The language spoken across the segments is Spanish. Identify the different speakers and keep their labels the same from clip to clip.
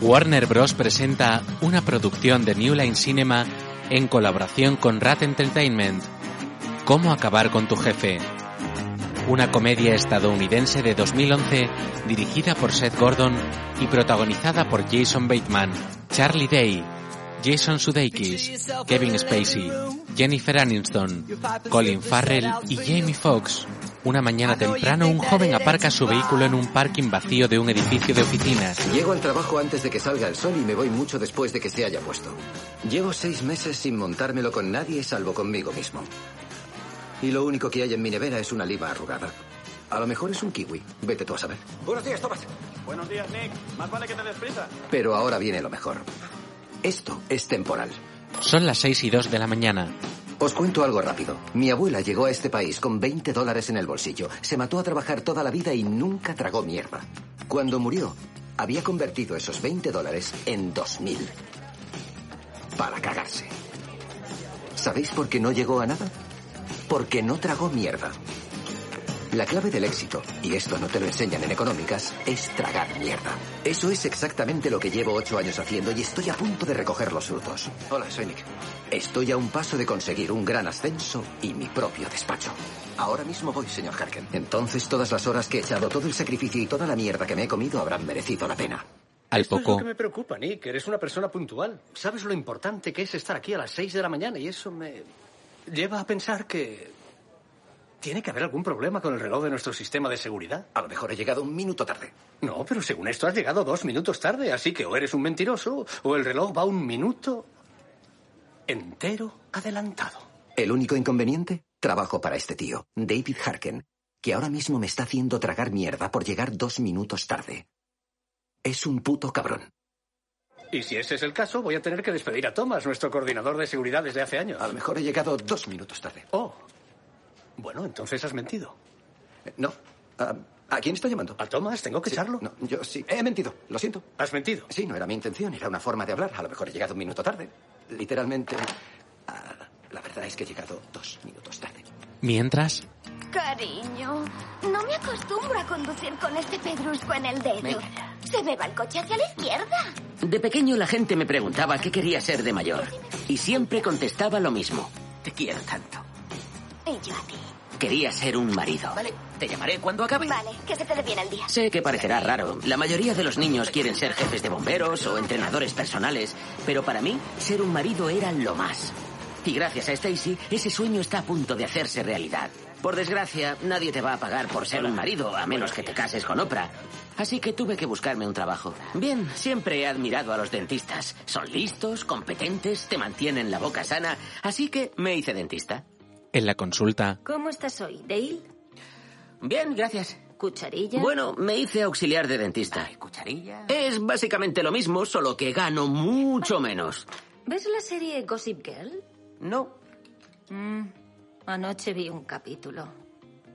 Speaker 1: Warner Bros. presenta una producción de New Line Cinema en colaboración con Rat Entertainment. ¿Cómo acabar con tu jefe? Una comedia estadounidense de 2011 dirigida por Seth Gordon y protagonizada por Jason Bateman, Charlie Day, Jason Sudeikis, Kevin Spacey, Jennifer Aniston, Colin Farrell y Jamie Foxx. Una mañana temprano, un joven aparca su vehículo en un parking vacío de un edificio de oficinas.
Speaker 2: Llego al trabajo antes de que salga el sol y me voy mucho después de que se haya puesto. Llevo seis meses sin montármelo con nadie salvo conmigo mismo. Y lo único que hay en mi nevera es una lima arrugada. A lo mejor es un kiwi. Vete tú a saber.
Speaker 3: Buenos días, Tomás. Buenos días, Nick. Más vale que te desprisa.
Speaker 2: Pero ahora viene lo mejor. Esto es temporal.
Speaker 1: Son las 6 y 2 de la mañana.
Speaker 2: Os cuento algo rápido. Mi abuela llegó a este país con 20 dólares en el bolsillo. Se mató a trabajar toda la vida y nunca tragó mierda. Cuando murió, había convertido esos 20 dólares en 2.000. Para cagarse. ¿Sabéis por qué no llegó a nada? Porque no tragó mierda. La clave del éxito, y esto no te lo enseñan en económicas, es tragar mierda. Eso es exactamente lo que llevo ocho años haciendo y estoy a punto de recoger los frutos.
Speaker 3: Hola, soy Nick.
Speaker 2: Estoy a un paso de conseguir un gran ascenso y mi propio despacho. Ahora mismo voy, señor Harken. Entonces todas las horas que he echado, todo el sacrificio y toda la mierda que me he comido habrán merecido la pena.
Speaker 1: Al
Speaker 4: Esto es
Speaker 1: poco,
Speaker 4: Pues lo que me preocupa, Nick. Eres una persona puntual. Sabes lo importante que es estar aquí a las 6 de la mañana y eso me lleva a pensar que tiene que haber algún problema con el reloj de nuestro sistema de seguridad.
Speaker 2: A lo mejor he llegado un minuto tarde.
Speaker 4: No, pero según esto has llegado dos minutos tarde, así que o eres un mentiroso o el reloj va un minuto entero adelantado.
Speaker 2: El único inconveniente, trabajo para este tío, David Harken, que ahora mismo me está haciendo tragar mierda por llegar dos minutos tarde. Es un puto cabrón.
Speaker 4: Y si ese es el caso, voy a tener que despedir a Thomas, nuestro coordinador de seguridad desde hace años.
Speaker 2: A lo mejor he llegado dos minutos tarde.
Speaker 4: Oh. Bueno, entonces has mentido.
Speaker 2: Eh, No. Ah, ¿A quién está llamando?
Speaker 4: A Thomas, tengo que
Speaker 2: Sí,
Speaker 4: echarlo.
Speaker 2: No, yo sí. He mentido. Lo siento.
Speaker 4: Has mentido.
Speaker 2: Sí, no era mi intención. Era una forma de hablar. A lo mejor he llegado un minuto tarde. Literalmente. ah, la verdad es que he llegado dos minutos tarde.
Speaker 1: mientras,
Speaker 5: Cariño, no me acostumbro a conducir con este pedrusco en el dedo. Se me va el coche hacia la izquierda.
Speaker 6: De pequeño la gente me preguntaba qué quería ser de mayor. Y siempre contestaba lo mismo. Te quiero tanto.
Speaker 5: Y yo a ti.
Speaker 6: Quería ser un marido. Vale, te llamaré cuando
Speaker 3: Pues-
Speaker 6: acabe.
Speaker 5: Vale, que se te dé bien el día.
Speaker 6: Sé que parecerá raro. La mayoría de los niños quieren ser jefes de bomberos o entrenadores personales, pero para mí ser un marido era lo más. Y gracias a Stacy, ese sueño está a punto de hacerse realidad. Por desgracia, nadie te va a pagar por ser un marido, a menos que te cases con Oprah. Así que tuve que buscarme un trabajo. Bien, siempre he admirado a los dentistas. Son listos, competentes, te mantienen la boca sana, así que me hice dentista.
Speaker 1: en la consulta,
Speaker 7: ¿Cómo estás hoy, Dale?
Speaker 6: Bien, gracias.
Speaker 7: ¿Cucharilla?
Speaker 6: Bueno, me hice auxiliar de dentista. Es básicamente lo mismo, solo que gano mucho menos.
Speaker 7: ¿Ves la serie Gossip Girl?
Speaker 6: No.
Speaker 7: Anoche vi un capítulo.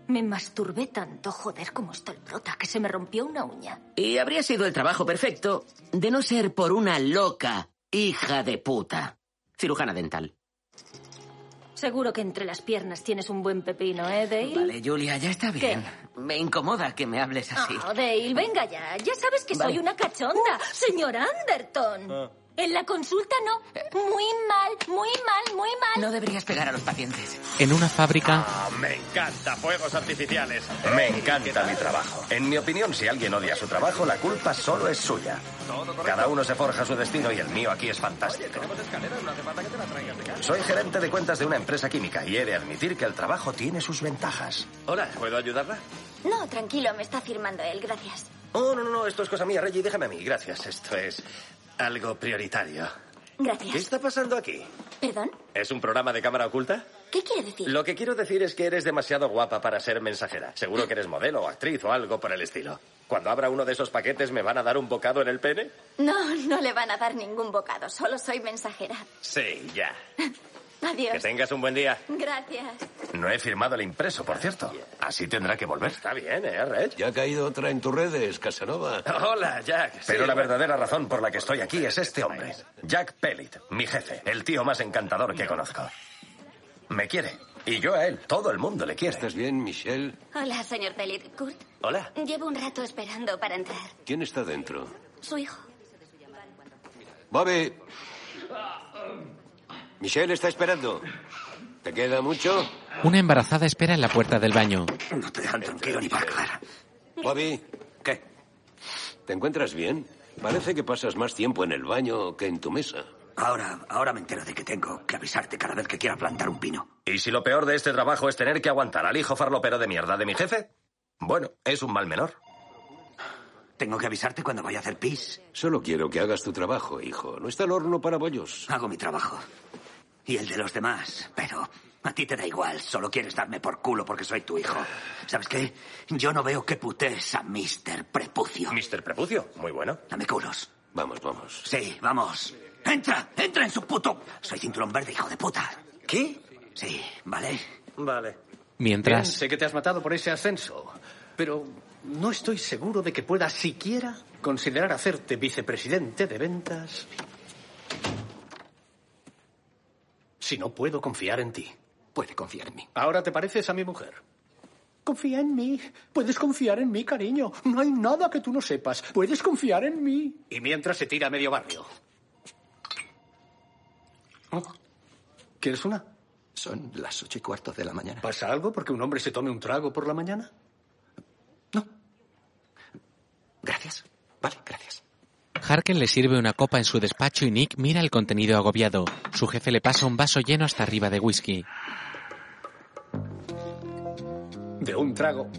Speaker 7: Me masturbé tanto, joder, como está el prota, que se me rompió una uña.
Speaker 6: Y habría sido el trabajo perfecto de no ser por una loca hija de puta. Cirujana dental.
Speaker 7: Seguro que entre las piernas tienes un buen pepino, ¿eh, Dale?
Speaker 6: Vale, Julia, ya está bien. Me incomoda que me hables así.
Speaker 5: Ah,
Speaker 7: Oh, Dale, venga ya. Ya sabes que
Speaker 6: Vale.
Speaker 7: soy una cachonda. Señor Anderton. En la consulta no.
Speaker 3: Eh.
Speaker 7: Muy mal, muy mal, muy mal.
Speaker 6: No deberías pegar a los pacientes.
Speaker 1: en una fábrica,
Speaker 3: Ah, me encanta fuegos artificiales.
Speaker 8: Me encanta mi trabajo. En mi opinión, si alguien odia su trabajo, la culpa solo es suya. Cada uno se forja su destino y el mío aquí es fantástico. Soy gerente de cuentas de una empresa química y he de admitir que el trabajo tiene sus ventajas.
Speaker 3: Hola, ¿puedo ayudarla?
Speaker 5: No, tranquilo, me está firmando él, gracias.
Speaker 8: Oh, no, no, no, esto es cosa mía, Reggie, déjame a mí, gracias. Esto es...
Speaker 3: Algo prioritario.
Speaker 5: Gracias.
Speaker 3: ¿Qué está pasando aquí?
Speaker 5: ¿Perdón?
Speaker 3: ¿Es un programa de cámara oculta?
Speaker 5: ¿Qué quiere decir?
Speaker 8: Lo que quiero decir es que eres demasiado guapa para ser mensajera. Seguro que eres modelo o actriz o algo por el estilo. Cuando abra uno de esos paquetes, ¿me van a dar un bocado en el pene?
Speaker 5: No, no le van a dar ningún bocado, solo soy mensajera.
Speaker 8: Sí, ya. Que
Speaker 5: Adiós.
Speaker 8: tengas un buen día.
Speaker 5: Gracias.
Speaker 8: No he firmado el impreso, por cierto. Así tendrá que volver. Está bien, ¿eh, Reg?
Speaker 9: Ya ha caído otra en tus redes, Casanova.
Speaker 3: Hola, Jack.
Speaker 8: Pero
Speaker 3: Sí,
Speaker 8: la
Speaker 3: bueno.
Speaker 8: verdadera razón por la que estoy aquí es este hombre, Jack Pellet, mi jefe, el tío más encantador que conozco. Me quiere. Y yo a él. Todo el mundo le quiere.
Speaker 9: ¿Estás bien, Michelle?
Speaker 5: Hola, señor Pellet. Kurt,
Speaker 3: Hola.
Speaker 5: llevo un rato esperando para entrar.
Speaker 9: ¿Quién está dentro?
Speaker 5: Su hijo.
Speaker 9: Bobby. Michelle está esperando. ¿Te queda mucho?
Speaker 1: Una embarazada espera en la puerta del baño.
Speaker 9: No te dejan tranquilo ni para Clara. Bobby. ¿Qué? ¿Te encuentras bien? Parece que pasas más tiempo en el baño que en tu mesa.
Speaker 10: Ahora, ahora me entero de que tengo que avisarte cada vez que quiera plantar un pino.
Speaker 8: ¿Y si lo peor de este trabajo es tener que aguantar al hijo farlopero de mierda de mi jefe? Bueno, es un mal menor.
Speaker 10: ¿Tengo que avisarte cuando vaya a hacer pis?
Speaker 9: Solo quiero que hagas tu trabajo, hijo. No está el horno para bollos.
Speaker 10: Hago mi trabajo. Y el de los demás. Pero a ti te da igual. Solo quieres darme por culo porque soy tu hijo. ¿Sabes qué? Yo no veo que putees a Mr. Prepucio.
Speaker 8: ¿Mr. Prepucio? Muy bueno.
Speaker 10: Dame culos.
Speaker 9: Vamos, vamos.
Speaker 10: Sí, vamos. ¡Entra! ¡Entra en su puto! Soy cinturón verde, hijo de puta.
Speaker 4: ¿Qué?
Speaker 10: Sí, ¿vale?
Speaker 4: Vale. Bien,
Speaker 1: Mientras,
Speaker 4: sé que te has matado por ese ascenso, pero no estoy seguro de que puedas siquiera considerar hacerte vicepresidente de ventas si no puedo confiar en ti.
Speaker 2: Puede confiar en mí.
Speaker 4: Ahora te pareces a mi mujer. Confía en mí. Puedes confiar en mí, cariño. No hay nada que tú no sepas. Puedes confiar en mí. Y mientras se tira a medio barrio. Oh, ¿Quieres una?
Speaker 2: Son las ocho y cuarto de la mañana.
Speaker 4: ¿Pasa algo porque un hombre se tome un trago por la mañana?
Speaker 2: Gracias. Vale, gracias.
Speaker 1: Harker le sirve una copa en su despacho y Nick mira el contenido agobiado. Su jefe le pasa un vaso lleno hasta arriba de whisky.
Speaker 4: De un trago.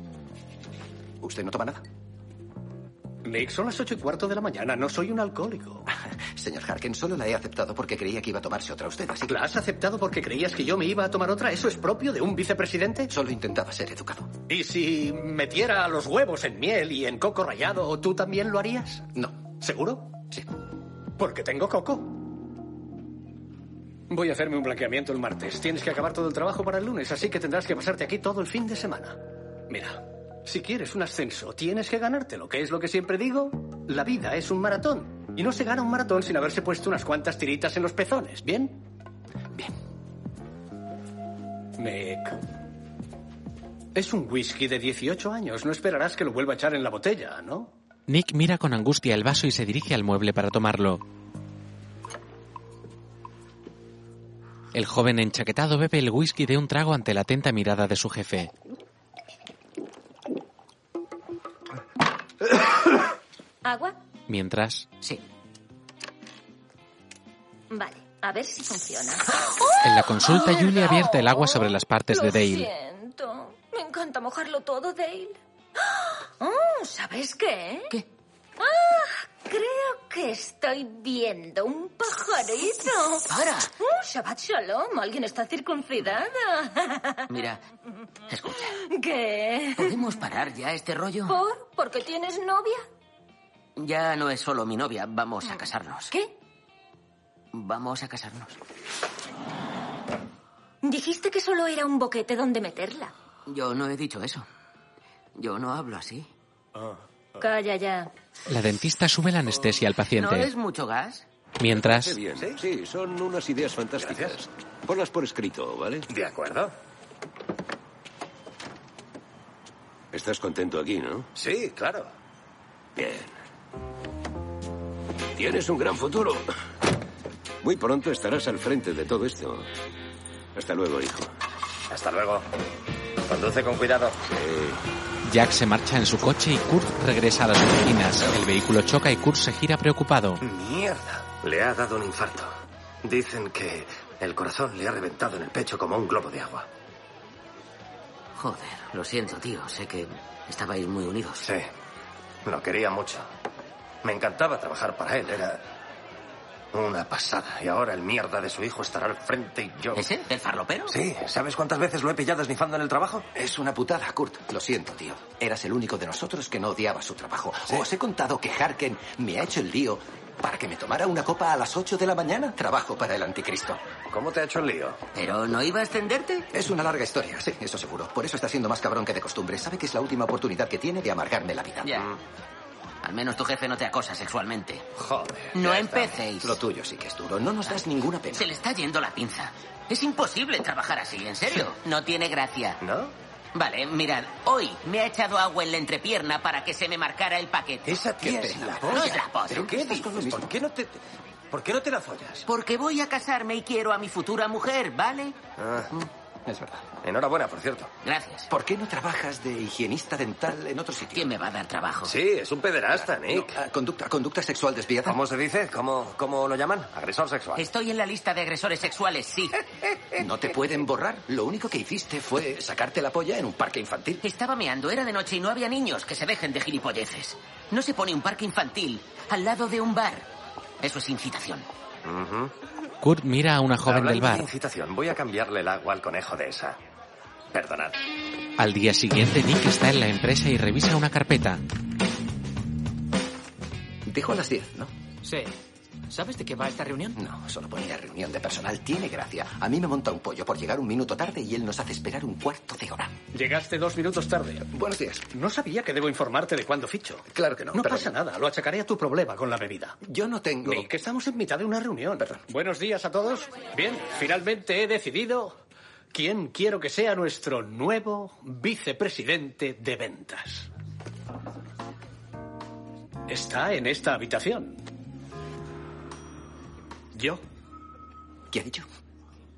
Speaker 2: ¿Usted no toma nada?
Speaker 4: Nick, son las ocho y cuarto de la mañana. No soy un alcohólico.
Speaker 2: Señor Harkin, solo la he aceptado porque creía que iba a tomarse otra usted, así que
Speaker 4: ¿La has aceptado porque creías que yo me iba a tomar otra? ¿Eso es propio de un vicepresidente?
Speaker 2: solo intentaba ser educado.
Speaker 4: ¿Y si metiera los huevos en miel y en coco rallado, tú también lo harías?
Speaker 2: No,
Speaker 4: ¿Seguro?
Speaker 2: sí.
Speaker 4: Porque tengo coco. Voy a hacerme un blanqueamiento el martes. Tienes que acabar todo el trabajo para el lunes, así que tendrás que pasarte aquí todo el fin de semana. Mira, si quieres un ascenso, tienes que ganártelo, que es lo que siempre digo. La vida es un maratón. Y no se gana un maratón sin haberse puesto unas cuantas tiritas en los pezones, ¿bien? Bien. Nick. Es un whisky de 18 años. No esperarás que lo vuelva a echar en la botella, ¿no?
Speaker 1: Nick mira con angustia el vaso y se dirige al mueble para tomarlo. El joven enchaquetado bebe el whisky de un trago ante la atenta mirada de su jefe.
Speaker 7: ¿Agua?
Speaker 1: Mientras,
Speaker 6: Sí.
Speaker 7: Vale, a ver si funciona.
Speaker 1: en la consulta, Julie abierta el agua sobre las partes de
Speaker 7: Lo
Speaker 1: Dale.
Speaker 7: siento. Me encanta mojarlo todo, Dale. Oh, ¿Sabes qué? ¿Qué? Ah, creo que estoy viendo un pajarito.
Speaker 6: ¡Para!
Speaker 7: Oh, Shabbat Shalom, alguien está circuncidada.
Speaker 6: Mira, escucha.
Speaker 7: ¿Qué?
Speaker 6: ¿Podemos parar ya este rollo?
Speaker 7: ¿Por? ¿Porque tienes novia?
Speaker 6: Ya no es solo mi novia, vamos a casarnos.
Speaker 7: ¿Qué?
Speaker 6: Vamos a casarnos.
Speaker 7: Dijiste que solo era un boquete donde meterla.
Speaker 6: Yo no he dicho eso. Yo no hablo así.
Speaker 7: Calla ya.
Speaker 1: La dentista sube la anestesia al
Speaker 6: ¿No
Speaker 1: paciente.
Speaker 6: es mucho gas?
Speaker 9: Qué
Speaker 1: Mientras,
Speaker 9: bien. ¿eh? ¿Sí? son unas ideas fantásticas. Ponlas por escrito, ¿vale?
Speaker 8: De acuerdo.
Speaker 9: Estás contento aquí, ¿no?
Speaker 8: Sí, claro.
Speaker 9: Bien. Tienes un gran futuro. Muy pronto estarás al frente de todo esto. Hasta luego, hijo.
Speaker 8: Hasta luego. Conduce con cuidado.
Speaker 1: Jack se marcha en su coche y Kurt regresa a las oficinas. El vehículo choca y Kurt se gira preocupado.
Speaker 8: Mierda.
Speaker 4: Le ha dado un infarto. Dicen que el corazón le ha reventado en el pecho como un globo de agua.
Speaker 6: Joder, lo siento, tío. Sé que estabais muy unidos.
Speaker 8: Sí. Lo quería mucho. Me encantaba trabajar para él. Era una pasada. Y ahora el mierda de su hijo estará al frente y yo...
Speaker 6: ¿Ese? ¿El farlopero?
Speaker 8: Sí. ¿Sabes cuántas veces lo he pillado esnifando en el trabajo?
Speaker 2: Es una putada, Kurt. Lo siento, tío. Eras el único de nosotros que no odiaba su trabajo. Os he contado que Harken me ha hecho el lío para que me tomara una copa a las 8 de la mañana. Trabajo para el anticristo.
Speaker 8: ¿Cómo te ha hecho el lío?
Speaker 6: ¿Pero no iba a extenderte?
Speaker 2: Es una larga historia, sí, eso seguro. Por eso está siendo más cabrón que de costumbre. Sabe que es la última oportunidad que tiene de amargarme la vida. Mm,
Speaker 6: Ya. Al menos tu jefe no te acosa sexualmente.
Speaker 8: Joder.
Speaker 6: No
Speaker 8: ya está.
Speaker 6: empecéis.
Speaker 2: Lo tuyo sí que es duro. No nos das ninguna pena.
Speaker 6: Se le está yendo la pinza. Es imposible trabajar así, en serio. No ¿eh? tiene gracia.
Speaker 8: ¿No?
Speaker 6: Vale, mirad, hoy me ha echado agua en la entrepierna para que se me marcara el paquete.
Speaker 8: Esa tía es la polla.
Speaker 6: No es la polla.
Speaker 8: ¿Pero qué dices? ¿Por qué no te, ¿por qué no te la follas?
Speaker 6: Porque voy a casarme y quiero a mi futura mujer, ¿vale?
Speaker 8: Ah, es verdad. Enhorabuena, por cierto.
Speaker 6: Mm. Gracias.
Speaker 2: ¿Por qué no trabajas de higienista dental en otro sitio?
Speaker 6: ¿Quién me va a dar trabajo?
Speaker 8: Sí, es un pederasta, Nick.
Speaker 2: Ah, conducta, conducta sexual desviada.
Speaker 8: ¿Cómo se dice? ¿Cómo, ¿Cómo lo llaman? Agresor sexual.
Speaker 6: Estoy en la lista de agresores sexuales, sí.
Speaker 2: No te pueden borrar. Lo único que hiciste fue sacarte la polla en un parque infantil.
Speaker 6: Estaba meando, era de noche y no había niños que se dejen de gilipolleces. No se pone un parque infantil al lado de un bar. Eso es incitación.
Speaker 1: Kurt mira a una joven
Speaker 8: Hablando
Speaker 1: del
Speaker 8: de
Speaker 1: bar.
Speaker 8: incitación, voy a cambiarle el agua al conejo de esa. Perdonad.
Speaker 1: Al día siguiente, Nick está en la empresa y revisa una carpeta.
Speaker 2: Dijo a las 10, ¿no?
Speaker 11: Sí. ¿Sabes de qué va esta reunión?
Speaker 2: No, solo ponía reunión de personal. Tiene gracia. A mí me monta un pollo por llegar un minuto tarde y él nos hace esperar un cuarto de hora.
Speaker 4: Llegaste dos minutos tarde.
Speaker 2: Buenos días.
Speaker 4: No sabía que debo informarte de cuándo ficho.
Speaker 2: Claro que no.
Speaker 4: No
Speaker 2: perdón.
Speaker 4: pasa nada, lo achacaré a tu problema con la bebida.
Speaker 2: Yo no tengo...
Speaker 4: Nick, estamos en mitad de una reunión. Buenos días a todos. Bien, finalmente he decidido quién quiero que sea nuestro nuevo vicepresidente de ventas. Está en esta habitación. Yo
Speaker 2: ¿Qué ha dicho?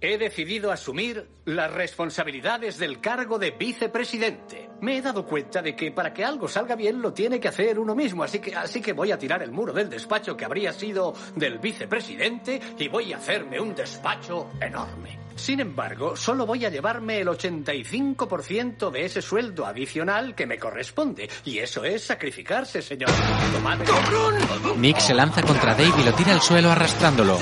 Speaker 4: he decidido asumir las responsabilidades del cargo de vicepresidente. Me he dado cuenta de que para que algo salga bien lo tiene que hacer uno mismo, así que, así que voy a tirar el muro del despacho que habría sido del vicepresidente y voy a hacerme un despacho enorme. Sin embargo, solo voy a llevarme el 85% de ese sueldo adicional que me corresponde. Y eso es sacrificarse, señor. Tomad el-
Speaker 1: Nick se lanza contra Dave y lo tira al suelo arrastrándolo.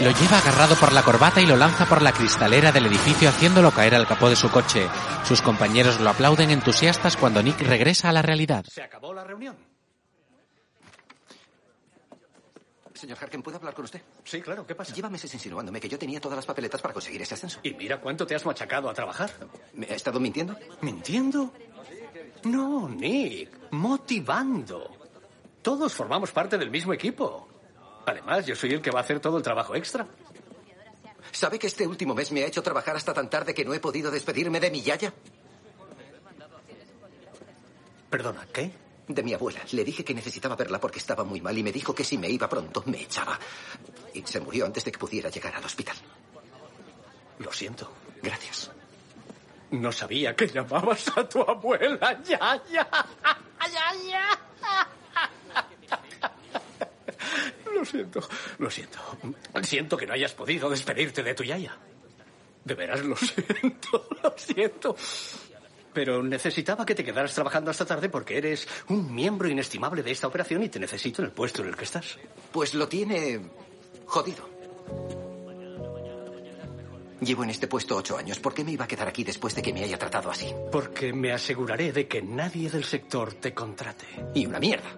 Speaker 1: Lo lleva agarrado por la corbata y lo lanza por la cristalera del edificio haciéndolo caer al capó de su coche. Sus compañeros lo aplauden entusiastas cuando Nick regresa a la realidad.
Speaker 4: Se acabó la reunión.
Speaker 2: Señor Harkin, ¿puedo hablar con usted?
Speaker 4: Sí, claro, ¿qué pasa?
Speaker 2: Lleva meses insinuándome que yo tenía todas las papeletas para conseguir ese ascenso.
Speaker 4: Y mira cuánto te has machacado a trabajar.
Speaker 2: ¿Me ha estado mintiendo?
Speaker 4: ¿Mintiendo? No, Nick, motivando. Todos formamos parte del mismo equipo. Además, yo soy el que va a hacer todo el trabajo extra.
Speaker 2: ¿Sabe que este último mes me ha hecho trabajar hasta tan tarde que no he podido despedirme de mi yaya?
Speaker 4: Perdona, ¿qué?
Speaker 2: De mi abuela. Le dije que necesitaba verla porque estaba muy mal y me dijo que si me iba pronto me echaba. Y se murió antes de que pudiera llegar al hospital.
Speaker 4: Lo siento.
Speaker 2: Gracias.
Speaker 4: No sabía que llamabas a tu abuela Yaya. Yaya. Lo siento, lo siento. Siento que no hayas podido despedirte de tu Yaya. De veras lo siento, lo siento. Pero necesitaba que te quedaras trabajando hasta tarde porque eres un miembro inestimable de esta operación y te necesito en el puesto en el que estás.
Speaker 2: Pues lo tiene jodido. Llevo en este puesto ocho años. ¿Por qué me iba a quedar aquí después de que me haya tratado así?
Speaker 4: Porque me aseguraré de que nadie del sector te contrate.
Speaker 2: Y una mierda.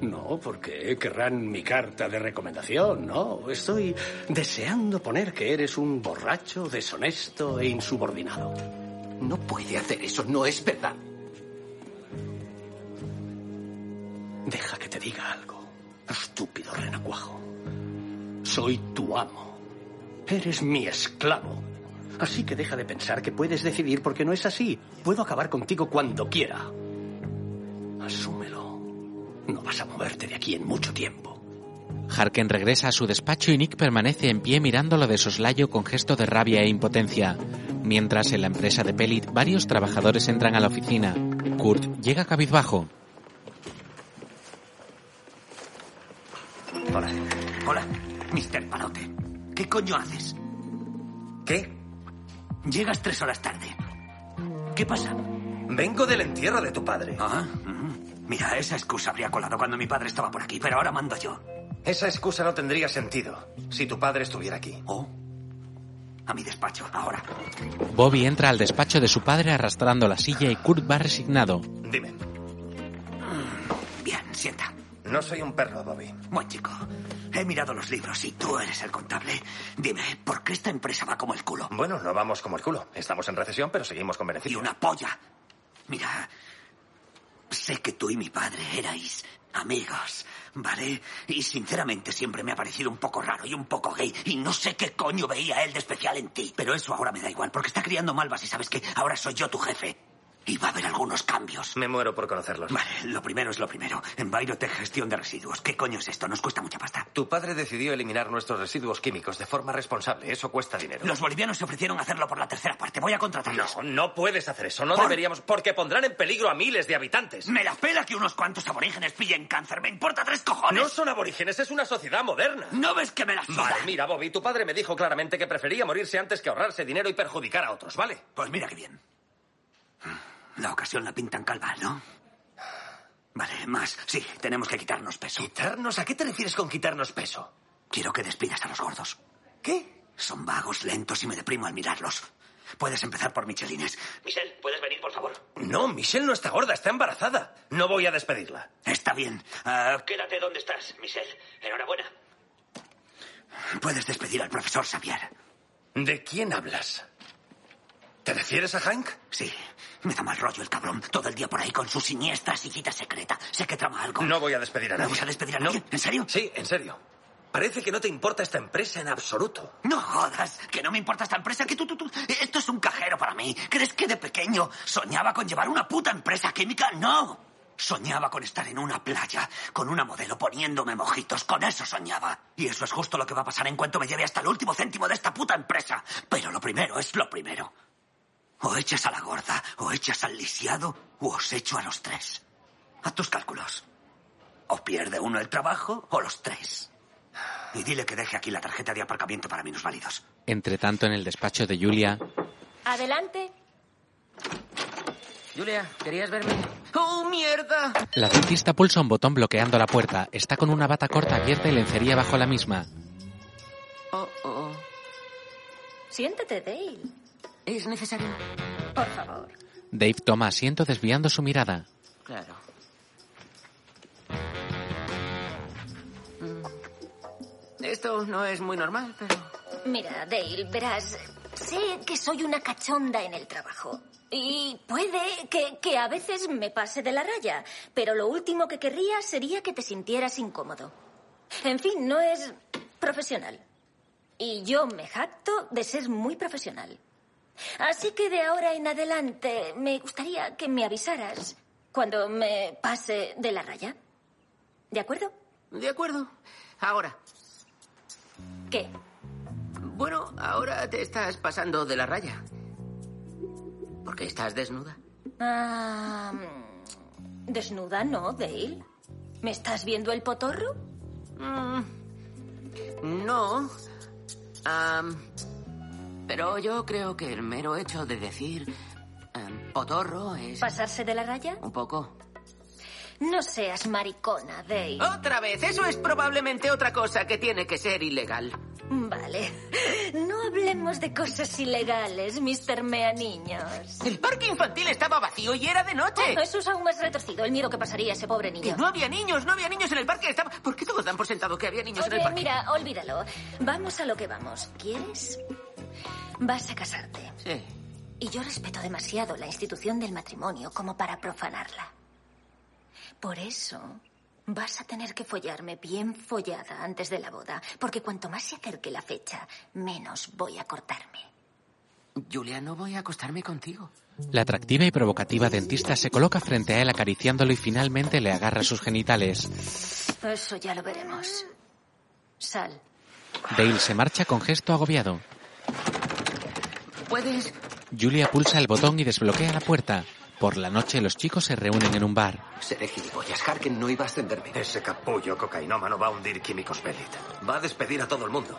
Speaker 4: No, porque querrán mi carta de recomendación, ¿no? Estoy deseando poner que eres un borracho, deshonesto e insubordinado.
Speaker 2: No puede hacer eso. No es verdad.
Speaker 4: Deja que te diga algo, estúpido renacuajo. Soy tu amo. Eres mi esclavo. Así que deja de pensar que puedes decidir porque no es así. Puedo acabar contigo cuando quiera. Asúmelo. No vas a moverte de aquí en mucho tiempo.
Speaker 1: Harken regresa a su despacho y Nick permanece en pie mirándolo de soslayo con gesto de rabia e impotencia. Mientras en la empresa de Pellit varios trabajadores entran a la oficina. Kurt llega cabizbajo.
Speaker 10: Hola. Hola, Mr. Palote. ¿Qué coño haces?
Speaker 8: ¿Qué?
Speaker 10: Llegas tres horas tarde. ¿Qué pasa?
Speaker 8: Vengo del entierro de tu padre.
Speaker 10: Ah, mm. Mira, esa excusa habría colado cuando mi padre estaba por aquí, pero ahora mando yo.
Speaker 8: Esa excusa no tendría sentido si tu padre estuviera aquí.
Speaker 10: Oh. A mi despacho, ahora.
Speaker 1: Bobby entra al despacho de su padre arrastrando la silla y Kurt va resignado.
Speaker 8: Dime,
Speaker 10: Bien, sienta.
Speaker 8: no soy un perro, Bobby.
Speaker 10: Buen chico. He mirado los libros y tú eres el contable. Dime, ¿por qué esta empresa va como el culo?
Speaker 8: Bueno, no vamos como el culo. Estamos en recesión, pero seguimos con
Speaker 10: Y
Speaker 8: beneficio.
Speaker 10: una polla. Mira,
Speaker 2: Sé que tú y mi padre erais amigos, ¿vale? Y sinceramente siempre me ha parecido un poco raro y un poco gay. Y no sé qué coño veía él de especial en ti. Pero eso ahora me da igual, porque está criando malvas y sabes que ahora soy yo tu jefe. Y va a haber algunos cambios.
Speaker 8: Me muero por conocerlos.
Speaker 2: Vale, lo primero es lo primero. En Bayrotech, gestión de residuos. ¿Qué coño es esto? Nos cuesta mucha pasta.
Speaker 8: Tu padre decidió eliminar nuestros residuos químicos de forma responsable. Eso cuesta dinero.
Speaker 2: Los bolivianos se ofrecieron a hacerlo por la tercera parte. Voy a contratarlos.
Speaker 8: No, no puedes hacer eso. No
Speaker 2: Por-
Speaker 8: deberíamos. Porque pondrán en peligro a miles de habitantes.
Speaker 2: Me la pela que unos cuantos aborígenes pillen cáncer. Me importa tres cojones.
Speaker 8: No son aborígenes, es una sociedad moderna.
Speaker 2: ¿No ves que me la suda?
Speaker 8: Vale, mira, Bobby, tu padre me dijo claramente que prefería morirse antes que ahorrarse dinero y perjudicar a otros, ¿vale?
Speaker 2: Pues mira qué bien. La ocasión la pintan calva, ¿no? Vale, más. Sí, tenemos que quitarnos peso.
Speaker 8: ¿Quitarnos? ¿A qué te refieres con quitarnos peso?
Speaker 2: Quiero que despidas a los gordos.
Speaker 8: ¿Qué?
Speaker 2: Son vagos, lentos y me deprimo al mirarlos. Puedes empezar por Michelines. Michel, ¿puedes venir, por favor?
Speaker 8: No, Michelle no está gorda, está embarazada. No voy a despedirla.
Speaker 2: Está bien. Ah, quédate donde estás, Michelle. Enhorabuena. Puedes despedir al profesor Xavier.
Speaker 8: ¿De quién hablas? ¿Te refieres a Hank?
Speaker 2: Sí, me da mal rollo el cabrón. Todo el día por ahí con su siniestra cita secreta. Sé que trama algo.
Speaker 8: No voy a despedir a nadie.
Speaker 2: ¿Vamos a despedir a
Speaker 8: No.
Speaker 2: nadie? ¿En serio?
Speaker 8: Sí, en serio. Parece que no te importa esta empresa en absoluto.
Speaker 2: No jodas, que no me importa esta empresa, que tú, tú, tú. Esto es un cajero para mí. ¿Crees que de pequeño soñaba con llevar una puta empresa química? No. Soñaba con estar en una playa, con una modelo poniéndome mojitos, con eso soñaba. Y eso es justo lo que va a pasar en cuanto me lleve hasta el último céntimo de esta puta empresa. Pero lo primero es lo primero. O echas a la gorda, o echas al lisiado, o os echo a los tres. A tus cálculos. O pierde uno el trabajo, o los tres. Y dile que deje aquí la tarjeta de aparcamiento para minusválidos.
Speaker 1: Entre tanto, en el despacho de Julia,
Speaker 7: Adelante.
Speaker 5: Julia, ¿querías verme? ¡Oh, mierda!
Speaker 1: la dentista pulsa un botón bloqueando la puerta. Está con una bata corta abierta y lencería bajo la misma.
Speaker 5: Oh, oh.
Speaker 7: Siéntate, Dale.
Speaker 5: ¿Es necesario?
Speaker 7: Por favor.
Speaker 1: Dave toma asiento desviando su mirada.
Speaker 5: Claro. Mm. Esto no es muy normal, pero...
Speaker 7: Mira, Dale, verás, sé que soy una cachonda en el trabajo. Y puede que, que a veces me pase de la raya, pero lo último que querría sería que te sintieras incómodo. En fin, no es profesional. Y yo me jacto de ser muy profesional. Así que de ahora en adelante me gustaría que me avisaras cuando me pase de la raya. ¿De acuerdo?
Speaker 5: De acuerdo. Ahora.
Speaker 7: ¿Qué?
Speaker 5: Bueno, ahora te estás pasando de la raya. Porque estás desnuda.
Speaker 7: Ah, mm, desnuda, ¿no, Dale? ¿Me estás viendo el potorro?
Speaker 5: Mm, No. Am, pero yo creo que el mero hecho de decir am, potorro es
Speaker 7: ¿Pasarse de la raya?
Speaker 5: un poco.
Speaker 7: No seas maricona, Dale.
Speaker 5: Otra vez, eso es probablemente otra cosa que tiene que ser ilegal.
Speaker 7: Vale. No hablemos de cosas ilegales, Mr. Mea Niños.
Speaker 5: El parque infantil estaba vacío y era de noche.
Speaker 7: Eso es aún más retorcido, el miedo que pasaría ese pobre
Speaker 5: Y
Speaker 7: niño.
Speaker 5: no había niños, no había niños en el parque. Estaba... ¿Por qué todos dan por sentado que había niños en el
Speaker 7: Oye,
Speaker 5: parque?
Speaker 7: mira, olvídalo. Vamos a lo que vamos. ¿Quieres? Vas a casarte.
Speaker 5: Sí.
Speaker 7: Y yo respeto demasiado la institución del matrimonio como para profanarla. Por eso vas a tener que follarme bien follada antes de la boda, porque cuanto más se acerque la fecha, menos voy a cortarme.
Speaker 5: Julia, no voy a acostarme contigo.
Speaker 1: La atractiva y provocativa dentista se coloca frente a él acariciándolo y finalmente le agarra sus genitales.
Speaker 7: Eso ya lo veremos. Sal.
Speaker 1: Dale se marcha con gesto agobiado.
Speaker 5: ¿Puedes?
Speaker 1: Julia pulsa el botón y desbloquea la puerta. Por la noche los chicos se reúnen en un bar.
Speaker 12: Seré gilipollas. Harken no iba a ascenderme.
Speaker 8: Ese capullo cocainómano va a hundir Químicos Bellit. Va a despedir a todo el mundo.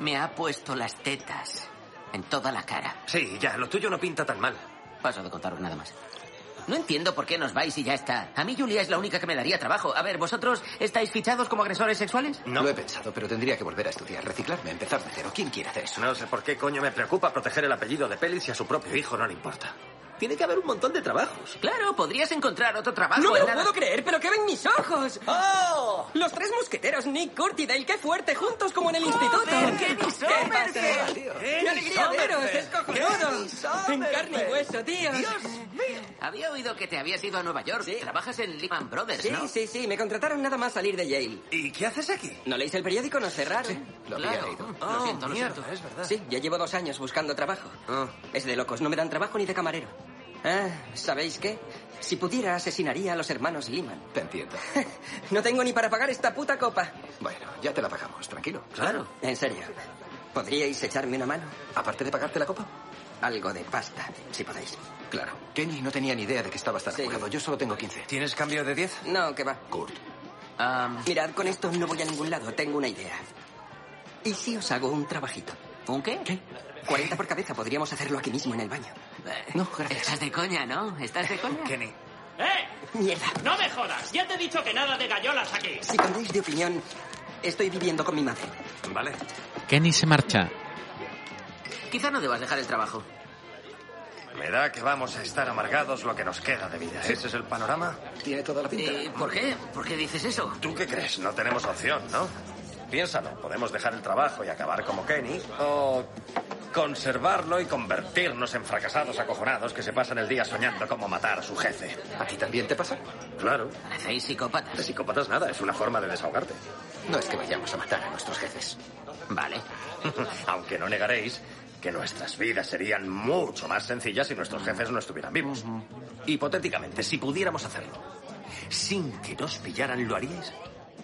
Speaker 5: Me ha puesto las tetas en toda la cara.
Speaker 8: Sí, ya, lo tuyo no pinta tan mal.
Speaker 5: Paso de contaros nada más. No entiendo por qué nos vais y ya está. A mí Julia es la única que me daría trabajo. A ver, ¿vosotros estáis fichados como agresores sexuales?
Speaker 12: No. Lo he pensado, pero tendría que volver a estudiar, reciclarme, empezar de cero. ¿Quién quiere hacer eso?
Speaker 8: No sé por qué coño me preocupa proteger el apellido de Pelis si a su propio hijo no le importa. Tiene que haber un montón de trabajos.
Speaker 5: Claro, podrías encontrar otro trabajo.
Speaker 13: No me
Speaker 5: en
Speaker 13: lo
Speaker 5: nada.
Speaker 13: puedo creer, pero ven mis ojos.
Speaker 8: ¡Oh!
Speaker 13: Los tres mosqueteros, Nick, Kurt y Dale, qué fuerte, juntos como en el
Speaker 5: Sommerfeld,
Speaker 13: instituto.
Speaker 5: Kenny
Speaker 13: pasa?
Speaker 5: Sommerfeld.
Speaker 13: ¡Qué alegría veros! ¡Es cojonudo!
Speaker 8: Kenny Sommerfeld.
Speaker 13: En carne y hueso, tíos.
Speaker 6: Había oído que te habías ido a Nueva York. Trabajas en Lehman Brothers,
Speaker 14: Sí,
Speaker 6: ¿no?
Speaker 14: sí, sí, me contrataron nada más salir de Yale.
Speaker 10: ¿Y qué haces
Speaker 8: Pues
Speaker 10: aquí?
Speaker 14: ¿No leéis el periódico? ¿No cerraron?
Speaker 6: lo había Claro. leído. Lo
Speaker 14: Oh,
Speaker 6: siento, lo
Speaker 14: mierda,
Speaker 6: siento.
Speaker 10: es verdad.
Speaker 14: Sí, yo llevo dos años buscando trabajo.
Speaker 2: Oh.
Speaker 14: Es de locos, no me dan trabajo ni de camarero. Ah, ¿sabéis qué? Si pudiera, asesinaría a los hermanos Lehman.
Speaker 2: Te entiendo.
Speaker 14: No tengo ni para pagar esta puta copa.
Speaker 2: Bueno, ya te la pagamos, tranquilo.
Speaker 14: Claro. En serio. ¿Podríais echarme una mano?
Speaker 2: Aparte de pagarte la copa.
Speaker 14: Algo de pasta, si podéis.
Speaker 2: Claro. Kenny no tenía ni idea de que estabas tan apurado. Yo solo tengo 15.
Speaker 10: ¿Tienes cambio de 10?
Speaker 14: No, que va.
Speaker 2: Kurt.
Speaker 14: Mirad, con esto no voy a ningún lado. Tengo una idea. ¿Y si os hago un trabajito?
Speaker 6: ¿Un qué?
Speaker 14: 40 por cabeza. Podríamos hacerlo aquí mismo en el baño.
Speaker 6: No, Eh, Estás de coña, ¿no? Estás de coña.
Speaker 10: Kenny.
Speaker 15: ¡Eh!
Speaker 14: Mierda.
Speaker 15: ¡No me jodas! Ya te he dicho que nada de gallolas aquí.
Speaker 14: Si cambiáis de opinión, estoy viviendo con mi madre.
Speaker 10: Vale.
Speaker 1: Kenny se marcha.
Speaker 6: Quizá no debas dejar el trabajo.
Speaker 8: Me da que vamos a estar amargados lo que nos queda de vida. ¿Ese es el panorama?
Speaker 2: Tiene toda la
Speaker 8: pinta.
Speaker 6: Eh, ¿Por qué? ¿Por qué dices eso?
Speaker 8: ¿Tú qué crees? No tenemos opción, ¿no? Piénsalo, podemos dejar el trabajo y acabar como Kenny, o conservarlo y convertirnos en fracasados acojonados que se pasan el día soñando cómo matar a su jefe.
Speaker 2: ¿A ti también te pasa?
Speaker 8: Claro.
Speaker 6: Parecéis psicópatas.
Speaker 8: De psicópatas nada, es una forma de desahogarte.
Speaker 2: No es que vayamos a matar a nuestros jefes.
Speaker 6: Vale.
Speaker 8: Aunque no negaréis que nuestras vidas serían mucho más sencillas si nuestros jefes no estuvieran vivos. Hipotéticamente, si pudiéramos hacerlo, sin que nos pillaran, ¿lo haríais?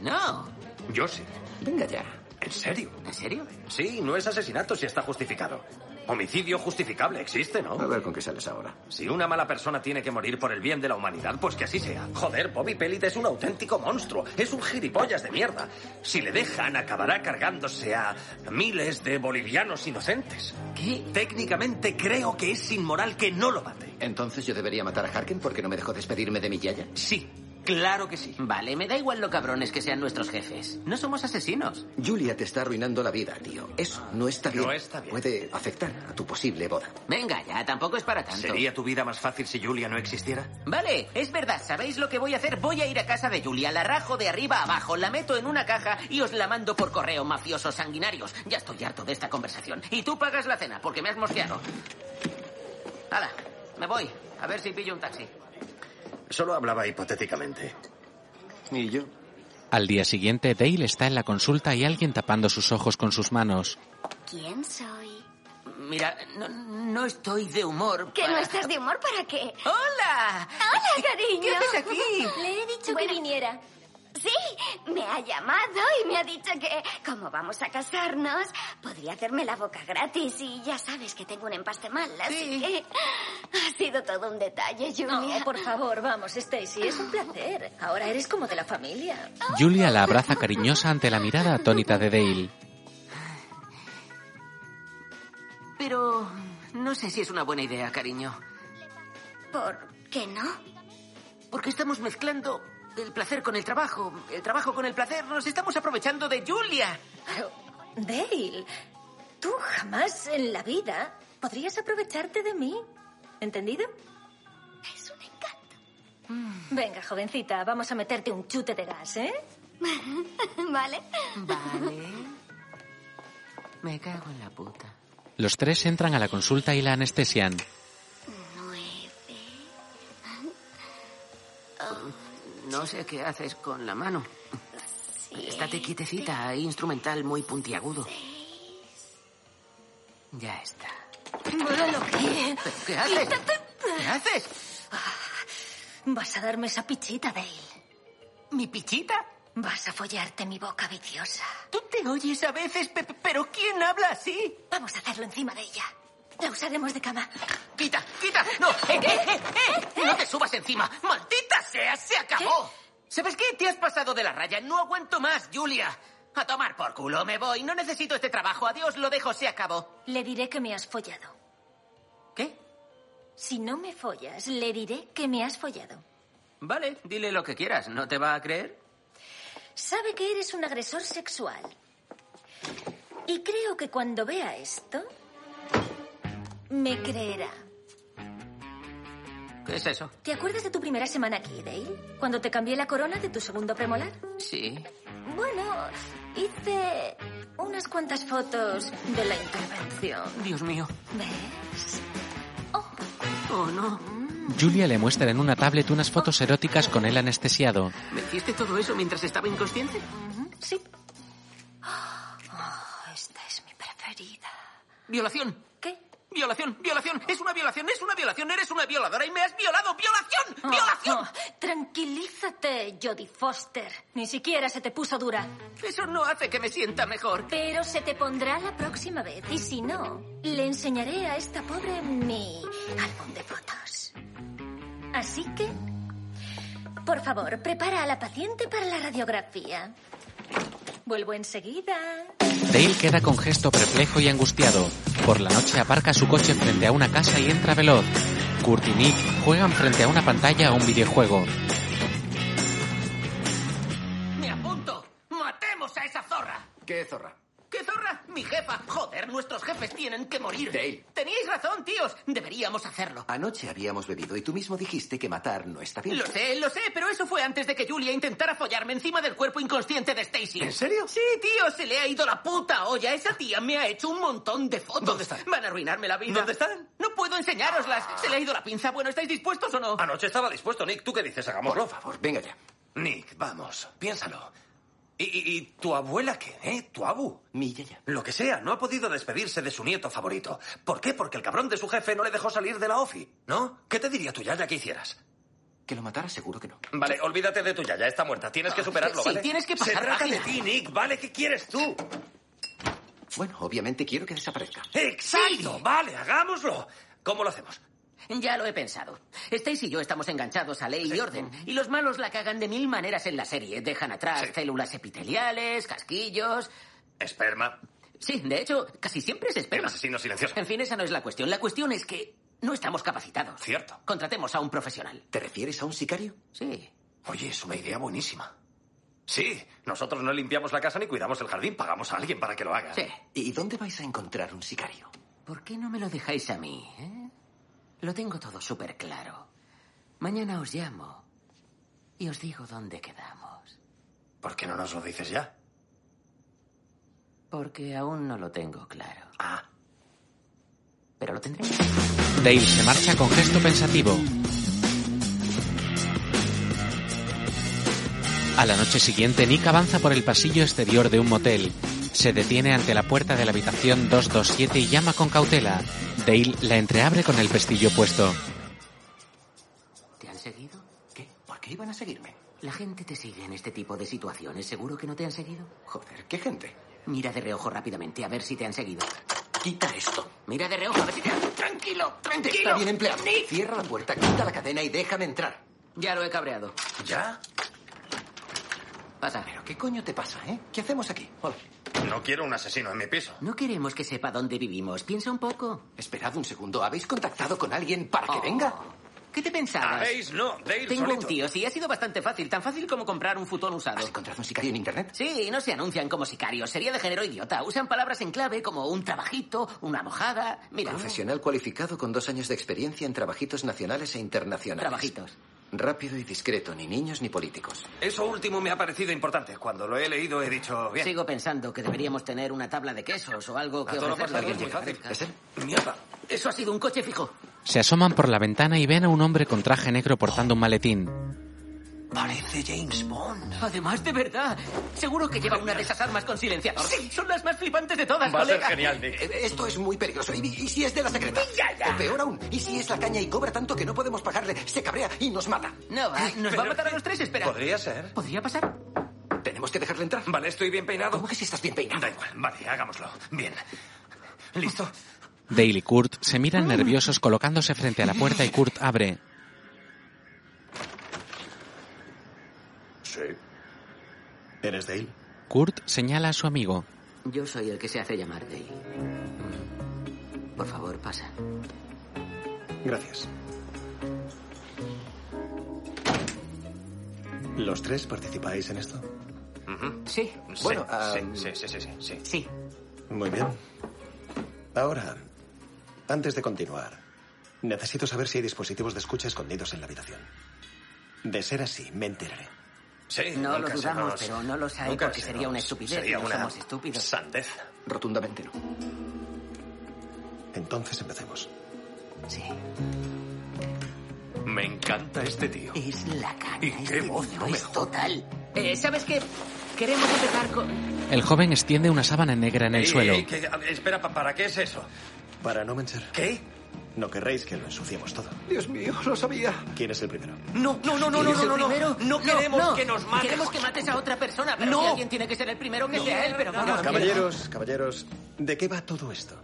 Speaker 6: No.
Speaker 8: Yo sí.
Speaker 2: Venga ya.
Speaker 8: ¿En serio?
Speaker 6: ¿En serio?
Speaker 8: Sí, no es asesinato si está justificado. Homicidio justificable existe, ¿no?
Speaker 2: A ver con qué sales ahora.
Speaker 8: Si una mala persona tiene que morir por el bien de la humanidad, pues que así sea. Joder, Bobby Pellit es un auténtico monstruo. Es un gilipollas de mierda. Si le dejan, acabará cargándose a miles de bolivianos inocentes.
Speaker 6: ¿Qué?
Speaker 8: Técnicamente creo que es inmoral que no lo mate.
Speaker 2: Entonces yo debería matar a Harkin porque no me dejó despedirme de mi yaya.
Speaker 8: Sí, claro que sí.
Speaker 6: Vale, me da igual lo cabrones que sean nuestros jefes. No somos asesinos.
Speaker 2: Julia te está arruinando la vida, tío. Eso no está bien.
Speaker 8: No está bien.
Speaker 2: Puede afectar a tu posible boda.
Speaker 6: Venga, ya, tampoco es para tanto.
Speaker 8: ¿Sería tu vida más fácil si Julia no existiera?
Speaker 6: Vale, es verdad, ¿sabéis lo que voy a hacer? Voy a ir a casa de Julia, la rajo de arriba a abajo, la meto en una caja y os la mando por correo, mafiosos sanguinarios. Ya estoy harto de esta conversación. Y tú pagas la cena, porque me has mosqueado. Hala, me voy. A ver si pillo un taxi.
Speaker 8: Solo hablaba hipotéticamente.
Speaker 2: ¿Y yo?
Speaker 1: Al día siguiente, Dale está en la consulta y alguien tapando sus ojos con sus manos.
Speaker 5: ¿Quién soy?
Speaker 6: Mira, no, no estoy de humor.
Speaker 5: ¿Que no
Speaker 6: para-
Speaker 5: estás de humor para qué?
Speaker 6: ¡Hola!
Speaker 5: ¡Hola, cariño!
Speaker 6: ¿Qué haces aquí?
Speaker 7: Le he dicho
Speaker 5: Bueno,
Speaker 7: que viniera.
Speaker 5: Sí, me ha llamado y me ha dicho que, como vamos a casarnos, podría hacerme la boca gratis y ya sabes que tengo un empaste mal, así que ha sido todo un detalle, Julia.
Speaker 7: No, por favor, vamos, Stacy, es un placer. Ahora eres como de la familia.
Speaker 1: Julia la abraza cariñosa ante la mirada atónita de Dale.
Speaker 6: Pero no sé si es una buena idea, cariño.
Speaker 5: ¿Por qué no?
Speaker 6: Porque estamos mezclando el placer con el trabajo, el trabajo con el placer. Nos estamos aprovechando de Julia.
Speaker 7: Pero, Dale, tú jamás en la vida podrías aprovecharte de mí. ¿Entendido? Mm.
Speaker 5: Es un
Speaker 7: Venga, jovencita, vamos a meterte un chute de gas, ¿eh?
Speaker 5: encanto. ¿Vale?
Speaker 6: Vale. Me cago en la puta.
Speaker 1: Los tres entran a la consulta y la anestesian.
Speaker 6: No sé qué haces con la mano. Estate quietecita, hay instrumental muy puntiagudo. Ya está.
Speaker 7: Bueno, lo que...
Speaker 6: ¿Pero qué haces? ¿Qué haces?
Speaker 7: Vas a darme esa pichita, Dale.
Speaker 6: ¿Mi pichita?
Speaker 7: Vas a follarte mi boca viciosa.
Speaker 6: Tú te oyes a veces, pe- pe- pero ¿quién habla así?
Speaker 7: Vamos a hacerlo encima de ella. La usaremos de cama.
Speaker 6: ¡Quita! ¡Quita! ¡No! ¡Eh, eh, eh, eh! ¡No te subas encima! ¡Maldita sea! ¡Se acabó! ¿Sabes qué? Te has pasado de la raya. No aguanto más, Julia. A tomar por culo, me voy. No necesito este trabajo. Adiós, lo dejo, se acabó.
Speaker 7: Le diré que me has follado.
Speaker 6: ¿Qué?
Speaker 7: Si no me follas, le diré que me has follado.
Speaker 6: Vale, dile lo que quieras. ¿No te va a creer?
Speaker 7: Sabe que eres un agresor sexual. Y creo que cuando vea esto, me creerá.
Speaker 6: ¿Qué es eso?
Speaker 7: ¿Te acuerdas de tu primera semana aquí, Dale? Cuando te cambié la corona de tu segundo premolar.
Speaker 6: Sí.
Speaker 7: Bueno, hice unas cuantas fotos de la intervención.
Speaker 6: Dios mío.
Speaker 7: ¿Ves?
Speaker 6: Oh, no.
Speaker 1: Julia le muestra en una tablet unas fotos eróticas con él anestesiado.
Speaker 16: ¿Me hiciste todo eso mientras estaba inconsciente?
Speaker 7: Sí. Oh, esta es mi preferida.
Speaker 16: Violación.
Speaker 7: ¿Qué?
Speaker 16: Violación, violación. Es una violación, es una violación. Eres una violadora y me has violado. Violación, violación.
Speaker 7: Oh, Tranquilízate, Jodie Foster. Ni siquiera se te puso dura.
Speaker 16: Eso no hace que me sienta mejor.
Speaker 7: Pero se te pondrá la próxima vez. Y si no, le enseñaré a esta pobre mi álbum de fotos. Así que, por favor, prepara a la paciente para la radiografía. Vuelvo enseguida.
Speaker 1: Dale queda con gesto perplejo y angustiado. Por la noche aparca su coche frente a una casa y entra veloz. Kurt y Nick juegan frente a una pantalla a un videojuego.
Speaker 16: Me apunto. Matemos a esa zorra.
Speaker 4: ¿Qué zorra?
Speaker 16: ¿Qué zorra? Mi jefa. Joder, nuestros jefes tienen que morir.
Speaker 4: Dale.
Speaker 16: Teníais razón, tíos. Deberíamos hacerlo.
Speaker 4: Anoche habíamos bebido y tú mismo dijiste que matar no está bien.
Speaker 16: Lo sé, lo sé, pero eso fue antes de que Julia intentara follarme encima del cuerpo inconsciente de Stacy.
Speaker 4: ¿En serio?
Speaker 16: Sí, tío, se le ha ido la puta olla. Esa tía me ha hecho un montón de fotos.
Speaker 8: ¿Dónde están?
Speaker 16: Van a arruinarme la vida.
Speaker 8: ¿Dónde están?
Speaker 16: No puedo enseñároslas. Se le ha ido la pinza. Bueno, ¿estáis dispuestos o no?
Speaker 8: Anoche estaba dispuesto, Nick. ¿Tú qué dices? Hagámoslo.
Speaker 4: Por favor, venga ya.
Speaker 8: Nick, vamos, piénsalo. ¿Y, y, y tu abuela qué? ¿Eh? ¿Tu abu?
Speaker 4: Mi yaya.
Speaker 8: Lo que sea, no ha podido despedirse de su nieto favorito. ¿Por qué? Porque el cabrón de su jefe no le dejó salir de la ofi, ¿no? ¿Qué te diría tu yaya que hicieras?
Speaker 4: Que lo matara seguro que no.
Speaker 8: Vale, olvídate de tu yaya, está muerta. Tienes
Speaker 2: Ah,
Speaker 8: que superarlo,
Speaker 16: sí,
Speaker 8: ¿vale?
Speaker 16: tienes que pasar
Speaker 8: Se trata
Speaker 16: página.
Speaker 8: de ti, Nick, ¿vale? ¿Qué quieres tú?
Speaker 4: Bueno, obviamente quiero que desaparezca.
Speaker 8: ¡Exacto! Vale, hagámoslo. ¿Cómo lo hacemos?
Speaker 2: Ya lo he pensado. Stacy y yo estamos enganchados a ley y orden. Y los malos la cagan de mil maneras en la serie. Dejan atrás células epiteliales, casquillos.
Speaker 8: Esperma.
Speaker 2: Sí, de hecho, casi siempre es
Speaker 8: El
Speaker 2: esperma.
Speaker 8: asesino silencioso.
Speaker 2: En fin, esa no es la cuestión. La cuestión es que no estamos capacitados.
Speaker 8: Cierto.
Speaker 2: Contratemos a un profesional.
Speaker 4: ¿Te refieres a un sicario?
Speaker 2: Sí.
Speaker 8: Oye, es una idea buenísima. Sí, nosotros no limpiamos la casa ni cuidamos el jardín, pagamos a alguien para que lo haga.
Speaker 2: Sí.
Speaker 4: ¿Y dónde vais a encontrar un sicario?
Speaker 2: ¿Por qué no me lo dejáis a mí? eh? Lo tengo todo súper claro. Mañana os llamo y os digo dónde quedamos.
Speaker 8: ¿Por qué no nos lo dices ya?
Speaker 2: Porque aún no lo tengo claro.
Speaker 8: Ah.
Speaker 2: Pero lo tendré.
Speaker 1: Dale se marcha con gesto pensativo. A la noche siguiente, Nick avanza por el pasillo exterior de un motel. Se detiene ante la puerta de la habitación 227 y llama con cautela. Dale la entreabre con el pestillo puesto.
Speaker 2: ¿Te han seguido?
Speaker 4: ¿Qué? ¿Por qué iban a seguirme?
Speaker 2: La gente te sigue en este tipo de situaciones. ¿Seguro que no te han seguido?
Speaker 4: Joder, ¿qué gente?
Speaker 2: Mira de reojo rápidamente a ver si te han seguido.
Speaker 4: Quita esto.
Speaker 2: Mira de reojo a ver si te han... Tranquilo,
Speaker 4: Está
Speaker 2: tranquilo.
Speaker 4: bien empleado. Cierra la puerta, quita la cadena y déjame entrar.
Speaker 2: Ya lo he cabreado.
Speaker 8: ¿Ya?
Speaker 2: Pasa.
Speaker 4: Pero ¿qué coño te pasa, eh? ¿Qué hacemos aquí? Hola.
Speaker 8: No quiero un asesino en mi piso.
Speaker 2: No queremos que sepa dónde vivimos. Piensa un poco.
Speaker 4: Esperad un segundo. ¿Habéis contactado con alguien para que
Speaker 2: Oh.
Speaker 4: venga?
Speaker 2: ¿Qué te pensabas?
Speaker 8: ¿Habéis? No, Dale
Speaker 2: Ah, Tengo
Speaker 8: solito.
Speaker 2: un tío, sí, ha sido bastante fácil. Tan fácil como comprar un futón usado.
Speaker 4: ¿Has encontrado un sicario en internet?
Speaker 2: Sí, no se anuncian como sicarios. Sería de género idiota. Usan palabras en clave como un trabajito, una mojada. Mira.
Speaker 4: Profesional cualificado con dos años de experiencia en trabajitos nacionales e internacionales.
Speaker 2: Trabajitos.
Speaker 4: Rápido y discreto, ni niños ni políticos.
Speaker 8: Eso último me ha parecido importante. Cuando lo he leído he dicho bien.
Speaker 2: Sigo pensando que deberíamos tener una tabla de quesos o algo que
Speaker 8: A todo
Speaker 2: ofrecerle
Speaker 8: pasa algo
Speaker 2: que
Speaker 8: muy fácil.
Speaker 2: parezca.
Speaker 8: Mierda.
Speaker 2: Eso ha sido un coche fijo.
Speaker 1: Se asoman por la ventana y ven a un hombre con traje negro portando un maletín.
Speaker 8: Parece James Bond.
Speaker 2: Además, de verdad. Seguro que lleva una de esas armas con silenciador. Sí, son las más flipantes de todas,
Speaker 8: Va a ser
Speaker 2: colega.
Speaker 8: genial, Nick.
Speaker 4: Eh, Esto es muy peligroso. ¿Y, y si es de la secreta?
Speaker 2: Ya, ya.
Speaker 4: O peor aún, ¿y si es la caña y cobra tanto que no podemos pagarle? Se cabrea y nos mata.
Speaker 2: No, va, nos va a matar a los tres, espera.
Speaker 8: Podría ser.
Speaker 2: ¿Podría pasar?
Speaker 4: ¿Tenemos que dejarle entrar?
Speaker 8: Vale, estoy bien peinado.
Speaker 4: ¿Cómo que si estás bien peinado?
Speaker 8: Da igual, vale, hagámoslo. Bien. ¿Listo?
Speaker 1: Dale y Kurt se miran nerviosos colocándose frente a la puerta y Kurt abre.
Speaker 17: Sí. ¿Eres Dale?
Speaker 1: Kurt señala a su amigo.
Speaker 2: Yo soy el que se hace llamar Dale. Por favor, pasa.
Speaker 17: Gracias. ¿Los tres participáis en esto?
Speaker 2: Sí,
Speaker 4: Bueno, ah,
Speaker 8: sí,
Speaker 4: am,
Speaker 8: sí, sí, sí, sí, sí.
Speaker 2: sí.
Speaker 17: Muy bien. Ahora, antes de continuar, necesito saber si hay dispositivos de escucha escondidos en la habitación. De ser así, me enteraré.
Speaker 8: Sí,
Speaker 2: No lo
Speaker 8: nunca
Speaker 2: dudamos,
Speaker 8: seremos-
Speaker 2: pero no los hay
Speaker 8: nunca
Speaker 2: porque sería
Speaker 8: seremos-
Speaker 2: una estupidez.
Speaker 8: Sería
Speaker 2: no
Speaker 8: una
Speaker 2: somos estúpidos.
Speaker 8: sandez.
Speaker 4: Rotundamente no.
Speaker 17: Entonces empecemos.
Speaker 2: Sí.
Speaker 18: Me encanta este tío.
Speaker 5: Es la cara.
Speaker 18: ¿Y qué voz? no me
Speaker 5: Es total. Eh, ¿Sabes qué? Queremos empezar con...
Speaker 1: El joven extiende una sábana negra en el
Speaker 18: Ey,
Speaker 1: suelo.
Speaker 18: ey, que- a- espera, ¿pa- ¿para qué es eso? Para no manchar. ¿Qué? No querréis que lo ensuciemos todo. Dios mío, lo sabía. ¿Quién es el primero?
Speaker 19: No, no, no, no, no,
Speaker 18: ¿Quieres
Speaker 19: no,
Speaker 18: el
Speaker 19: no, no.
Speaker 18: primero?
Speaker 19: No queremos que nos maten.
Speaker 5: Queremos que mates a otra persona, pero
Speaker 19: No.
Speaker 5: si alguien tiene que ser el primero que sea él, pero
Speaker 18: Ah,
Speaker 5: vamos.
Speaker 4: Caballeros, caballeros, ¿de qué va todo esto?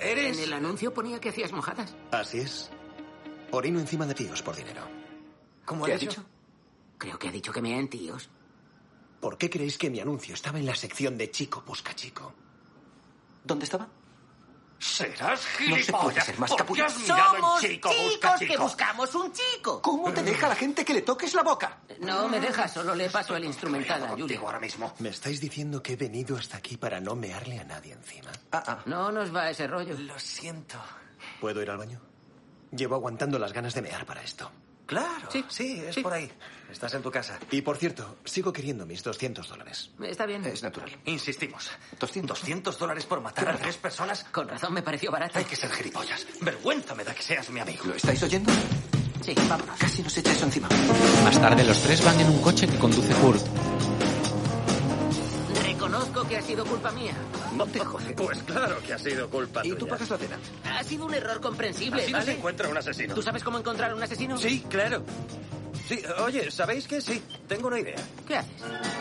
Speaker 5: ¿Eres? En el anuncio ponía que hacías mojadas.
Speaker 4: Así es. Orino encima de tíos por dinero.
Speaker 5: ¿Cómo
Speaker 4: ¿Qué
Speaker 5: has
Speaker 4: ha
Speaker 5: dicho? Creo que ha dicho que me en tíos.
Speaker 4: ¿Por qué creéis que mi anuncio estaba en la sección de chico busca chico? ¿Dónde estaba?
Speaker 18: Serás
Speaker 4: No se puede
Speaker 18: gilipollas.
Speaker 4: ser más
Speaker 18: ¿Por qué
Speaker 4: capullo.
Speaker 18: has mirado en
Speaker 5: Somos
Speaker 18: chico,
Speaker 5: chicos
Speaker 18: busca
Speaker 5: que
Speaker 18: chico?
Speaker 5: buscamos un chico.
Speaker 4: ¿Cómo te deja la gente que le toques la boca?
Speaker 5: No me deja, solo le paso el instrumental a Julia. ahora mismo.
Speaker 4: ¿Me estáis diciendo que he venido hasta aquí para no mearle a nadie encima?
Speaker 5: No nos va ese rollo.
Speaker 19: Lo siento.
Speaker 4: ¿Puedo ir al baño? Llevo aguantando las ganas de mear para esto.
Speaker 19: Claro. Sí, es por ahí.
Speaker 4: Estás en tu casa. Y por cierto, sigo queriendo mis 200 dólares.
Speaker 5: Está bien.
Speaker 4: Es natural.
Speaker 19: Insistimos. 200. 200 dólares por matar a tres personas.
Speaker 5: Con razón me pareció barato.
Speaker 19: Hay que ser gilipollas. Vergüenza me da que seas mi amigo.
Speaker 4: ¿Lo estáis oyendo?
Speaker 5: Sí, vámonos.
Speaker 4: Casi nos echa eso encima.
Speaker 1: Más tarde los tres van en un coche que conduce Kurt.
Speaker 5: Reconozco que ha sido culpa mía.
Speaker 18: No te jodes. Pues claro que ha sido culpa
Speaker 4: Y
Speaker 18: tuya.
Speaker 4: tú pagas la cena.
Speaker 5: Ha sido un error comprensible,
Speaker 18: Así no se
Speaker 5: ¿vale?
Speaker 18: encuentra un asesino.
Speaker 5: ¿Tú sabes cómo encontrar un asesino?
Speaker 18: Sí, claro. Sí, oye, ¿sabéis qué? Sí, tengo una idea.
Speaker 5: ¿Qué haces?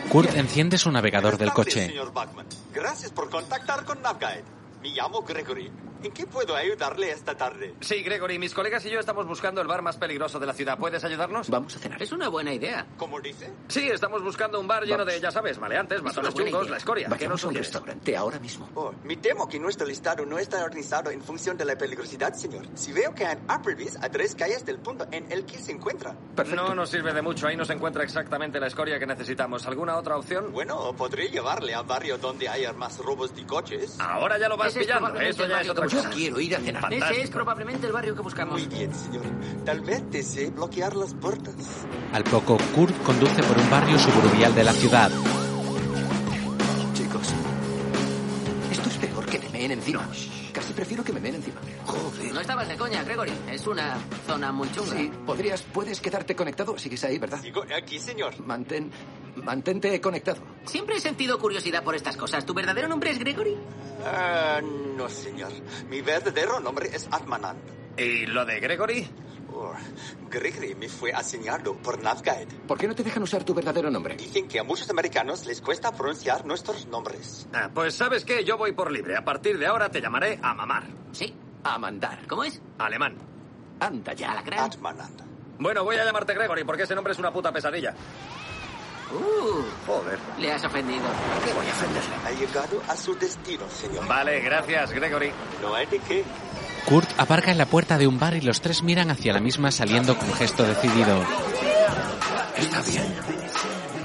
Speaker 1: Kurt enciende su navegador del coche.
Speaker 20: señor Bachman. Gracias por contactar con NavGuide. Me llamo Gregory. ¿En qué puedo ayudarle esta tarde?
Speaker 8: Sí, Gregory, mis colegas y yo estamos buscando el bar más peligroso de la ciudad. ¿Puedes ayudarnos?
Speaker 4: Vamos a cenar.
Speaker 5: Es una buena idea.
Speaker 20: ¿Cómo dice?
Speaker 8: Sí, estamos buscando un bar lleno
Speaker 20: Vamos.
Speaker 8: de, ya sabes, maleantes, matones chungos, la escoria. ¿Qué nos
Speaker 4: a un
Speaker 8: sugieres?
Speaker 4: restaurante ahora mismo.
Speaker 20: Oh, me temo que nuestro listado no está organizado en función de la peligrosidad, señor. Si veo que hay un Applebee's a tres calles del punto en el que se encuentra.
Speaker 8: No nos sirve de mucho. Ahí no se encuentra exactamente la escoria que necesitamos. ¿Alguna otra opción?
Speaker 20: Bueno, podría llevarle al barrio donde haya más robos de coches.
Speaker 8: Ahora ya lo vas
Speaker 20: Ese es
Speaker 8: pillando.
Speaker 20: probablemente
Speaker 8: Eso
Speaker 20: el
Speaker 8: ya
Speaker 20: barrio
Speaker 8: es otra
Speaker 20: que
Speaker 8: cosa.
Speaker 20: buscamos. Yo quiero ir a cenar.
Speaker 5: Ese es
Speaker 20: Fantástico.
Speaker 5: probablemente el barrio que buscamos.
Speaker 20: Muy bien, señor. Tal vez desee bloquear las puertas.
Speaker 1: Al poco, Kurt conduce por un barrio suburbial de la ciudad.
Speaker 2: Chicos, esto es peor que me meen encima. Casi prefiero que me meen encima.
Speaker 5: No estabas de coña, Gregory. Es una zona muy chunga.
Speaker 2: Sí, podrías, puedes quedarte conectado. Sigues ahí, ¿verdad?
Speaker 20: Sigo aquí, señor.
Speaker 2: Mantén, mantente conectado.
Speaker 5: Siempre he sentido curiosidad por estas cosas. ¿Tu verdadero nombre es Gregory?
Speaker 20: Ah, no, señor. Mi verdadero nombre es Atmanand.
Speaker 8: ¿Y lo de Gregory?
Speaker 20: Oh, Gregory me fue asignado por Navguide.
Speaker 2: ¿Por qué no te dejan usar tu verdadero nombre?
Speaker 20: Dicen que a muchos americanos les cuesta pronunciar nuestros nombres.
Speaker 8: Ah, pues sabes qué, yo voy por libre. A partir de ahora te llamaré a mamar.
Speaker 5: Sí.
Speaker 2: A mandar.
Speaker 5: ¿Cómo es?
Speaker 8: Alemán.
Speaker 2: Anda ya. Ah.
Speaker 20: Atmanand.
Speaker 8: Bueno, voy a llamarte Gregory porque ese nombre es una puta pesadilla.
Speaker 5: Uh,
Speaker 8: Joder.
Speaker 5: le has ofendido.
Speaker 20: ¿Qué voy a ofenderle? Ha llegado a su destino, señor.
Speaker 8: Vale, gracias, Gregory.
Speaker 20: No hay de qué.
Speaker 1: Kurt aparca en la puerta de un bar y los tres miran hacia la misma saliendo con gesto decidido.
Speaker 2: Está bien.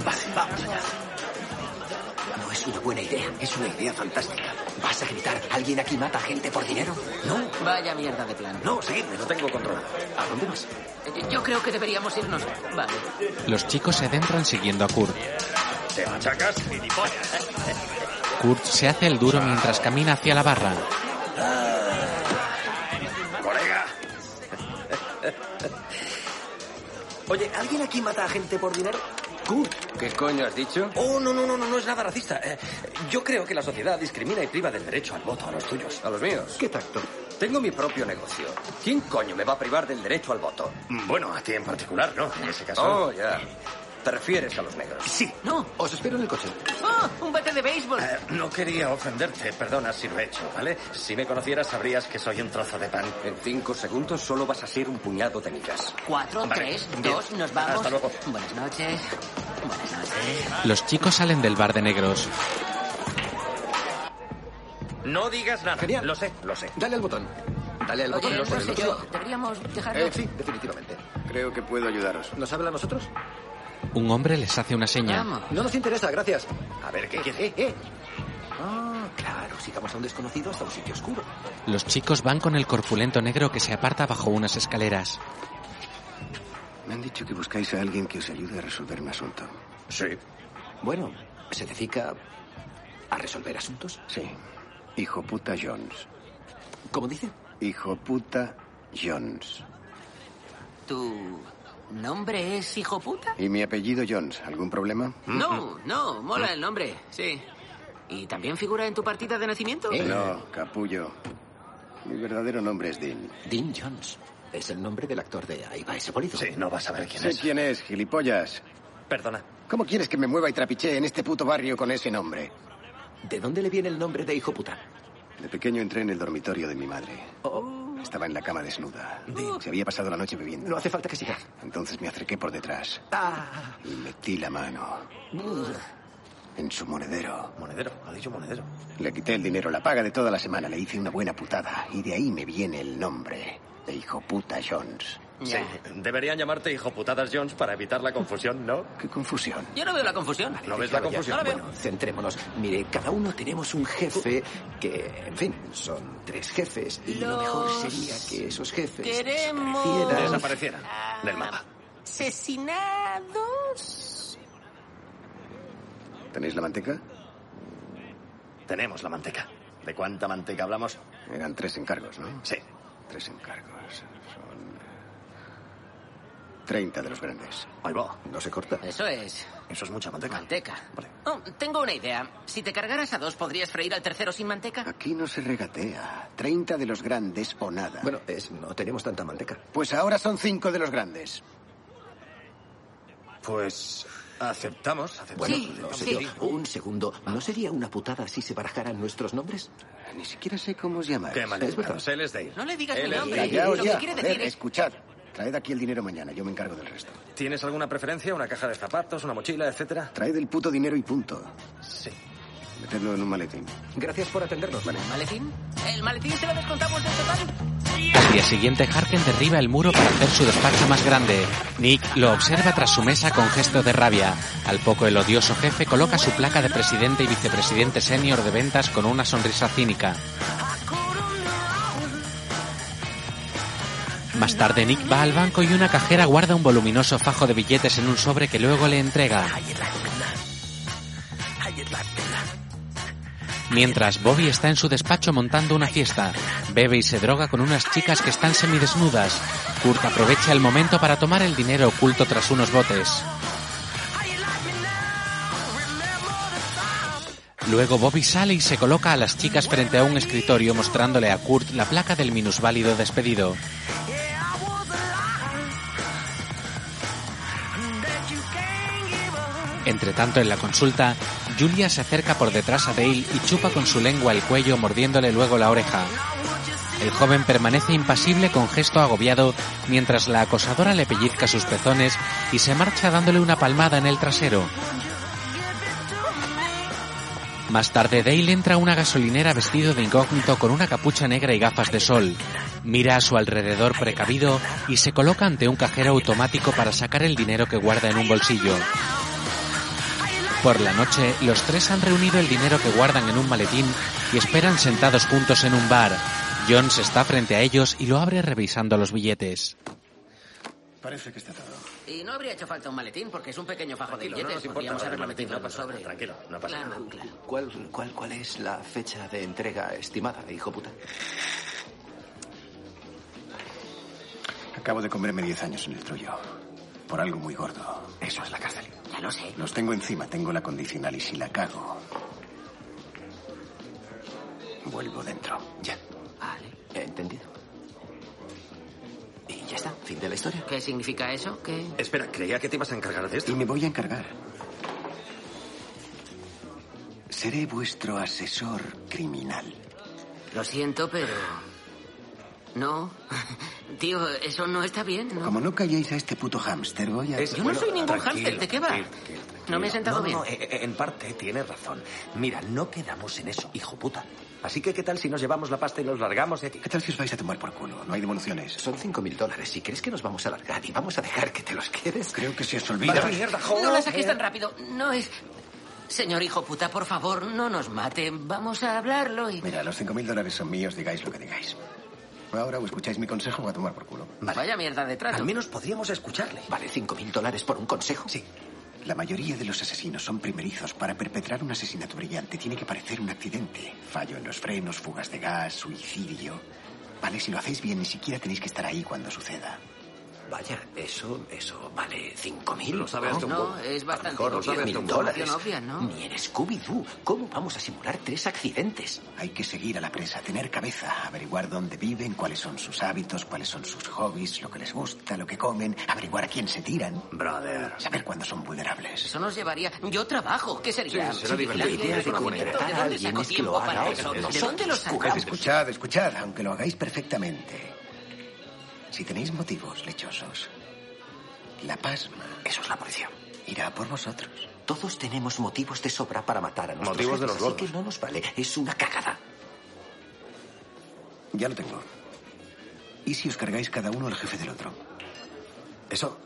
Speaker 2: Vale, vamos allá. No es una buena idea, es una idea fantástica. ¿Vas a gritar, alguien aquí mata gente por dinero?
Speaker 5: No. Vaya mierda de plan. Eh,
Speaker 8: No, seguidme, no tengo control.
Speaker 2: ¿A dónde vas?
Speaker 5: Yo creo que deberíamos irnos. Vale.
Speaker 1: Los chicos se adentran siguiendo a Kurt.
Speaker 8: ¿Te machacas? Gilipollas.
Speaker 1: Kurt se hace el duro mientras camina hacia la barra.
Speaker 8: Colega.
Speaker 19: Oye, ¿alguien aquí mata a gente por dinero?
Speaker 8: ¿Qué coño has dicho?
Speaker 19: Oh, no, no, no, no, no es nada racista. Eh, yo creo que la sociedad discrimina y priva del derecho al voto a los tuyos.
Speaker 8: A los míos.
Speaker 2: ¿Qué tacto?
Speaker 19: Tengo mi propio negocio. ¿Quién coño me va a privar del derecho al voto?
Speaker 4: Mm,
Speaker 8: Bueno, a ti en particular, ¿no? En ese caso.
Speaker 19: Oh, ya. Te refieres a los negros.
Speaker 8: Sí.
Speaker 5: No.
Speaker 2: Os espero en el coche.
Speaker 5: ¡Oh! ¡Un bate de béisbol!
Speaker 8: Eh, no quería ofenderte, perdona si lo he hecho, ¿vale? Si me conocieras sabrías que soy un trozo de pan.
Speaker 19: En cinco segundos solo vas a ser un puñado de migas.
Speaker 5: Cuatro,
Speaker 19: Vale,
Speaker 5: tres,
Speaker 19: bien.
Speaker 5: dos, nos vamos.
Speaker 19: Hasta luego.
Speaker 5: Buenas noches. Buenas noches.
Speaker 1: Los chicos salen del bar de negros.
Speaker 8: No digas nada. Lo sé, lo sé.
Speaker 2: Dale al botón. Dale al botón.
Speaker 5: Oye,
Speaker 2: Lo sé,
Speaker 5: no
Speaker 2: lo
Speaker 5: sé
Speaker 2: sé.
Speaker 5: yo. Deberíamos dejarlo.
Speaker 2: Eh, sí, definitivamente.
Speaker 4: Creo que puedo ayudaros.
Speaker 2: ¿Nos habla a nosotros?
Speaker 1: Un hombre les hace una seña.
Speaker 5: Vamos.
Speaker 2: No nos interesa, gracias.
Speaker 8: A ver, ¿qué quieres?
Speaker 2: Eh, eh. Ah, claro, sigamos a un desconocido hasta un sitio oscuro.
Speaker 1: Los chicos van con el corpulento negro que se aparta bajo unas escaleras.
Speaker 4: Me han dicho que buscáis a alguien que os ayude a resolver un asunto.
Speaker 8: Sí.
Speaker 2: Bueno, ¿se dedica a resolver asuntos?
Speaker 4: Sí. Hijo puta Jones.
Speaker 2: ¿Cómo dice?
Speaker 4: Hijo puta Jones.
Speaker 19: ¿Tu nombre es hijo puta?
Speaker 21: ¿Y mi apellido Jones? ¿Algún problema?
Speaker 19: No, no, mola el nombre, sí. ¿Y también figura en tu partida de nacimiento?
Speaker 2: Eh,
Speaker 4: Oh.
Speaker 21: No, capullo. Mi verdadero nombre es Dean.
Speaker 2: Dean Jones. Es el nombre del actor de Ahí va ese bolido.
Speaker 21: Sí,
Speaker 2: no vas a ver
Speaker 21: sé quién es, gilipollas.
Speaker 2: Perdona.
Speaker 21: ¿Cómo quieres que me mueva y trapichee en este puto barrio con ese nombre?
Speaker 2: ¿De dónde le viene el nombre de hijo puta?
Speaker 21: De pequeño entré en el dormitorio de mi madre. Estaba en la cama desnuda. Se había pasado la noche bebiendo.
Speaker 2: No hace falta que siga.
Speaker 21: Entonces me acerqué por detrás
Speaker 2: Ah.
Speaker 21: y metí la mano en su monedero.
Speaker 2: Monedero, ha dicho monedero.
Speaker 21: Le quité el dinero, la paga de toda la semana, le hice una buena putada y de ahí me viene el nombre de hijo puta Jones.
Speaker 8: Sí. Deberían llamarte hijo putadas Jones para evitar la confusión, ¿no?
Speaker 21: ¿Qué confusión?
Speaker 19: Yo no veo la confusión.
Speaker 8: ¿No ves la
Speaker 2: Claro, ya.
Speaker 8: confusión?
Speaker 2: Bueno, centrémonos. Mire, cada uno tenemos un jefe que, en fin, son tres jefes y lo mejor sería que esos jefes
Speaker 19: Queremos-
Speaker 2: desaparecieran.
Speaker 8: Desaparecieran Ah,
Speaker 19: Ah.
Speaker 8: del mapa.
Speaker 19: ¿Asesinados?
Speaker 21: ¿Tenéis la manteca?
Speaker 8: Tenemos la manteca. ¿De cuánta manteca hablamos?
Speaker 21: Eran tres encargos, ¿no?
Speaker 8: Sí.
Speaker 21: Tres encargos. Son. 30 de los grandes.
Speaker 8: Ahí va.
Speaker 21: No se corta.
Speaker 19: Eso es.
Speaker 8: Eso es mucha manteca.
Speaker 19: Manteca. Oh, tengo una idea. Si te cargaras a dos, ¿podrías freír al tercero sin manteca?
Speaker 21: Aquí no se regatea. 30 de los grandes o nada.
Speaker 2: Bueno, es, no tenemos tanta manteca.
Speaker 21: Pues ahora son cinco de los grandes.
Speaker 8: Pues aceptamos.
Speaker 2: Bueno,
Speaker 21: Sí,
Speaker 2: no sé
Speaker 21: sí.
Speaker 2: yo. Un segundo. ¿No sería una putada si se barajaran nuestros nombres?
Speaker 21: Eh, Ni siquiera sé cómo os llamáis.
Speaker 8: Qué mal.
Speaker 2: Es verdad.
Speaker 8: Él es Dale.
Speaker 19: No le digas
Speaker 8: Él
Speaker 19: mi
Speaker 8: es
Speaker 19: nombre.
Speaker 21: Callaos
Speaker 19: Lo
Speaker 21: ya.
Speaker 19: que quiere
Speaker 21: joder,
Speaker 19: decir es...
Speaker 21: Escuchad. Traed aquí el dinero mañana. Yo me encargo del resto.
Speaker 8: ¿Tienes alguna preferencia? ¿Una caja de zapatos, una mochila, etcétera?
Speaker 21: Traed el puto dinero y punto.
Speaker 8: Sí.
Speaker 21: Metedlo en un maletín.
Speaker 2: Gracias por atendernos. Vale.
Speaker 19: ¿Maletín? ¿El maletín se lo descontamos del total?
Speaker 1: Al día siguiente, Harken derriba el muro para hacer su despacho más grande. Nick lo observa tras su mesa con gesto de rabia. Al poco, el odioso jefe coloca su placa de presidente y vicepresidente senior de ventas con una sonrisa cínica. Más tarde, Nick va al banco y una cajera guarda un voluminoso fajo de billetes en un sobre que luego le entrega. Mientras Bobby está en su despacho montando una fiesta, bebe y se droga con unas chicas que están semidesnudas. Kurt aprovecha el momento para tomar el dinero oculto tras unos botes. Luego Bobby sale y se coloca a las chicas frente a un escritorio mostrándole a Kurt la placa del minusválido despedido. Entre tanto, en la consulta, Julia se acerca por detrás a Dale y chupa con su lengua el cuello mordiéndole luego la oreja. El joven permanece impasible con gesto agobiado mientras la acosadora le pellizca sus pezones y se marcha dándole una palmada en el trasero. Más tarde, Dale entra a una gasolinera vestido de incógnito con una capucha negra y gafas de sol. Mira a su alrededor precavido y se coloca ante un cajero automático para sacar el dinero que guarda en un bolsillo. Por la noche, los tres han reunido el dinero que guardan en un maletín y esperan sentados juntos en un bar. Jones está frente a ellos y lo abre revisando los billetes.
Speaker 8: Parece que está todo.
Speaker 19: Y no habría hecho falta un maletín porque es un pequeño fajo
Speaker 8: Tranquilo,
Speaker 19: de
Speaker 8: no
Speaker 19: billetes.
Speaker 8: nos importa
Speaker 19: Podríamos
Speaker 8: lo
Speaker 19: haberlo
Speaker 8: del maletín,
Speaker 19: metido
Speaker 8: no
Speaker 19: en otro
Speaker 8: pasa nada,
Speaker 19: sobre.
Speaker 8: tranquilo, no pasa
Speaker 19: Claro,
Speaker 8: nada.
Speaker 19: claro.
Speaker 2: ¿Cuál, cuál, ¿Cuál es la fecha de entrega estimada, hijo puta?
Speaker 21: Acabo de comerme 10 años en el tuyo. Por algo muy gordo.
Speaker 2: Eso es la cárcel.
Speaker 19: Ya lo sé.
Speaker 21: Los tengo encima, tengo la condicional y si la cago. Vuelvo dentro.
Speaker 2: Ya.
Speaker 19: Vale.
Speaker 2: Entendido. Y ya está, fin de la historia.
Speaker 19: ¿Qué significa eso? ¿Qué?
Speaker 8: Espera, creía que te ibas a encargar de esto.
Speaker 21: Y me voy a encargar. Seré vuestro asesor criminal.
Speaker 19: Lo siento, pero... No. Tío, eso no está bien,
Speaker 2: Ah.
Speaker 19: ¿no?
Speaker 21: Como no calléis a este puto hámster, voy a.
Speaker 8: Es-
Speaker 19: Yo no soy ningún hámster, ¿de qué va? No me he sentado
Speaker 8: No, no,
Speaker 19: bien.
Speaker 8: no, eh, eh, en parte tienes razón. Mira, no quedamos en eso, hijo puta. Así que, ¿qué tal si nos llevamos la pasta y nos largamos de aquí?
Speaker 21: ¿Qué tal si os vais a tomar por culo? No hay devoluciones.
Speaker 2: Son cinco mil dólares. Si crees que nos vamos a largar y vamos a dejar que te los quedes.
Speaker 21: Creo que se os olvida.
Speaker 8: Vale, mierda, joder.
Speaker 19: No la saques tan rápido. No es... Señor hijo puta, por favor, no nos mate. Vamos a hablarlo y...
Speaker 21: Mira, los 5.000 dólares son míos, digáis lo que digáis. Ahora o escucháis mi consejo o a tomar por culo.
Speaker 19: Vaya mierda de trato.
Speaker 8: Al menos podríamos escucharle.
Speaker 2: ¿Vale cinco mil dólares por un consejo?
Speaker 8: Sí.
Speaker 21: La mayoría de los asesinos son primerizos. Para perpetrar un asesinato brillante tiene que parecer un accidente. Fallo en los frenos, fugas de gas, suicidio. Vale, si lo hacéis bien, ni siquiera tenéis que estar ahí cuando suceda.
Speaker 2: Vaya, eso, eso vale 5.000.
Speaker 19: Lo sabe hasta un No, poco. es bastante.
Speaker 2: A lo mejor lo sabe
Speaker 19: Obvia,
Speaker 2: hasta un
Speaker 19: no,
Speaker 2: dólares.
Speaker 19: obvia, no, obvia, no.
Speaker 2: Ni en Scooby-Doo. ¿Cómo vamos a simular tres accidentes?
Speaker 8: Hay que seguir a la prensa, tener cabeza, averiguar dónde viven, cuáles son sus hábitos, cuáles son sus hobbies, lo que les gusta, lo que comen, averiguar a quién se tiran. Brother. Saber cuándo son vulnerables.
Speaker 19: Eso nos llevaría. Yo trabajo. ¿Qué sería?
Speaker 8: divertido.
Speaker 19: Vigilancia, recubrimiento, ¿de dónde saco tiempo para eso? ¿De dónde lo
Speaker 8: Escuchad,
Speaker 19: sacamos?
Speaker 8: escuchad, escuchad, aunque lo hagáis perfectamente. Si tenéis motivos lechosos, la pasma.
Speaker 2: Eso es la policía.
Speaker 8: Irá por vosotros.
Speaker 2: Todos tenemos motivos de sobra para matar a nuestros
Speaker 8: Motivos de
Speaker 2: jefes,
Speaker 8: los
Speaker 2: Así que no nos vale. Es una cagada.
Speaker 8: Ya lo tengo. ¿Y si os cargáis cada uno al jefe del otro? Eso.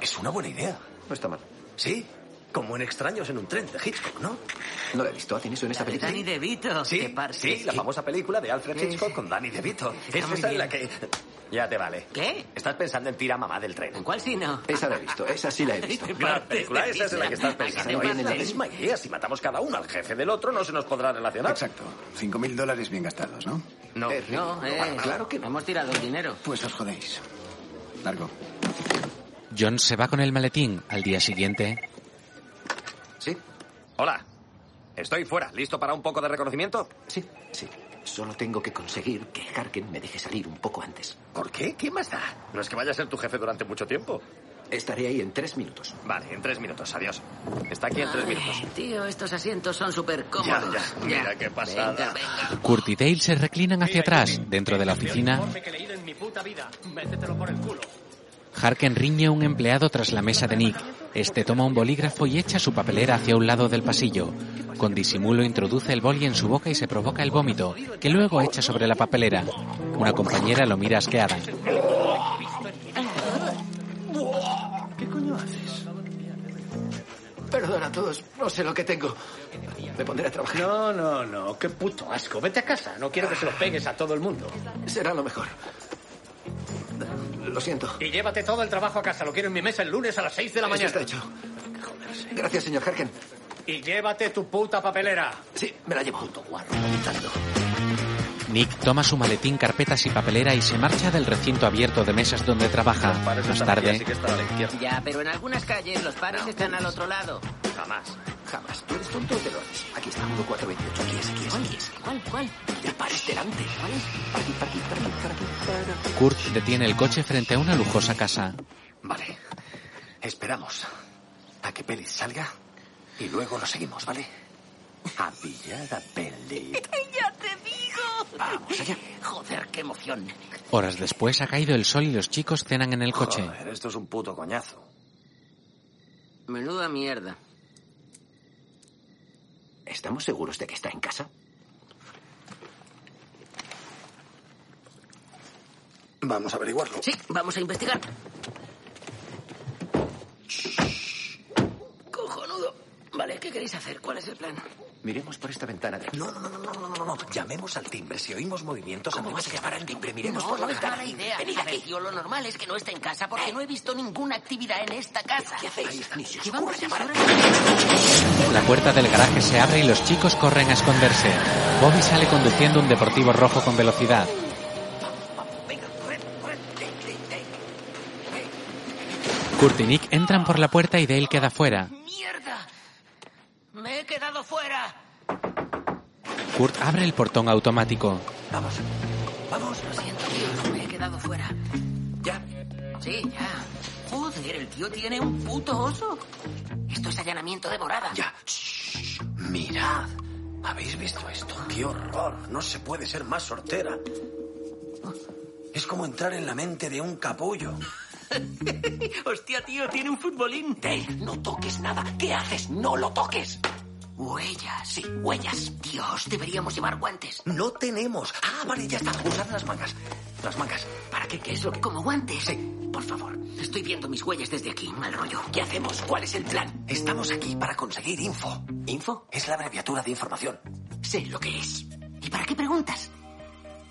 Speaker 2: Es una buena idea. No está mal. Sí, como en Extraños en un tren de Hitchcock, ¿no? No la he visto. ¿Hacen eso en esta película?
Speaker 19: Danny DeVito.
Speaker 2: Sí,
Speaker 19: Te parces.
Speaker 2: sí, la famosa película de Alfred
Speaker 19: Sí.
Speaker 2: Hitchcock con Danny DeVito.
Speaker 19: Está
Speaker 2: Es
Speaker 19: muy
Speaker 2: esa en
Speaker 19: bien.
Speaker 2: la que... Ya te vale.
Speaker 19: ¿Qué?
Speaker 2: Estás pensando en tira mamá del tren.
Speaker 19: ¿Cuál si no?
Speaker 2: Esa la he visto, esa sí la he visto.
Speaker 19: Te
Speaker 2: La
Speaker 19: partes
Speaker 2: película
Speaker 19: de
Speaker 2: esa es en la que estás
Speaker 19: risa.
Speaker 2: pensando.
Speaker 19: Te
Speaker 2: Viene la
Speaker 19: partes.
Speaker 2: misma idea. Si matamos cada uno al jefe del otro, no se nos podrá relacionar.
Speaker 8: Exacto. Cinco mil dólares bien gastados, ¿no?
Speaker 2: No,
Speaker 19: No, eh,
Speaker 2: claro que
Speaker 19: Hemos tirado el dinero.
Speaker 8: Pues os jodéis. Largo.
Speaker 1: John se va con el maletín. Al día siguiente,
Speaker 2: ¿Sí? Hola. Estoy fuera. ¿Listo para un poco de reconocimiento? Sí, sí. Solo tengo que conseguir que Harken me deje salir un poco antes. ¿Por qué? ¿Qué más da? No es que vaya a ser tu jefe durante mucho tiempo. Estaré ahí en tres minutos. Vale, en tres minutos. Adiós. Está aquí en tres
Speaker 19: Ay,
Speaker 2: minutos.
Speaker 19: Tío, estos asientos son súper cómodos.
Speaker 2: Ya, ya. Mira qué pasada.
Speaker 19: Venga, venga.
Speaker 1: Kurt y Dale se reclinan hacia atrás. Dentro de la oficina,
Speaker 22: Informe que he leído en mi puta vida. Métetelo por el culo.
Speaker 1: Harken riñe a un empleado tras la mesa de Nick. Este toma un bolígrafo y echa su papelera hacia un lado del pasillo. Con disimulo introduce el boli en su boca y se provoca el vómito, que luego echa sobre la papelera. Una compañera lo mira asqueada.
Speaker 23: ¿Qué coño haces? Perdona a todos, no sé lo que tengo. Me pondré a trabajar.
Speaker 4: No, no, no. Qué puto asco. Vete a casa. No quiero que se lo pegues a todo el mundo.
Speaker 23: Será lo mejor. Lo siento.
Speaker 4: Y llévate todo el trabajo a casa. Lo quiero en mi mesa el lunes a las 6 de la mañana.
Speaker 23: Eso está hecho. Gracias, señor Harken.
Speaker 4: Y llévate tu puta papelera.
Speaker 23: Sí, me la llevo. Puto
Speaker 1: Nick toma su maletín, carpetas y papelera y se marcha del recinto abierto de mesas donde trabaja. Más tarde,
Speaker 19: Ya, pero en algunas calles los pares están al otro lado.
Speaker 2: Jamás.
Speaker 23: Jamás. Tú eres tonto o te lo haces. Aquí está, 1428. Aquí es, aquí es, aquí es.
Speaker 19: ¿Cuál, cuál?
Speaker 23: Ya pares delante. Para aquí, para aquí, para aquí, para aquí, para aquí.
Speaker 1: Kurt detiene el coche frente a una lujosa casa.
Speaker 2: Vale. Esperamos a que Pelit salga y luego lo seguimos, ¿vale? A pillar a Pelit.
Speaker 19: ¡Ya te digo!
Speaker 2: Vamos allá.
Speaker 19: Joder, qué emoción.
Speaker 1: Horas después ha caído el sol y los chicos cenan en el coche.
Speaker 2: Joder, esto es un puto coñazo.
Speaker 19: Menuda mierda.
Speaker 2: ¿Estamos seguros de que está en casa?
Speaker 23: Vamos a averiguarlo.
Speaker 19: Sí, vamos a investigar. Cojonudo. Vale, ¿qué queréis hacer? ¿Cuál es el plan?
Speaker 2: Miremos por esta ventana de aquí. No, no, no, no, no, no, no. Llamemos al timbre. Si oímos movimientos, ¿cómo vas a llamar al timbre? Miremos
Speaker 19: no,
Speaker 2: por la
Speaker 19: no es
Speaker 2: ventana.
Speaker 19: mala idea.
Speaker 2: Venid
Speaker 19: A
Speaker 2: aquí.
Speaker 19: ver, tío, lo normal es que no esté en casa porque no he visto ninguna actividad en esta casa. Eh. ¿Qué hacéis? Llevamos seis
Speaker 1: La puerta del garaje se abre y los chicos corren a esconderse. Bobby sale conduciendo un deportivo rojo con velocidad. Kurt y Nick entran por la puerta y Dale queda fuera.
Speaker 19: ¡Mierda! ¡Me he quedado fuera!
Speaker 1: Kurt abre el portón automático.
Speaker 2: Vamos.
Speaker 19: Vamos, lo siento, tío, me he quedado fuera. ¿Ya? Sí, ya. Joder, el tío tiene un puto oso. Esto es allanamiento de morada.
Speaker 2: Ya. Mirad. ¿Habéis visto esto? ¡Qué horror! No se puede ser más sortera. Es como entrar en la mente de un capullo.
Speaker 19: Hostia, tío, tiene un futbolín.
Speaker 2: Dale, no toques nada. ¿Qué haces? No lo toques.
Speaker 19: Huellas.
Speaker 2: Sí, huellas.
Speaker 19: Dios, deberíamos llevar guantes.
Speaker 2: No tenemos. Ah, vale, ya está. Usad las mangas. Las mangas. ¿Para qué? ¿Qué es lo que.?
Speaker 19: Como guantes.
Speaker 2: Por favor.
Speaker 19: Estoy viendo mis huellas desde aquí, mal rollo.
Speaker 2: ¿Qué hacemos? ¿Cuál es el plan? Estamos aquí para conseguir info. ¿Info? Es la abreviatura de información.
Speaker 19: Sé lo que es. ¿Y para qué preguntas?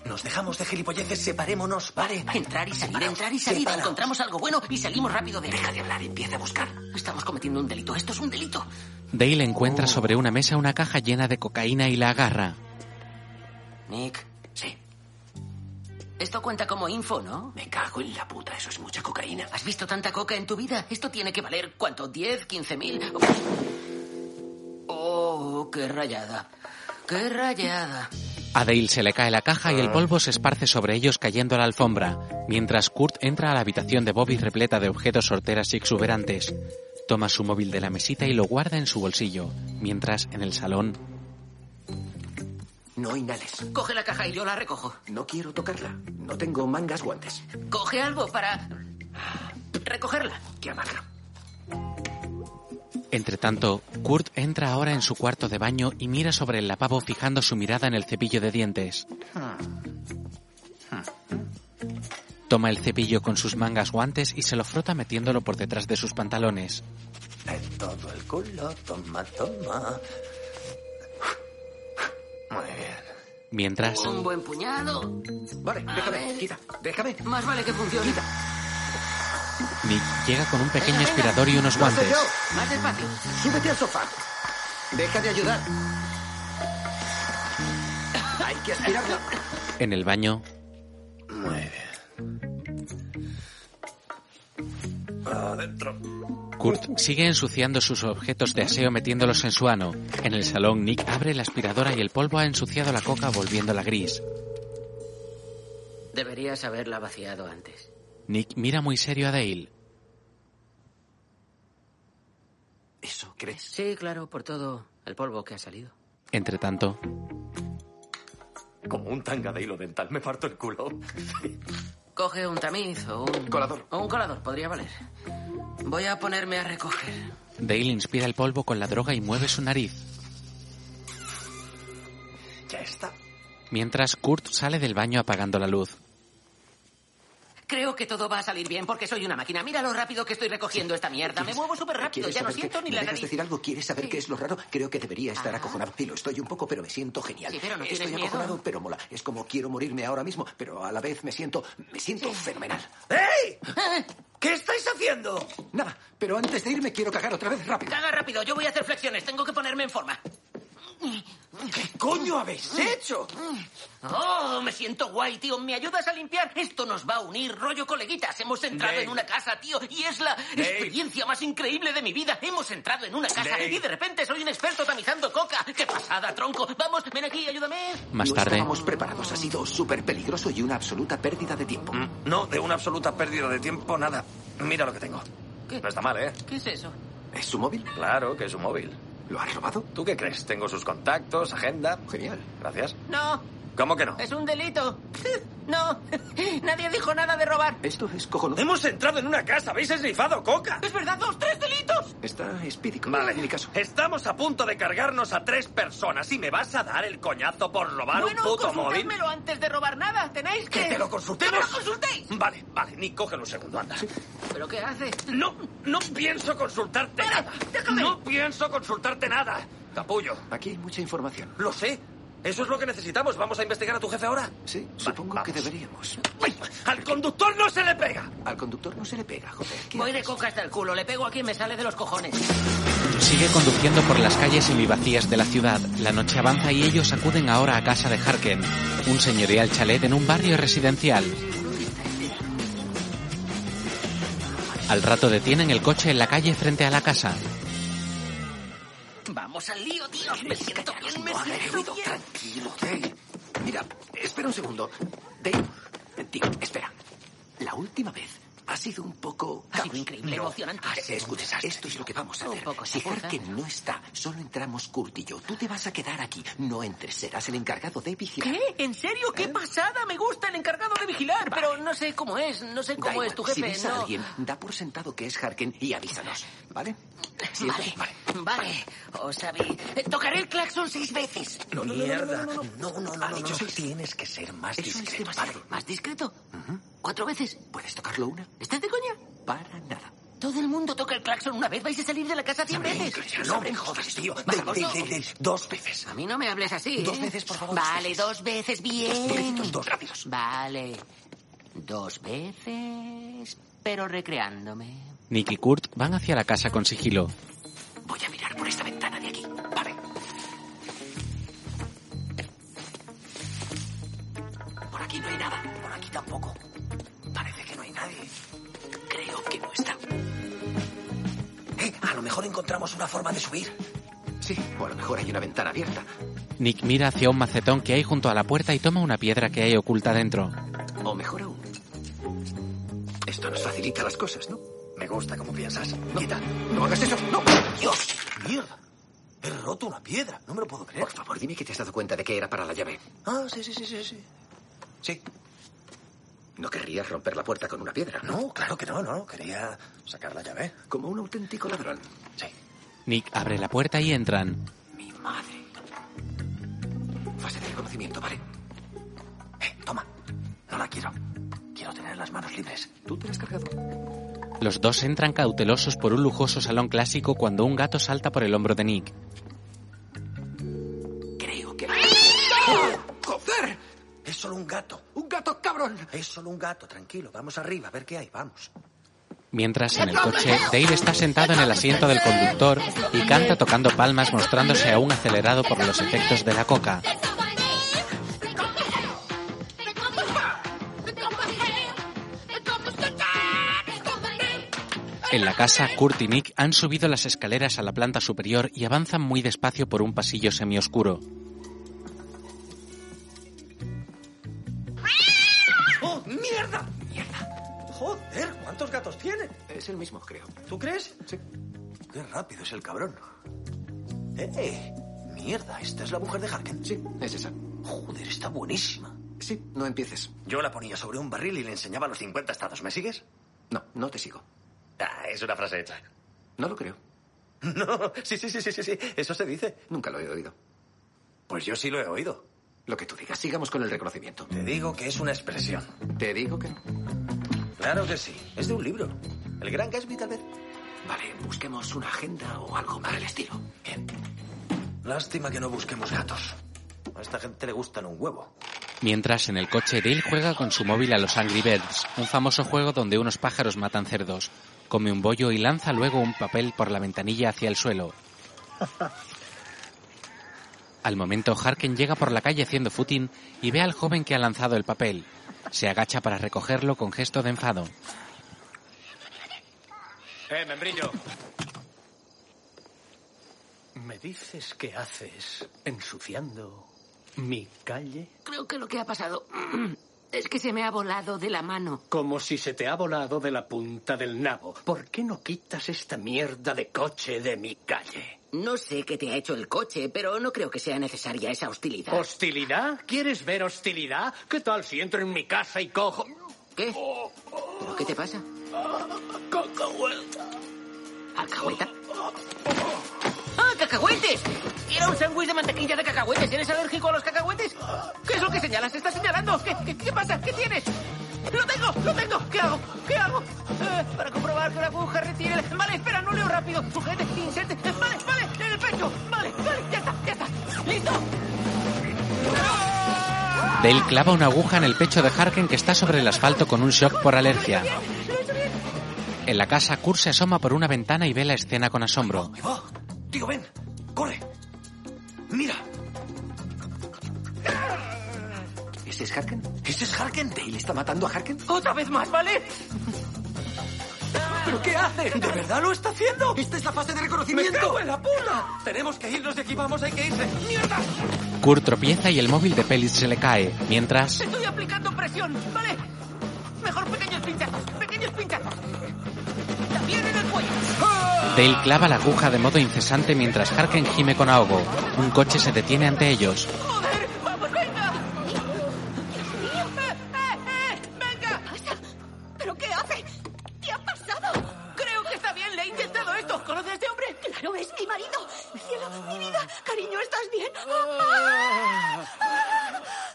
Speaker 2: Nos dejamos de gilipolleces, separémonos, ¿vale?
Speaker 19: Entrar y salir, entrar y salir.
Speaker 2: Separaos.
Speaker 19: Encontramos algo bueno y salimos rápido de
Speaker 2: Deja de hablar, empieza a buscar.
Speaker 19: Estamos cometiendo un delito. Esto es un delito.
Speaker 1: Dale encuentra sobre una mesa una caja llena de cocaína y la agarra.
Speaker 19: Nick. Sí. Esto cuenta como info, ¿no?
Speaker 6: Me cago en la puta, eso es mucha cocaína.
Speaker 19: ¿Has visto tanta coca en tu vida? Esto tiene que valer, ¿cuánto? ¿10, 15 mil? Oh, qué rayada. Qué rayada.
Speaker 1: A Dale se le cae la caja y el polvo se esparce sobre ellos cayendo a la alfombra, mientras Kurt entra a la habitación de Bobby repleta de objetos sorteras y exuberantes. Toma su móvil de la mesita y lo guarda en su bolsillo, mientras en el salón,
Speaker 2: No inhales.
Speaker 19: Coge la caja y yo la recojo.
Speaker 2: No quiero tocarla. No tengo mangas guantes.
Speaker 19: Coge algo para recogerla.
Speaker 2: Qué amarga.
Speaker 1: entre tanto, Kurt entra ahora en su cuarto de baño y mira sobre el lavabo fijando su mirada en el cepillo de dientes. Toma el cepillo con sus mangas guantes y se lo frota metiéndolo por detrás de sus pantalones.
Speaker 24: En todo el culo, toma, toma. Muy bien.
Speaker 1: Mientras,
Speaker 19: Un buen puñado.
Speaker 24: Vale, déjame, quita, déjame.
Speaker 19: Más vale que funcione.
Speaker 1: Nick llega con un pequeño aspirador y unos
Speaker 2: ¡No soy
Speaker 1: guantes.
Speaker 2: yo!
Speaker 19: Más despacio.
Speaker 2: ¡Súbete al sofá! ¡Deja de ayudar! ¡Hay que aspirarlo!
Speaker 1: En el baño,
Speaker 24: Adentro.
Speaker 1: Kurt sigue ensuciando sus objetos de aseo metiéndolos en su ano. En el salón, Nick abre la aspiradora y el polvo ha ensuciado la coca volviéndola gris.
Speaker 19: Deberías haberla vaciado antes.
Speaker 1: Nick mira muy serio a Dale.
Speaker 19: ¿Eso crees? Sí, claro, por todo el polvo que ha salido.
Speaker 1: Entre tanto,
Speaker 24: Como un tanga de hilo dental, me parto el culo.
Speaker 19: Coge un tamiz o un... Colador. O un colador, podría valer. Voy a ponerme a recoger.
Speaker 1: Dale inspira el polvo con la droga y mueve su nariz.
Speaker 24: Ya está.
Speaker 1: Mientras Kurt sale del baño apagando la luz.
Speaker 19: Creo que todo va a salir bien porque soy una máquina. Mira lo rápido que estoy recogiendo esta mierda. Me muevo súper rápido,
Speaker 2: ¿Quieres
Speaker 19: ya no
Speaker 2: saber qué?
Speaker 19: siento ni
Speaker 2: ¿Me
Speaker 19: la
Speaker 2: dejas
Speaker 19: nariz. Ah.
Speaker 2: decir algo? ¿Quieres saber qué es lo raro? Creo que debería estar acojonado. Sí, lo estoy un poco, pero me siento genial.
Speaker 19: Sí, pero no
Speaker 2: estoy
Speaker 19: tienes
Speaker 2: acojonado,
Speaker 19: miedo.
Speaker 2: pero mola. Es como quiero morirme ahora mismo, pero a la vez me siento... Me siento fenomenal.
Speaker 10: ¡Ey!
Speaker 2: ¿Qué estáis haciendo? Nada, pero antes de irme quiero cagar otra vez rápido.
Speaker 19: Caga rápido, yo voy a hacer flexiones. Tengo que ponerme en forma.
Speaker 10: ¿Qué coño habéis
Speaker 2: eh?
Speaker 10: hecho?
Speaker 19: Oh, me siento guay, tío. ¿Me ayudas a limpiar? Esto nos va a unir, rollo coleguitas. Hemos entrado
Speaker 10: Dave.
Speaker 19: en una casa, tío, y es la experiencia más increíble de mi vida. Hemos entrado en una casa
Speaker 10: Dave.
Speaker 19: y de repente soy un experto tamizando coca. ¡Qué pasada, tronco! Vamos, ven aquí, ayúdame.
Speaker 1: Más
Speaker 2: no
Speaker 1: tarde.
Speaker 2: estábamos preparados. Mm. Ha sido súper peligroso y una absoluta pérdida de tiempo.
Speaker 24: Mm, No, de una absoluta pérdida de tiempo, nada. Mira lo que tengo. No está mal, ¿eh?
Speaker 19: ¿Qué es eso?
Speaker 2: ¿Es su móvil?
Speaker 24: Claro que es un móvil.
Speaker 2: ¿Lo has robado?
Speaker 24: ¿Tú qué crees? Tengo sus contactos, agenda.
Speaker 2: Genial.
Speaker 24: Gracias.
Speaker 19: No,
Speaker 24: ¿Cómo que no?
Speaker 19: es un delito. No, nadie dijo nada de robar.
Speaker 2: Esto es cojonudo.
Speaker 24: Hemos entrado en una casa, habéis esnifado coca.
Speaker 19: Es verdad, dos, tres delitos.
Speaker 2: Está espídico.
Speaker 24: Vale, estamos a punto de cargarnos a tres personas y me vas a dar el coñazo por robar
Speaker 19: bueno,
Speaker 24: un puto móvil.
Speaker 19: consultádmelo antes de robar nada. Tenéis que...
Speaker 24: ¡Que te lo consultemos!
Speaker 19: ¡Que me lo consultéis!
Speaker 24: Vale, vale, Nick, cógelo un segundo, anda.
Speaker 19: ¿Pero qué hace?
Speaker 24: No, no pienso consultarte nada. No pienso consultarte nada. Capullo.
Speaker 2: Aquí hay mucha información.
Speaker 24: Lo sé. Eso es lo que necesitamos. ¿Vamos a investigar a tu jefe ahora?
Speaker 2: Sí, supongo que deberíamos.
Speaker 24: ¡Ay! ¡Al conductor no se le pega!
Speaker 2: Al conductor no se le pega, joder.
Speaker 19: Voy de coca hasta el culo. Le pego a quien me sale de los cojones.
Speaker 1: Sigue conduciendo por las calles semivacías de la ciudad. La noche avanza y ellos acuden ahora a casa de Harken, un señorial chalet en un barrio residencial. Al rato detienen el coche en la calle frente a la casa.
Speaker 19: Vamos al lío, tíos. Me siento bien, me siento bien.
Speaker 2: Tranquilo, Dave. Mira, espera un segundo. Dave, tío, espera. La última vez ha sido un poco...
Speaker 19: Ha sido increíble, emocionante.
Speaker 2: Ah, Escucha, esto es lo que vamos a
Speaker 19: Un
Speaker 2: hacer.
Speaker 19: poco
Speaker 2: si
Speaker 19: chapuza.
Speaker 2: Harken no está, solo entramos Kurt y yo. Tú te vas a quedar aquí. No entres, serás el encargado de vigilar.
Speaker 19: ¿Qué? ¿En serio? ¡Qué pasada! Me gusta el encargado de vigilar, pero no sé cómo es, no sé
Speaker 2: Da
Speaker 19: cómo es
Speaker 2: igual,
Speaker 19: tu
Speaker 2: Si
Speaker 19: jefe,
Speaker 2: ves a
Speaker 19: no.
Speaker 2: alguien, da por sentado que es Harken y avísanos, ¿vale?
Speaker 19: Vale, vale, os avi- eh, Tocaré el claxon seis veces.
Speaker 2: No, no, no,
Speaker 24: Mierda.
Speaker 2: no,
Speaker 24: No,
Speaker 2: no,
Speaker 24: no, no. no, no. Tienes que ser más
Speaker 2: Eso es
Speaker 24: discreto.
Speaker 2: demasiado.
Speaker 24: Vale.
Speaker 19: ¿Más discreto? ¿Cuatro veces?
Speaker 2: ¿Puedes tocarlo una?
Speaker 19: ¿Estás de coña?
Speaker 2: Para nada.
Speaker 19: Todo el mundo toca el claxon una vez, vais a salir de la casa cien veces.
Speaker 24: No me jodas, tío. Dale,
Speaker 19: Vamos,
Speaker 24: dale,
Speaker 19: no.
Speaker 24: dale. Dos veces.
Speaker 19: A mí no me hables así.
Speaker 24: Dos
Speaker 19: ¿eh?
Speaker 24: veces, por favor,
Speaker 19: Vale,
Speaker 24: dos
Speaker 19: dos veces, bien.
Speaker 24: Dos veces, dos rápidos.
Speaker 19: Vale, dos veces, pero recreándome.
Speaker 1: Nick y Kurt van hacia la casa con sigilo.
Speaker 2: Voy a mirar por esta ventana de aquí. Vale. Por aquí no hay nada. Por aquí
Speaker 10: tampoco. Parece que no hay nadie. Creo que no está. Eh, a lo mejor encontramos una forma de subir.
Speaker 2: Sí, o a lo mejor hay una ventana abierta.
Speaker 1: Nick mira hacia un macetón que hay junto a la puerta y toma una piedra que hay oculta dentro.
Speaker 2: O mejor aún. Esto nos facilita las cosas, ¿no?
Speaker 10: Me gusta como piensas.
Speaker 2: Quita. No hagas eso. No.
Speaker 10: Dios, mierda. He roto una piedra. No me lo puedo creer.
Speaker 2: Por favor, dime que te has dado cuenta de que era para la llave.
Speaker 10: Ah, sí, sí, sí, sí, sí. Sí.
Speaker 2: No querrías romper la puerta con una piedra, ¿no?
Speaker 10: No, claro que no, no. Quería sacar la llave.
Speaker 2: Como un auténtico ladrón.
Speaker 10: Sí.
Speaker 1: Nick abre la puerta y entran.
Speaker 10: Mi madre.
Speaker 2: Fase de reconocimiento, ¿vale?
Speaker 10: Eh, toma. No la quiero. Quiero tener las manos libres.
Speaker 2: Tú te la has cargado.
Speaker 1: Los dos entran cautelosos por un lujoso salón clásico cuando un gato salta por el hombro de Nick.
Speaker 10: Creo que...
Speaker 25: ¡Joder!
Speaker 10: Es solo un gato.
Speaker 25: ¡Un gato cabrón!
Speaker 10: Es solo un gato, tranquilo. Vamos arriba, a ver qué hay. Vamos.
Speaker 1: Mientras en el coche, Dave está sentado en el asiento del conductor y canta tocando palmas mostrándose aún acelerado por los efectos de la coca. En la casa, Kurt y Nick han subido las escaleras a la planta superior y avanzan muy despacio por un pasillo semioscuro.
Speaker 10: ¡Oh, mierda! ¡Mierda! ¡Joder! ¿Cuántos gatos tiene?
Speaker 2: Es el mismo, creo.
Speaker 10: ¿Tú crees?
Speaker 2: Sí.
Speaker 10: Qué rápido es el cabrón. ¡Eh! ¡Mierda! ¿Esta es la mujer de Harken?
Speaker 2: Sí, es esa.
Speaker 10: Joder, está buenísima.
Speaker 2: Sí, no empieces.
Speaker 10: Yo la ponía sobre un barril y le enseñaba los 50 estados. ¿Me sigues?
Speaker 2: No, no te sigo.
Speaker 10: Ah, es una frase hecha.
Speaker 2: No lo creo.
Speaker 10: No, sí, sí, sí, sí, sí, sí. Eso se dice.
Speaker 2: Nunca lo he oído.
Speaker 10: Pues yo sí lo he oído.
Speaker 2: Lo que tú digas, sigamos con el reconocimiento.
Speaker 10: Te digo que es una expresión.
Speaker 2: Te digo que no.
Speaker 10: Claro que sí. Es de un libro. El Gran Gatsby, tal vez.
Speaker 2: Vale, busquemos una agenda o algo para el estilo.
Speaker 10: Bien. Lástima que no busquemos gatos. A esta gente le gustan un huevo.
Speaker 1: Mientras en el coche Dale juega con su móvil a los Angry Birds, un famoso juego donde unos pájaros matan cerdos. Come un bollo y lanza luego un papel por la ventanilla hacia el suelo. Al momento, Harken llega por la calle haciendo footing y ve al joven que ha lanzado el papel. Se agacha para recogerlo con gesto de enfado.
Speaker 24: Eh, membrillo.
Speaker 4: ¿Me dices qué haces ensuciando mi calle?
Speaker 19: Creo que lo que ha pasado es que se me ha volado de la mano.
Speaker 4: Como si se te ha volado de la punta del nabo. ¿Por qué no quitas esta mierda de coche de mi calle?
Speaker 19: No sé qué te ha hecho el coche, pero no creo que sea necesaria esa hostilidad.
Speaker 4: ¿Hostilidad? ¿Quieres ver hostilidad? ¿Qué tal si entro en mi casa y cojo...
Speaker 19: ¿Qué? ¿Pero qué te pasa?
Speaker 4: ¡Cacahueta!
Speaker 19: ¿Alcahueta? ¡Ah, cacahuetes! Era un sándwich de mantequilla de cacahuetes. ¿Eres alérgico a los cacahuetes? ¿Qué es lo que señalas? ¿Estás señalando? ¿Qué, qué, qué pasa? ¿Qué tienes? ¡Lo tengo! ¡Lo tengo! ¿Qué hago? ¿Qué hago? Eh, para comprobar que la aguja retiene el... Vale, espera, no leo rápido. Sujete, inserte... Eh, Vale, vale, en el pecho. Vale, vale, ya está, ya está. ¡Listo!
Speaker 1: Dale clava una aguja en el pecho de Harken que está sobre el asfalto con un shock por alergia. En la casa, Kurt se asoma por una ventana y ve la escena con asombro.
Speaker 10: ¡Evo! Tío, ven. Corre. Mira.
Speaker 2: ¿Ese ¿Este es Harken?
Speaker 10: ¿Ese es Harken?
Speaker 2: ¿Dale está matando a Harken?
Speaker 10: Otra vez más, ¿vale? ¿Pero qué hace? ¿De verdad lo está haciendo?
Speaker 25: Esta es la fase de reconocimiento.
Speaker 10: ¡Me cago en la puta! Tenemos que irnos de aquí, vamos, hay que irse. ¡Mierda!
Speaker 1: Kurt tropieza y el móvil de Pelis se le cae, mientras...
Speaker 19: Estoy aplicando presión, ¿vale? Mejor pequeños pinchazos, pequeños pinchazos. También en el cuello.
Speaker 1: Dale clava la aguja de modo incesante mientras Harken gime con ahogo. Un coche se detiene ante ellos.
Speaker 19: ¡Joder! ¡Vamos, venga! ¡Eh, eh, eh! ¡Venga! ¿Qué pasa? ¿Pero qué hace? ¿Qué ha pasado? Creo que está bien, le he intentado esto. ¿Conoces a este hombre? Claro, es mi marido. Cielo, mi vida. Cariño, ¿estás bien?
Speaker 5: Ah.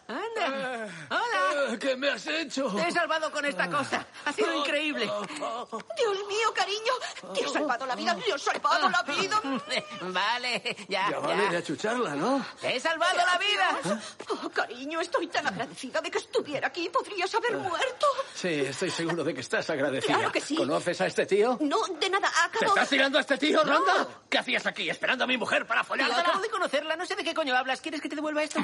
Speaker 19: ¡Anda! ¡Hola!
Speaker 10: Ah, eh, ¿Qué me has hecho? Ah.
Speaker 19: Te he salvado con esta cosa. Ha sido increíble. Dios mío, cariño. Te he salvado la vida. Te he salvado la vida. Vale, ya,
Speaker 10: ah. Ya vale de achucharla, ¿no? ¿Ah?
Speaker 19: ¡Te he salvado la vida! Oh, cariño, estoy tan agradecida de que estuviera aquí. Podrías haber muerto.
Speaker 10: Sí, estoy seguro de que estás agradecida.
Speaker 19: Claro que sí.
Speaker 10: ¿Conoces a este tío?
Speaker 19: No, de nada,
Speaker 10: ¿Te
Speaker 19: acabo...
Speaker 10: estás tirando a este tío,
Speaker 19: No.
Speaker 10: Ronda? ¿Qué hacías aquí esperando a mi mujer para
Speaker 19: Tío,
Speaker 10: follarla?
Speaker 19: acabo de conocerla. No sé de qué coño hablas. ¿Quieres que te devuelva esto?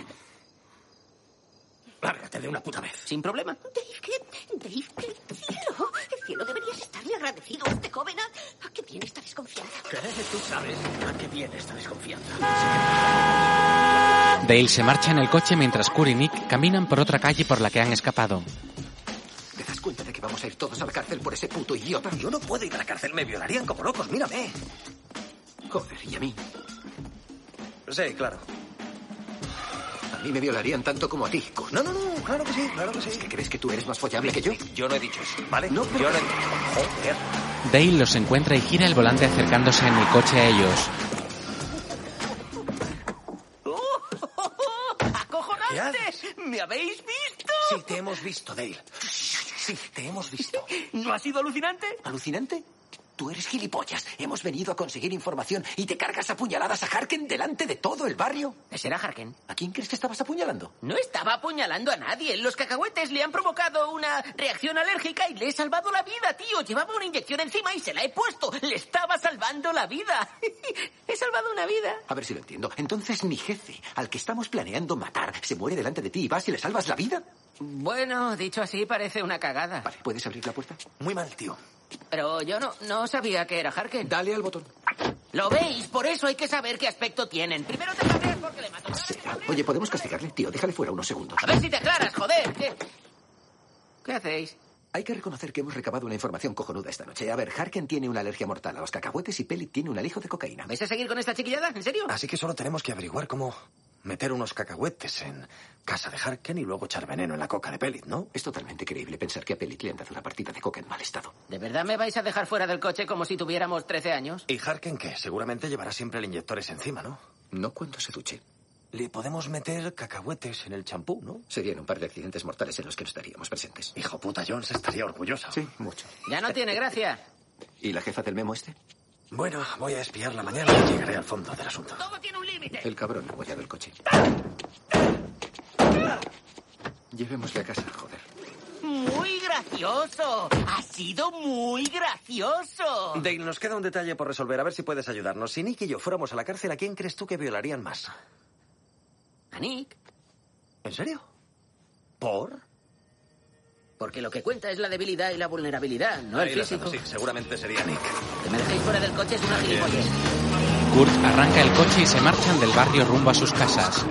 Speaker 10: Lárgate de una puta vez.
Speaker 19: Sin problema.
Speaker 7: Dave, qué, Dave, qué cielo. Cielo, deberías estarle agradecido a este joven. ¿A, a qué viene esta desconfianza?
Speaker 10: ¿Qué? Tú sabes a qué viene esta desconfianza.
Speaker 1: Dale se marcha en el coche mientras Kurt y Nick caminan por otra calle por la que han escapado.
Speaker 2: ¿Te das cuenta de que vamos a ir todos a la cárcel por ese puto idiota?
Speaker 24: Yo no puedo ir a la cárcel, me violarían como locos, mírame.
Speaker 2: Joder, ¿y a mí?
Speaker 24: Sí, claro.
Speaker 2: A mí me violarían tanto como a ti. Kurt.
Speaker 24: No, no, no, claro que sí, claro que sí.
Speaker 2: ¿Qué crees que tú eres más follable que yo?
Speaker 24: Yo no he dicho eso, ¿vale? No, Yo no he Joder.
Speaker 1: Dale los encuentra y gira el volante acercándose en el coche a ellos.
Speaker 19: Uh, oh, ¡Acojonantes! ¿Me habéis visto?
Speaker 24: Sí, te hemos visto, Dale. Sí, te hemos visto.
Speaker 19: ¿No ha sido alucinante?
Speaker 2: ¿Alucinante? Tú eres gilipollas. Hemos venido a conseguir información y te cargas a puñaladas a Harken delante de todo el barrio.
Speaker 19: ¿Ese era Harken?
Speaker 2: ¿A quién crees que estabas apuñalando?
Speaker 19: No estaba apuñalando a nadie. Los cacahuetes le han provocado una reacción alérgica y le he salvado la vida, tío. Llevaba una inyección encima y se la he puesto. Le estaba salvando la vida. he salvado una vida.
Speaker 2: A ver si lo entiendo. Entonces mi jefe, al que estamos planeando matar, se muere delante de ti y vas y le salvas la vida.
Speaker 19: Bueno, dicho así, parece una cagada.
Speaker 2: ¿Puedes abrir la puerta?
Speaker 24: Muy mal, tío.
Speaker 19: Pero yo no, no sabía que era Harken.
Speaker 2: Dale al botón.
Speaker 19: ¿Lo veis? Por eso hay que saber qué aspecto tienen. Primero te cabreas porque le mato.
Speaker 2: Oye, ¿podemos castigarle? Tío, déjale fuera unos segundos.
Speaker 19: A ver si te aclaras, joder. ¿Qué, qué hacéis?
Speaker 2: Hay que reconocer que hemos recabado una información cojonuda esta noche. A ver, Harken tiene una alergia mortal a los cacahuetes y Pellet tiene un alijo de cocaína.
Speaker 19: ¿Vais a seguir con esta chiquillada? ¿En serio?
Speaker 24: Así que solo tenemos que averiguar cómo meter unos cacahuetes en casa de Harken y luego echar veneno en la coca de Pellet, ¿no?
Speaker 2: Es totalmente creíble pensar que a Pellet le han dado una partida de coca en mal estado.
Speaker 19: ¿De verdad me vais a dejar fuera del coche como si tuviéramos 13 años?
Speaker 24: ¿Y Harken qué? Seguramente llevará siempre el inyectores encima, ¿no?
Speaker 2: No cuando se duche.
Speaker 24: Le podemos meter cacahuetes en el champú, ¿no?
Speaker 2: Serían un par de accidentes mortales en los que no estaríamos presentes.
Speaker 24: Hijo puta, Jones estaría orgullosa.
Speaker 2: Sí, mucho.
Speaker 19: Ya no tiene gracia.
Speaker 2: ¿Y la jefa del memo este?
Speaker 24: Bueno, voy a espiar la mañana y llegaré al fondo del asunto.
Speaker 19: Todo tiene un límite.
Speaker 2: El cabrón ha guayado el coche. Llevémosle a casa, joder.
Speaker 19: Muy gracioso. Ha sido muy gracioso.
Speaker 24: Dale, nos queda un detalle por resolver. A ver si puedes ayudarnos. Si Nick y yo fuéramos a la cárcel, ¿a quién crees tú que violarían más?
Speaker 19: ¿A Nick?
Speaker 24: ¿En serio? ¿Por?
Speaker 19: Porque lo que cuenta es la debilidad y la vulnerabilidad, no
Speaker 24: Ahí
Speaker 19: el
Speaker 24: lo
Speaker 19: físico.
Speaker 24: tengo, Sí, seguramente sería Nick.
Speaker 19: Que me dejéis fuera del coche es una gilipollez.
Speaker 1: Kurt arranca el coche y se marchan del barrio rumbo a sus casas.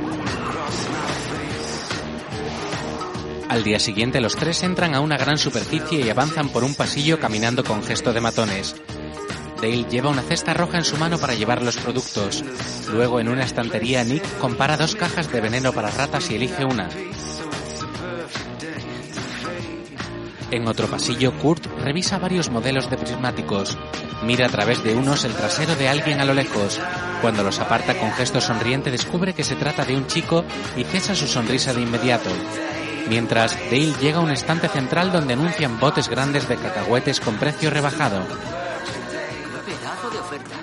Speaker 1: Al día siguiente los tres entran a una gran superficie y avanzan por un pasillo caminando con gesto de matones. Dale lleva una cesta roja en su mano para llevar los productos. Luego en una estantería Nick compara dos cajas de veneno para ratas y elige una. En otro pasillo Kurt revisa varios modelos de prismáticos. Mira a través de unos el trasero de alguien a lo lejos. Cuando los aparta con gesto sonriente descubre que se trata de un chico y cesa su sonrisa de inmediato. Mientras, Dale llega a un estante central donde anuncian botes grandes de cacahuetes con precio rebajado.
Speaker 19: Pedazo de oferta.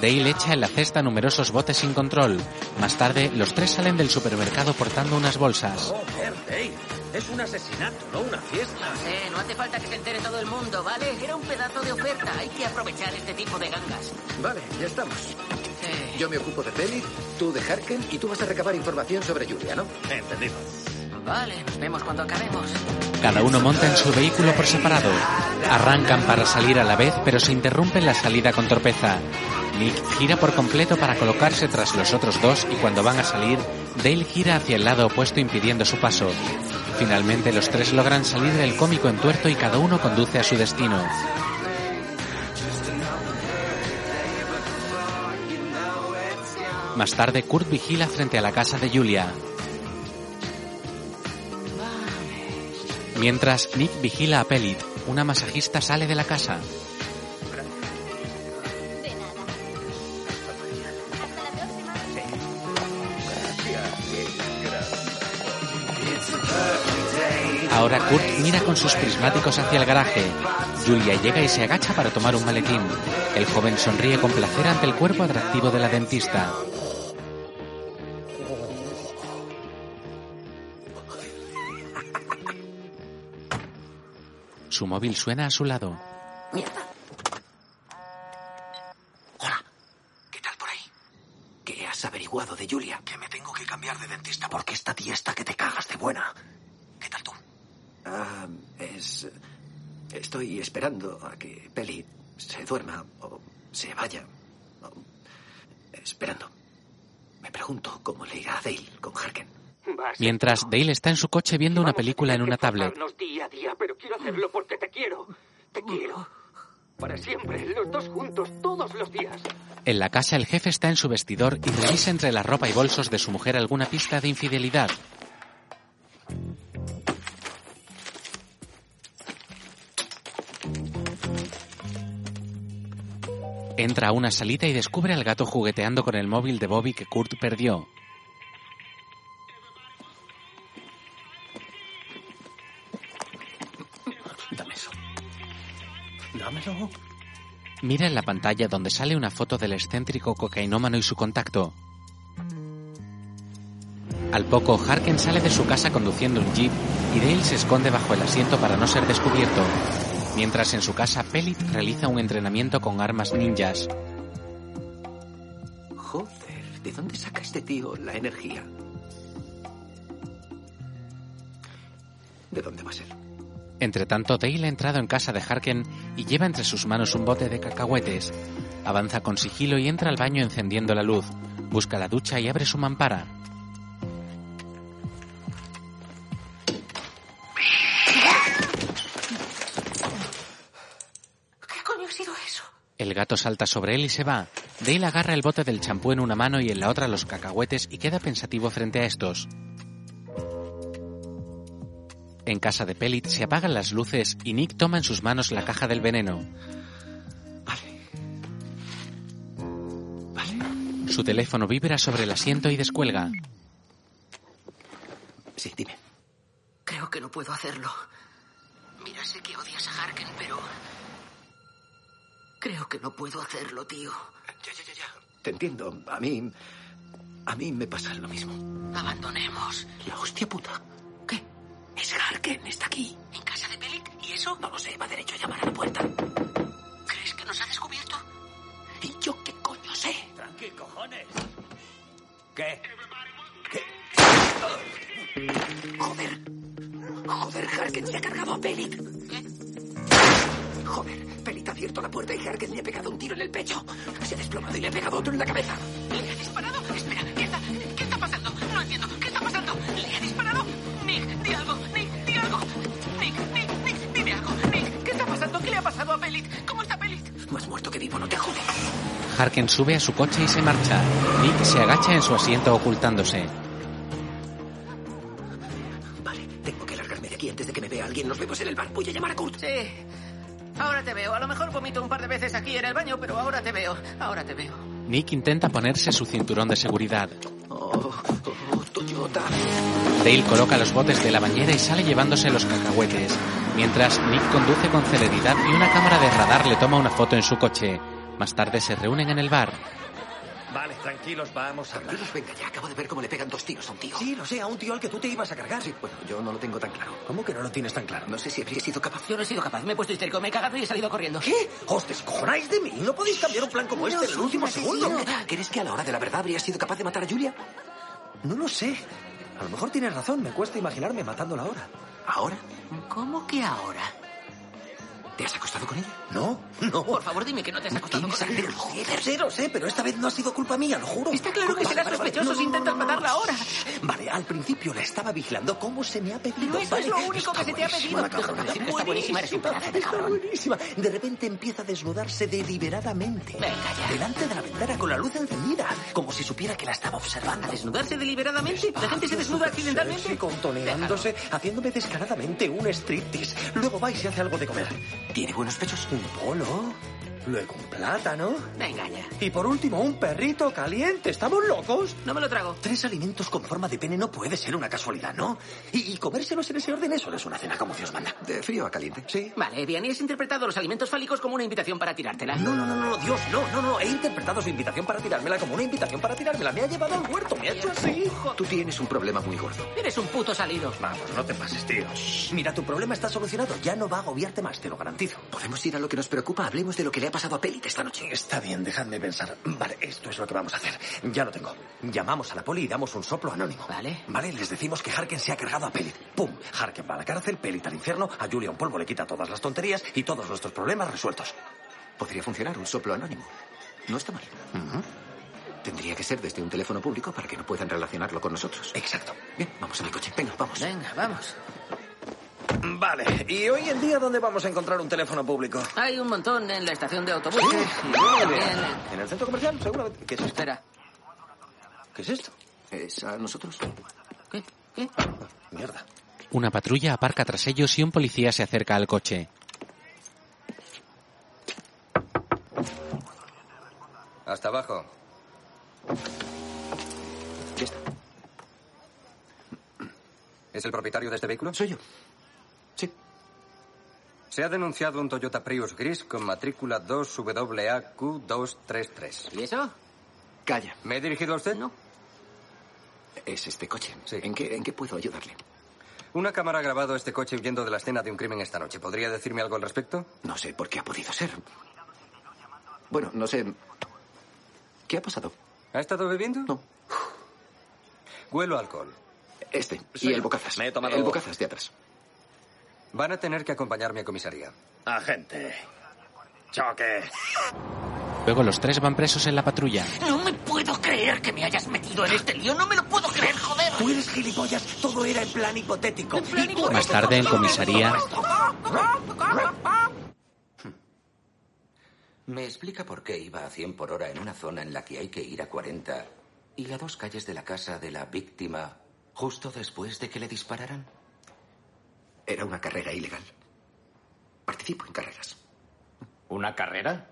Speaker 1: Dale echa en la cesta numerosos botes sin control. Más tarde, los tres salen del supermercado portando unas bolsas.
Speaker 24: Joder, Dale. Es un asesinato, no una fiesta.
Speaker 19: No sé, Eh, no hace falta que se entere todo el mundo, ¿vale? Era un pedazo de oferta. Hay que aprovechar este tipo de gangas.
Speaker 2: Vale, ya estamos.
Speaker 19: Eh,
Speaker 2: Yo me ocupo de Pellet, tú de Harken y tú vas a recabar información sobre Julia, ¿no?
Speaker 24: Entendido.
Speaker 19: vale, nos vemos cuando acabemos.
Speaker 1: Cada uno monta en su vehículo por separado. Arrancan para salir a la vez, pero se interrumpen la salida con torpeza. Nick gira por completo para colocarse tras los otros dos y cuando van a salir, Dale gira hacia el lado opuesto impidiendo su paso. Finalmente los tres logran salir del cómico entuerto y cada uno conduce a su destino. Más tarde, Kurt vigila frente a la casa de Julia. Mientras, Nick vigila a Pellit. Una masajista sale de la casa.
Speaker 5: De nada.
Speaker 1: Ahora Kurt mira con sus prismáticos hacia el garaje. Julia llega y se agacha para tomar un maletín. El joven sonríe con placer ante el cuerpo atractivo de la dentista. Su móvil suena a su lado.
Speaker 2: ¿Qué has averiguado? averiguado de Julia.
Speaker 10: Que me tengo que cambiar de dentista porque esta tía está que te cagas de buena.
Speaker 2: Ah, es. Estoy esperando a que Peli se duerma o se vaya. O- Esperando. Me pregunto cómo le irá a Dale con Harken.
Speaker 1: Mientras Dale está en su coche viendo una película en una tablet,
Speaker 10: Nos día a día, pero quiero hacerlo porque te quiero. Te quiero. Para siempre, los dos juntos, todos los días.
Speaker 1: en la casa el jefe está en su vestidor y revisa entre la ropa y bolsos de su mujer alguna pista de infidelidad. Entra a una salita y descubre al gato jugueteando con el móvil de Bobby que Kurt perdió.
Speaker 4: Dame eso. Dámelo.
Speaker 1: Mira en la pantalla donde sale una foto del excéntrico cocainómano y su contacto. Al poco, Harken sale de su casa conduciendo un jeep y Dale se esconde bajo el asiento para no ser descubierto. Mientras en su casa, Pellet realiza un entrenamiento con armas ninjas.
Speaker 2: Joder, ¿de dónde saca este tío la energía? ¿De dónde va a ser?
Speaker 1: Entre tanto, Dale ha entrado en casa de Harken y lleva entre sus manos un bote de cacahuetes. Avanza con sigilo y entra al baño encendiendo la luz. Busca la ducha y abre su mampara.
Speaker 19: ¿Qué coño ha sido eso?
Speaker 1: El gato salta sobre él y se va. Dale agarra el bote del champú en una mano y en la otra los cacahuetes y queda pensativo frente a estos. En casa de Pellet se apagan las luces y Nick toma en sus manos la caja del veneno. Su teléfono vibra sobre el asiento y descuelga.
Speaker 2: Sí, dime.
Speaker 19: Creo que no puedo hacerlo. Mira, sé que odias a Harken, pero... Creo que no puedo hacerlo, tío.
Speaker 2: Te entiendo. A mí. A mí me pasa lo mismo.
Speaker 19: Abandonemos.
Speaker 2: La hostia puta. ¿Qué? Es Harken, está aquí.
Speaker 19: ¿En casa de Pelit? ¿Y eso?
Speaker 2: No lo sé, va derecho a llamar a la puerta.
Speaker 19: ¿Crees que nos ha descubierto?
Speaker 2: ¿Y yo qué coño sé?
Speaker 10: Tranqui, cojones. ¿Qué?
Speaker 2: Joder. Joder, Harken se ha cargado a Pelit. Joder, Pelit ha abierto la puerta y Harken le ha pegado un tiro en el pecho. Se ha desplomado y le ha pegado otro en la cabeza.
Speaker 19: ¿Le ha disparado? Espera, ¿qué está, qué está pasando? No entiendo, ¿qué está pasando? ¿Le ha disparado? Nick, di algo, Nick, di algo. Nick, Nick, Nick, dime algo. Nick, ¿qué está pasando? ¿Qué le ha pasado a Pelit? ¿Cómo está Pelit?
Speaker 2: Más muerto que vivo, no te jode.
Speaker 1: Harken sube a su coche y se marcha. Nick se agacha en su asiento ocultándose.
Speaker 2: Tengo que largarme de aquí antes de que me vea alguien. Nos vemos en el bar. Voy a llamar a Kurt.
Speaker 19: Sí. Ahora te veo. A lo mejor vomito un par de veces aquí en el baño, pero ahora te veo. Ahora te veo.
Speaker 1: Nick intenta ponerse su cinturón de seguridad.
Speaker 2: Oh, Toyota.
Speaker 1: Dale coloca los botes de la bañera y sale llevándose los cacahuetes, mientras Nick conduce con celeridad y una cámara de radar le toma una foto en su coche. Más tarde se reúnen en el bar.
Speaker 24: Vale, tranquilos, vamos a hablar.
Speaker 2: venga ya, acabo de ver cómo le pegan dos tiros a un tío.
Speaker 24: Sí, lo sé, a un tío al que tú te ibas a cargar.
Speaker 2: Sí, bueno, yo no lo tengo tan claro.
Speaker 24: ¿Cómo que no lo tienes tan claro?
Speaker 2: No sé si habría sido capaz.
Speaker 19: Yo no he sido capaz. Me he puesto histérico, me he cagado y he salido corriendo.
Speaker 24: ¿Qué? ¿Os descojonáis de mí? ¿No podéis cambiar un plan como este en el último segundo?
Speaker 2: ¿Crees que a la hora de la verdad habría sido capaz de matar a Julia?
Speaker 24: No lo sé. A lo mejor tienes razón, me cuesta imaginarme matándola ahora.
Speaker 2: ¿Ahora?
Speaker 19: ¿Cómo que ahora?
Speaker 2: ¿Te has acostado con ella?
Speaker 24: No, no.
Speaker 19: Por favor, dime que no te has acostado con él.
Speaker 24: Joder, sí, lo sé, pero esta vez no ha sido culpa mía, lo juro.
Speaker 19: Está claro que
Speaker 24: Vale,
Speaker 19: será
Speaker 24: vale, vale.
Speaker 19: sospechoso
Speaker 24: No,
Speaker 19: si
Speaker 24: no, no,
Speaker 19: intentas
Speaker 24: no, no.
Speaker 19: matarla ahora.
Speaker 24: Vale, al principio la estaba vigilando como se me ha pedido.
Speaker 19: Pero eso
Speaker 24: vale.
Speaker 19: es lo único que se te ha
Speaker 24: buenísima
Speaker 19: pedido.
Speaker 24: la cabrona,
Speaker 19: Déjame decir que está buenísima, eres un pedazo de
Speaker 24: está
Speaker 19: cabrón.
Speaker 24: buenísima. De repente empieza a desnudarse deliberadamente.
Speaker 19: Venga ya.
Speaker 24: Delante de la ventana con la luz encendida, como si supiera que la estaba observando.
Speaker 19: ¿Desnudarse deliberadamente? ¿La gente se desnuda
Speaker 24: Sí,
Speaker 19: accidentalmente?
Speaker 24: contoneándose, haciéndome descaradamente un striptease. Luego va y se hace algo de comer.
Speaker 2: ¿Tiene buenos pechos?
Speaker 24: Un polo, luego un plátano
Speaker 19: Venga ya.
Speaker 24: y por último un perrito caliente. ¿Estamos locos?
Speaker 19: No me lo trago.
Speaker 24: Tres alimentos con forma de pene no puede ser una casualidad, ¿no? Y, y comérselos en ese orden, eso no es una cena como Dios manda.
Speaker 2: De frío a caliente.
Speaker 24: Sí.
Speaker 19: Vale, bien, y has interpretado los alimentos fálicos como una invitación para tirártela.
Speaker 24: No, no, no, no, Dios, no, no, no. He interpretado su invitación para tirármela como una invitación para tirármela. Me ha llevado al huerto, me ha hecho así.
Speaker 2: Tú tienes un problema muy gordo.
Speaker 19: Eres un puto salido.
Speaker 24: Vamos, no te pases, tío. Shh, Mira, tu problema está solucionado. Ya no va a agobiarte más, te lo garantizo.
Speaker 2: Podemos ir a lo que nos preocupa. Hablemos de lo que le ha
Speaker 26: pasado a Pellet esta noche.
Speaker 8: Está bien, dejadme pensar. Vale, esto es lo que vamos a hacer. Ya lo tengo. Llamamos a la poli y damos un soplo anónimo. Vale. Vale, les decimos que Harken se ha cargado a Pellet. ¡Pum! Harken va a la cárcel, Pellet al infierno, a Julia un polvo le quita todas las tonterías y todos nuestros problemas resueltos.
Speaker 26: Podría funcionar un soplo anónimo. No está mal. Tendría que ser desde un teléfono público para que no puedan relacionarlo con nosotros. Exacto. Bien, vamos a mi coche. Venga, vamos.
Speaker 19: Venga, vamos.
Speaker 8: Vale, ¿y hoy en día dónde vamos a encontrar un teléfono público?
Speaker 19: Hay un montón en la estación de autobús.
Speaker 8: ¿En el centro comercial? Seguramente. ¿Qué es esto?
Speaker 19: Espera.
Speaker 8: ¿Qué es esto?
Speaker 26: ¿Es a nosotros?
Speaker 19: ¿Qué? ¿Qué?
Speaker 8: Mierda.
Speaker 1: Una patrulla aparca tras ellos y un policía se acerca al coche.
Speaker 20: Hasta abajo. ¿Es el propietario de este vehículo? Soy yo. Sí. Se ha denunciado un Toyota Prius gris con matrícula 2WAQ233.
Speaker 19: ¿Y eso?
Speaker 20: Calla. ¿Me he dirigido a usted?
Speaker 19: No.
Speaker 20: Es este coche.
Speaker 26: ¿En qué, ¿En qué puedo ayudarle?
Speaker 20: Una cámara ha grabado este coche huyendo de la escena de un crimen esta noche. ¿Podría decirme algo al respecto?
Speaker 26: No sé por qué ha podido ser. Bueno, no sé. ¿Qué ha pasado?
Speaker 20: ¿Ha estado bebiendo? No. Huelo a alcohol.
Speaker 26: Este. y el bocazas.
Speaker 20: Me he tomado...
Speaker 26: El bocazas de atrás.
Speaker 20: Van a tener que acompañarme a comisaría.
Speaker 8: Agente. Choque.
Speaker 1: Luego los tres van presos en la patrulla.
Speaker 27: No me puedo creer que me hayas metido en este lío. No me lo puedo creer, joder.
Speaker 28: Tú eres gilipollas. Todo era en plan hipotético. Y tú-
Speaker 1: Más tarde en comisaría.
Speaker 2: ¿Me explica por qué iba a 100 por hora en una zona en la que hay que ir a 40 y a dos calles de la casa de la víctima justo después de que le dispararan?
Speaker 26: Era una carrera ilegal. Participo en carreras. ¿Mm?
Speaker 4: ¿Una carrera?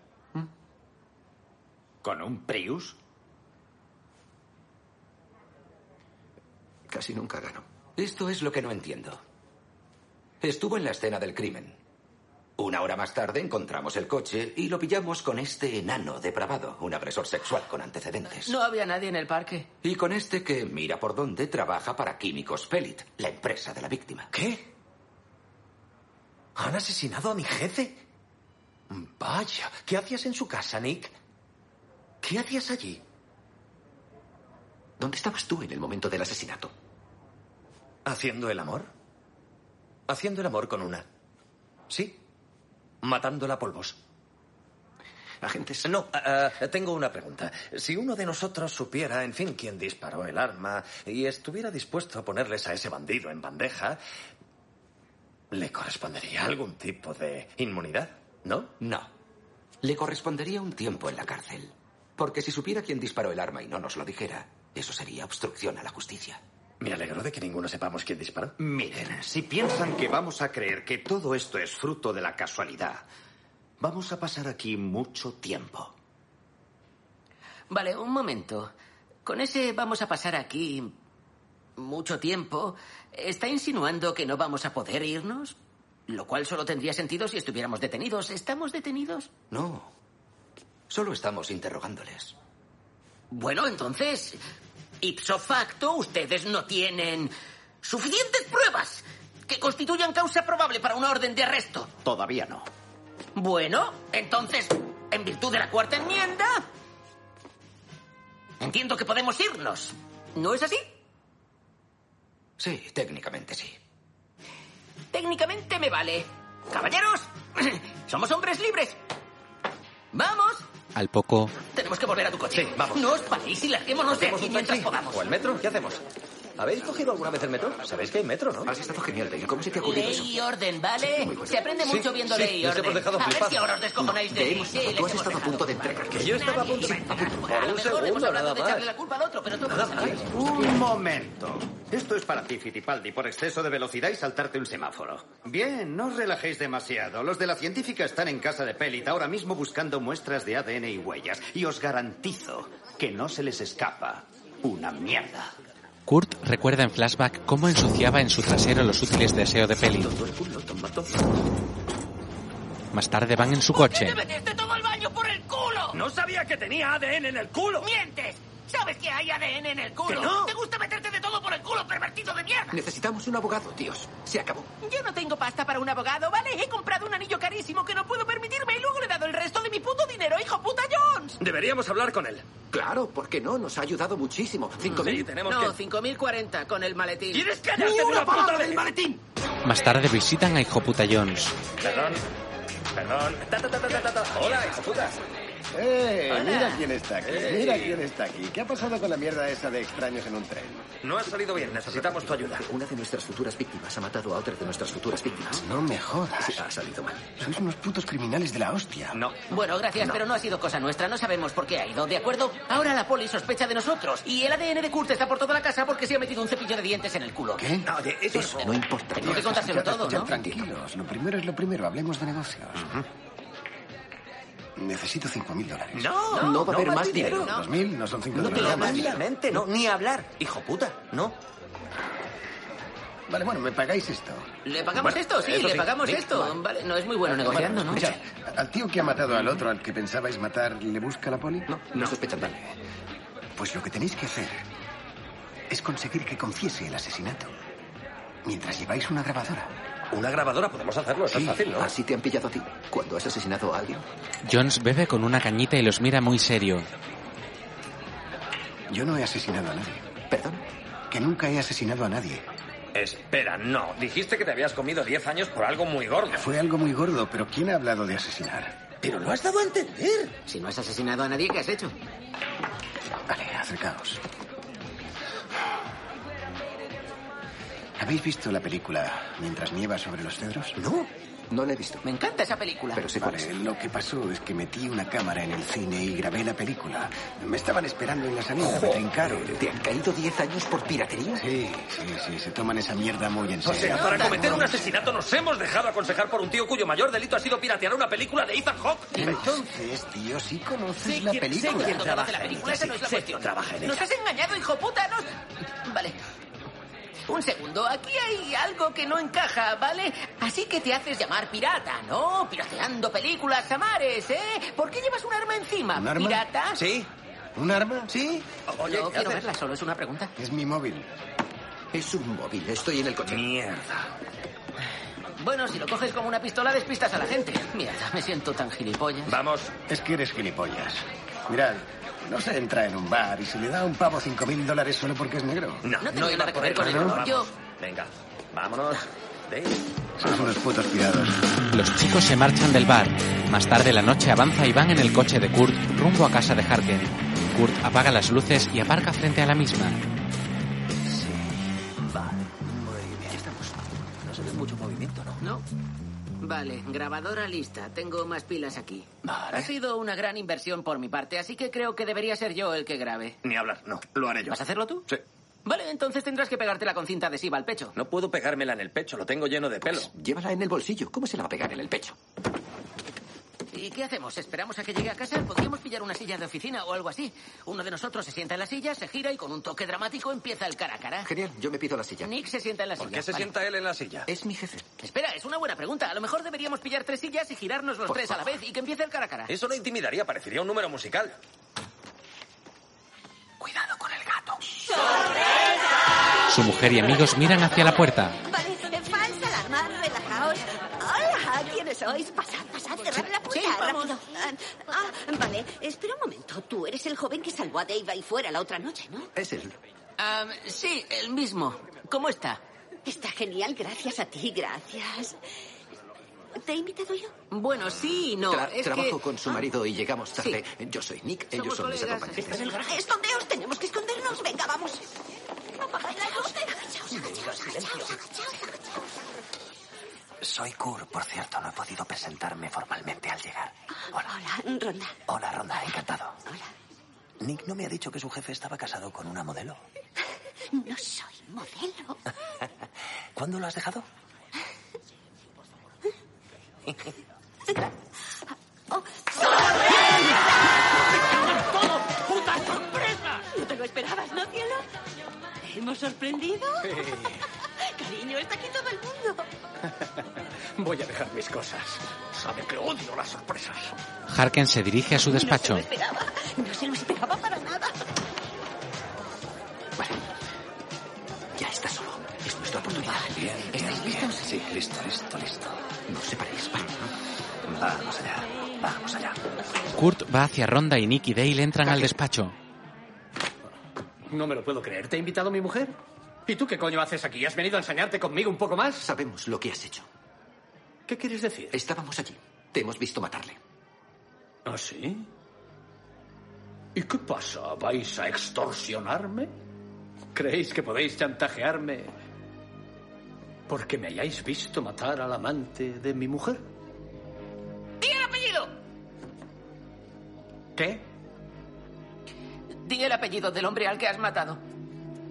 Speaker 4: ¿Con un Prius?
Speaker 2: Casi nunca gano. Esto es lo que no entiendo. Estuvo en la escena del crimen. Una hora más tarde encontramos el coche y lo pillamos con este enano depravado, un agresor sexual con antecedentes.
Speaker 19: No había nadie en el parque.
Speaker 2: Y con este que mira por dónde trabaja para Químicos Pellet, la empresa de la víctima.
Speaker 8: ¿Qué? ¿Han asesinado a mi jefe? Vaya, ¿qué hacías en su casa, Nick? ¿Qué hacías allí?
Speaker 26: ¿Dónde estabas tú en el momento del asesinato?
Speaker 8: ¿Haciendo el amor? Haciendo el amor con una. ¿Sí? Matándola a polvos.
Speaker 26: Agentes.
Speaker 8: No, ah, ah, tengo una pregunta. Si uno de nosotros supiera, en fin, quién disparó el arma y estuviera dispuesto a ponerles a ese bandido en bandeja, ¿le correspondería algún tipo de inmunidad? ¿No?
Speaker 2: No. Le correspondería un tiempo en la cárcel. Porque si supiera quién disparó el arma y no nos lo dijera, eso sería obstrucción a la justicia.
Speaker 8: Me alegro de que ninguno sepamos quién disparó.
Speaker 4: Miren, si piensan que vamos a creer que todo esto es fruto de la casualidad, vamos a pasar aquí mucho tiempo.
Speaker 19: Vale, un momento. Con ese vamos a pasar aquí mucho tiempo. ¿Está insinuando que no vamos a poder irnos? Lo cual solo tendría sentido si estuviéramos detenidos. ¿Estamos detenidos?
Speaker 2: No. Solo estamos interrogándoles.
Speaker 19: Bueno, entonces, ipso facto, ustedes no tienen suficientes pruebas que constituyan causa probable para una orden de arresto.
Speaker 4: Todavía no.
Speaker 19: Bueno, entonces, en virtud de la cuarta enmienda, entiendo que podemos irnos. ¿No es así?
Speaker 2: Sí, técnicamente sí.
Speaker 19: Técnicamente me vale. Caballeros, somos hombres libres. Vamos,
Speaker 1: Al poco,
Speaker 19: tenemos que volver a tu coche. vamos. No os paréis y larguémonos de aquí mientras podamos.
Speaker 8: ¿O el metro? ¿Qué hacemos? ¿Habéis cogido alguna vez el metro? Sabéis que hay metro, ¿no? Has estado genial, Dale. ¿Cómo se te
Speaker 19: Ley y orden, ¿vale? Se aprende
Speaker 8: Sí,
Speaker 19: mucho viendo
Speaker 8: sí,
Speaker 19: ley y
Speaker 8: nos
Speaker 19: orden.
Speaker 8: hemos dejado
Speaker 19: a ver
Speaker 8: flipados.
Speaker 19: si ahora os descojonáis de mí. Sí,
Speaker 26: Tú
Speaker 19: les
Speaker 26: has
Speaker 19: hemos
Speaker 26: estado a punto de entregar.
Speaker 8: Que yo estaba a punto de...
Speaker 19: a lo mejor hemos hablado de
Speaker 4: más.
Speaker 19: echarle la culpa al otro, pero tú no lo sabes.
Speaker 4: Un momento. Esto es para ti, Fittipaldi, por exceso de velocidad y saltarte un semáforo. Bien, no os relajéis demasiado. Los de la científica están en casa de Pellit ahora mismo buscando muestras de ADN y huellas. Y os garantizo que no se les escapa una mierda.
Speaker 1: Kurt recuerda en flashback cómo ensuciaba en su trasero los útiles de aseo de Peli. Más tarde van en su coche.
Speaker 27: metiste todo el baño por el culo!
Speaker 8: No sabía que tenía ADN en el culo.
Speaker 27: ¡Mientes! ¿Sabes que hay ADN en el culo?
Speaker 26: ¡Que no!
Speaker 27: ¿Te gusta meterte de todo por el culo, pervertido de mierda?
Speaker 26: Necesitamos un abogado, tíos. Se acabó.
Speaker 27: Yo no tengo pasta para un abogado, ¿vale? He comprado un anillo carísimo que no puedo permitirme y luego le he dado el resto de mi puto
Speaker 8: Deberíamos hablar con él.
Speaker 2: Claro, ¿por qué no? Nos ha ayudado muchísimo. 5.000.
Speaker 19: No, 5.040 con el maletín.
Speaker 8: ¡Tienes que
Speaker 2: ¡Ni
Speaker 19: hacerte
Speaker 2: una palabra
Speaker 19: vez!
Speaker 2: del
Speaker 8: maletín!
Speaker 1: Más tarde visitan a Hijoputa Jones.
Speaker 8: Perdón. Perdón. Ta, ta, ta, ta, ta, ta. Hola, hijo puta.
Speaker 29: ¡Eh!
Speaker 8: Hola.
Speaker 29: Mira quién está aquí.
Speaker 8: Ey.
Speaker 29: Mira quién está aquí. ¿Qué ha pasado con la mierda esa de extraños en un tren?
Speaker 8: No ha salido bien, necesitamos tu ayuda.
Speaker 2: Una de nuestras futuras víctimas ha matado a otra de nuestras futuras víctimas. No
Speaker 20: me jodas.
Speaker 2: ha salido mal.
Speaker 20: Sois unos putos criminales de la hostia.
Speaker 8: No.
Speaker 19: Bueno, gracias, pero no ha sido cosa nuestra. No sabemos por qué ha ido, ¿de acuerdo? Ahora la poli sospecha de nosotros. Y el ADN de Kurt está por toda la casa porque se ha metido un cepillo de dientes en el culo. ¿Qué?
Speaker 8: No, de eso,
Speaker 2: no importa.
Speaker 19: Tengo que contárselo todo, ¿no?
Speaker 20: Tranquilos, lo primero es lo primero. Hablemos de negocios. Necesito 5.000 dólares.
Speaker 8: No, No, no va a no haber más más dinero. dinero.
Speaker 20: 2.000 no son 5
Speaker 8: No,
Speaker 20: dólares.
Speaker 8: pero tranquilamente, no, ni hablar. Hijo puta, no.
Speaker 20: Vale, bueno, me pagáis esto.
Speaker 19: ¿Le pagamos
Speaker 20: Bueno,
Speaker 19: esto? Sí,
Speaker 20: eso
Speaker 19: le
Speaker 20: sí.
Speaker 19: pagamos
Speaker 20: Sí,
Speaker 19: esto. Vale. no es muy bueno
Speaker 20: Bueno,
Speaker 19: negociando, ¿no?
Speaker 20: escucha, al tío que ha matado al otro, al que pensabais matar, ¿le busca la poli? No,
Speaker 2: no sospechan
Speaker 20: Vale. Pues lo que tenéis que hacer es conseguir que confiese el asesinato. Mientras lleváis una grabadora.
Speaker 8: Una grabadora podemos hacerlo, eso es fácil, ¿no?
Speaker 2: Así te han pillado a ti. Cuando has asesinado a alguien.
Speaker 1: Jones bebe con una cañita y los mira muy serio.
Speaker 20: Yo no he asesinado a nadie.
Speaker 2: ¿Perdón?
Speaker 20: Que nunca he asesinado a nadie.
Speaker 8: Espera, no. Dijiste que te habías comido 10 años por algo muy gordo.
Speaker 20: Fue algo muy gordo, pero ¿quién ha hablado de asesinar?
Speaker 19: Pero lo has dado a entender. Si no has asesinado a nadie, ¿qué has hecho?
Speaker 20: Vale, acercaos. ¿Habéis visto la película Mientras nieva sobre los cedros?
Speaker 2: No, no la he visto.
Speaker 19: Me encanta esa película.
Speaker 20: Pero sí,
Speaker 8: pues.
Speaker 20: vale, lo que pasó es que metí una cámara en el cine y grabé la película. Me estaban esperando en la salida, me trincaron.
Speaker 2: ¿Te han caído 10 años por piratería?
Speaker 20: Sí, sí, sí, se toman esa mierda muy en
Speaker 8: O
Speaker 20: serio.
Speaker 8: sea, para cometer un asesinato nos hemos dejado aconsejar por un tío cuyo mayor delito ha sido piratear una película de Ethan Hawke.
Speaker 20: Entonces, tío, sí conoces
Speaker 8: Sé
Speaker 20: la
Speaker 8: quién- sé
Speaker 20: película.
Speaker 8: quién
Speaker 19: trabaja en ella, sí, sé quién
Speaker 20: trabaja
Speaker 19: ¡Nos has engañado, hijo puta! ¡Nos- Vale. Un segundo, aquí hay algo que no encaja, ¿vale? Así que te haces llamar pirata, ¿no? Pirateando películas a mares, ¿eh? ¿Por qué llevas un arma encima?
Speaker 20: ¿Un arma?
Speaker 19: ¿Pirata?
Speaker 20: Sí. ¿Un arma? Sí.
Speaker 19: Oye, no quiero verla, solo es una pregunta.
Speaker 20: Es mi móvil.
Speaker 2: Es un móvil, estoy en el coche.
Speaker 8: Mierda.
Speaker 19: Bueno, si lo coges como una pistola, despistas a la gente. Mierda, me siento tan gilipollas.
Speaker 8: Vamos.
Speaker 20: Es que eres gilipollas. Mirad, no se entra en un bar y se le da a un pavo cinco mil dólares solo porque es negro.
Speaker 19: No tenía nada que ver con el color. Yo...
Speaker 8: Venga, vámonos.
Speaker 20: Son unos putos pirados.
Speaker 1: Los chicos se marchan del bar. Más tarde la noche avanza y van en el coche de Kurt rumbo a casa de Harken. Kurt apaga las luces y aparca frente a la misma.
Speaker 19: No se ve mucho movimiento, ¿no? No. Vale, grabadora lista. Tengo más pilas aquí. Ha sido una gran inversión por mi parte, así que creo que debería ser yo el que grabe.
Speaker 8: Ni hablar, no. Lo haré yo.
Speaker 19: ¿Vas a hacerlo tú? Sí. Vale, entonces tendrás que pegártela con cinta adhesiva al pecho.
Speaker 8: No puedo pegármela en el pecho, lo tengo lleno de pelo.
Speaker 2: Llévala en el bolsillo. ¿Cómo se la va a pegar en el pecho?
Speaker 19: ¿Y qué hacemos? ¿Esperamos a que llegue a casa? Podríamos pillar una silla de oficina o algo así. Uno de nosotros se sienta en la silla, se gira y con un toque dramático empieza el cara a cara.
Speaker 2: Genial, yo me pido la silla.
Speaker 19: Nick se sienta en la
Speaker 8: ¿Por
Speaker 19: silla.
Speaker 8: qué se
Speaker 19: Vale.
Speaker 8: sienta él en la silla?
Speaker 2: Es mi jefe.
Speaker 19: Espera, es una buena pregunta. A lo mejor deberíamos pillar tres sillas y girarnos los
Speaker 8: Por
Speaker 19: tres a la vez y que empiece el cara a cara.
Speaker 8: Eso no intimidaría, parecería un número musical.
Speaker 1: Su mujer y amigos miran hacia la puerta.
Speaker 7: Vale, falsa alarma, relajaos. Hola, ¿quiénes sois? Pasad, pasad, cerrad la puerta, rápido. Ah, ah, vale, espera un momento. Tú eres el joven que salvó a Dave ahí fuera la otra noche, ¿no?
Speaker 2: Es él.
Speaker 19: Ah, sí, el mismo. ¿Cómo está?
Speaker 7: Está genial, gracias a ti, gracias. ¿Te he invitado yo?
Speaker 19: Bueno, sí y no.
Speaker 2: Tra-
Speaker 19: es
Speaker 2: trabajo
Speaker 19: que...
Speaker 2: con su marido y llegamos tarde. Yo soy Nick, ellos
Speaker 7: Ah. Somos
Speaker 2: son mis
Speaker 7: colegas,
Speaker 2: acompañantes.
Speaker 7: en el garaje. Escondeos, tenemos que escondernos. Venga, vamos. Apagad las luces. Agachaos, agachaos, agachaos, agachaos, agachaos.
Speaker 8: Soy Kur, por cierto, no he podido presentarme formalmente al llegar.
Speaker 7: Ah, Hola, Ronda.
Speaker 8: Hola, Ronda, encantado. Hola. Nick no me ha dicho que su jefe estaba casado con una modelo.
Speaker 7: No soy modelo.
Speaker 8: ¿Cuándo lo has dejado?
Speaker 7: ¡Todo! ¡Puta sorpresa! No te lo esperabas, ¿no, cielo? ¿Te hemos sorprendido? Cariño, está aquí todo el mundo.
Speaker 30: Voy a dejar mis cosas. Sabe que odio las sorpresas.
Speaker 1: Harken se dirige a su despacho.
Speaker 7: No se lo esperaba. No se lo esperaba para nada.
Speaker 2: Ya está solo. Es nuestra oportunidad.
Speaker 8: Bien, bien, bien. Sí, listo, listo, listo.
Speaker 2: No os separéis, vale.
Speaker 21: Vamos allá. Vamos allá.
Speaker 1: Kurt va hacia Ronda y Nick y Dale entran al despacho.
Speaker 4: No me lo puedo creer. ¿Te ha invitado mi mujer? ¿Y tú qué coño haces aquí? ¿Has venido a ensañarte conmigo un poco más?
Speaker 2: Sabemos lo que has hecho.
Speaker 4: ¿Qué quieres decir?
Speaker 2: Estábamos allí. Te hemos visto matarle.
Speaker 4: ¿Ah, sí? ¿Y qué pasa? ¿Vais a extorsionarme? ¿Creéis que podéis chantajearme porque me hayáis visto matar al amante de mi mujer?
Speaker 19: ¡Di el apellido!
Speaker 4: ¿Qué?
Speaker 19: Di el apellido del hombre al que has matado.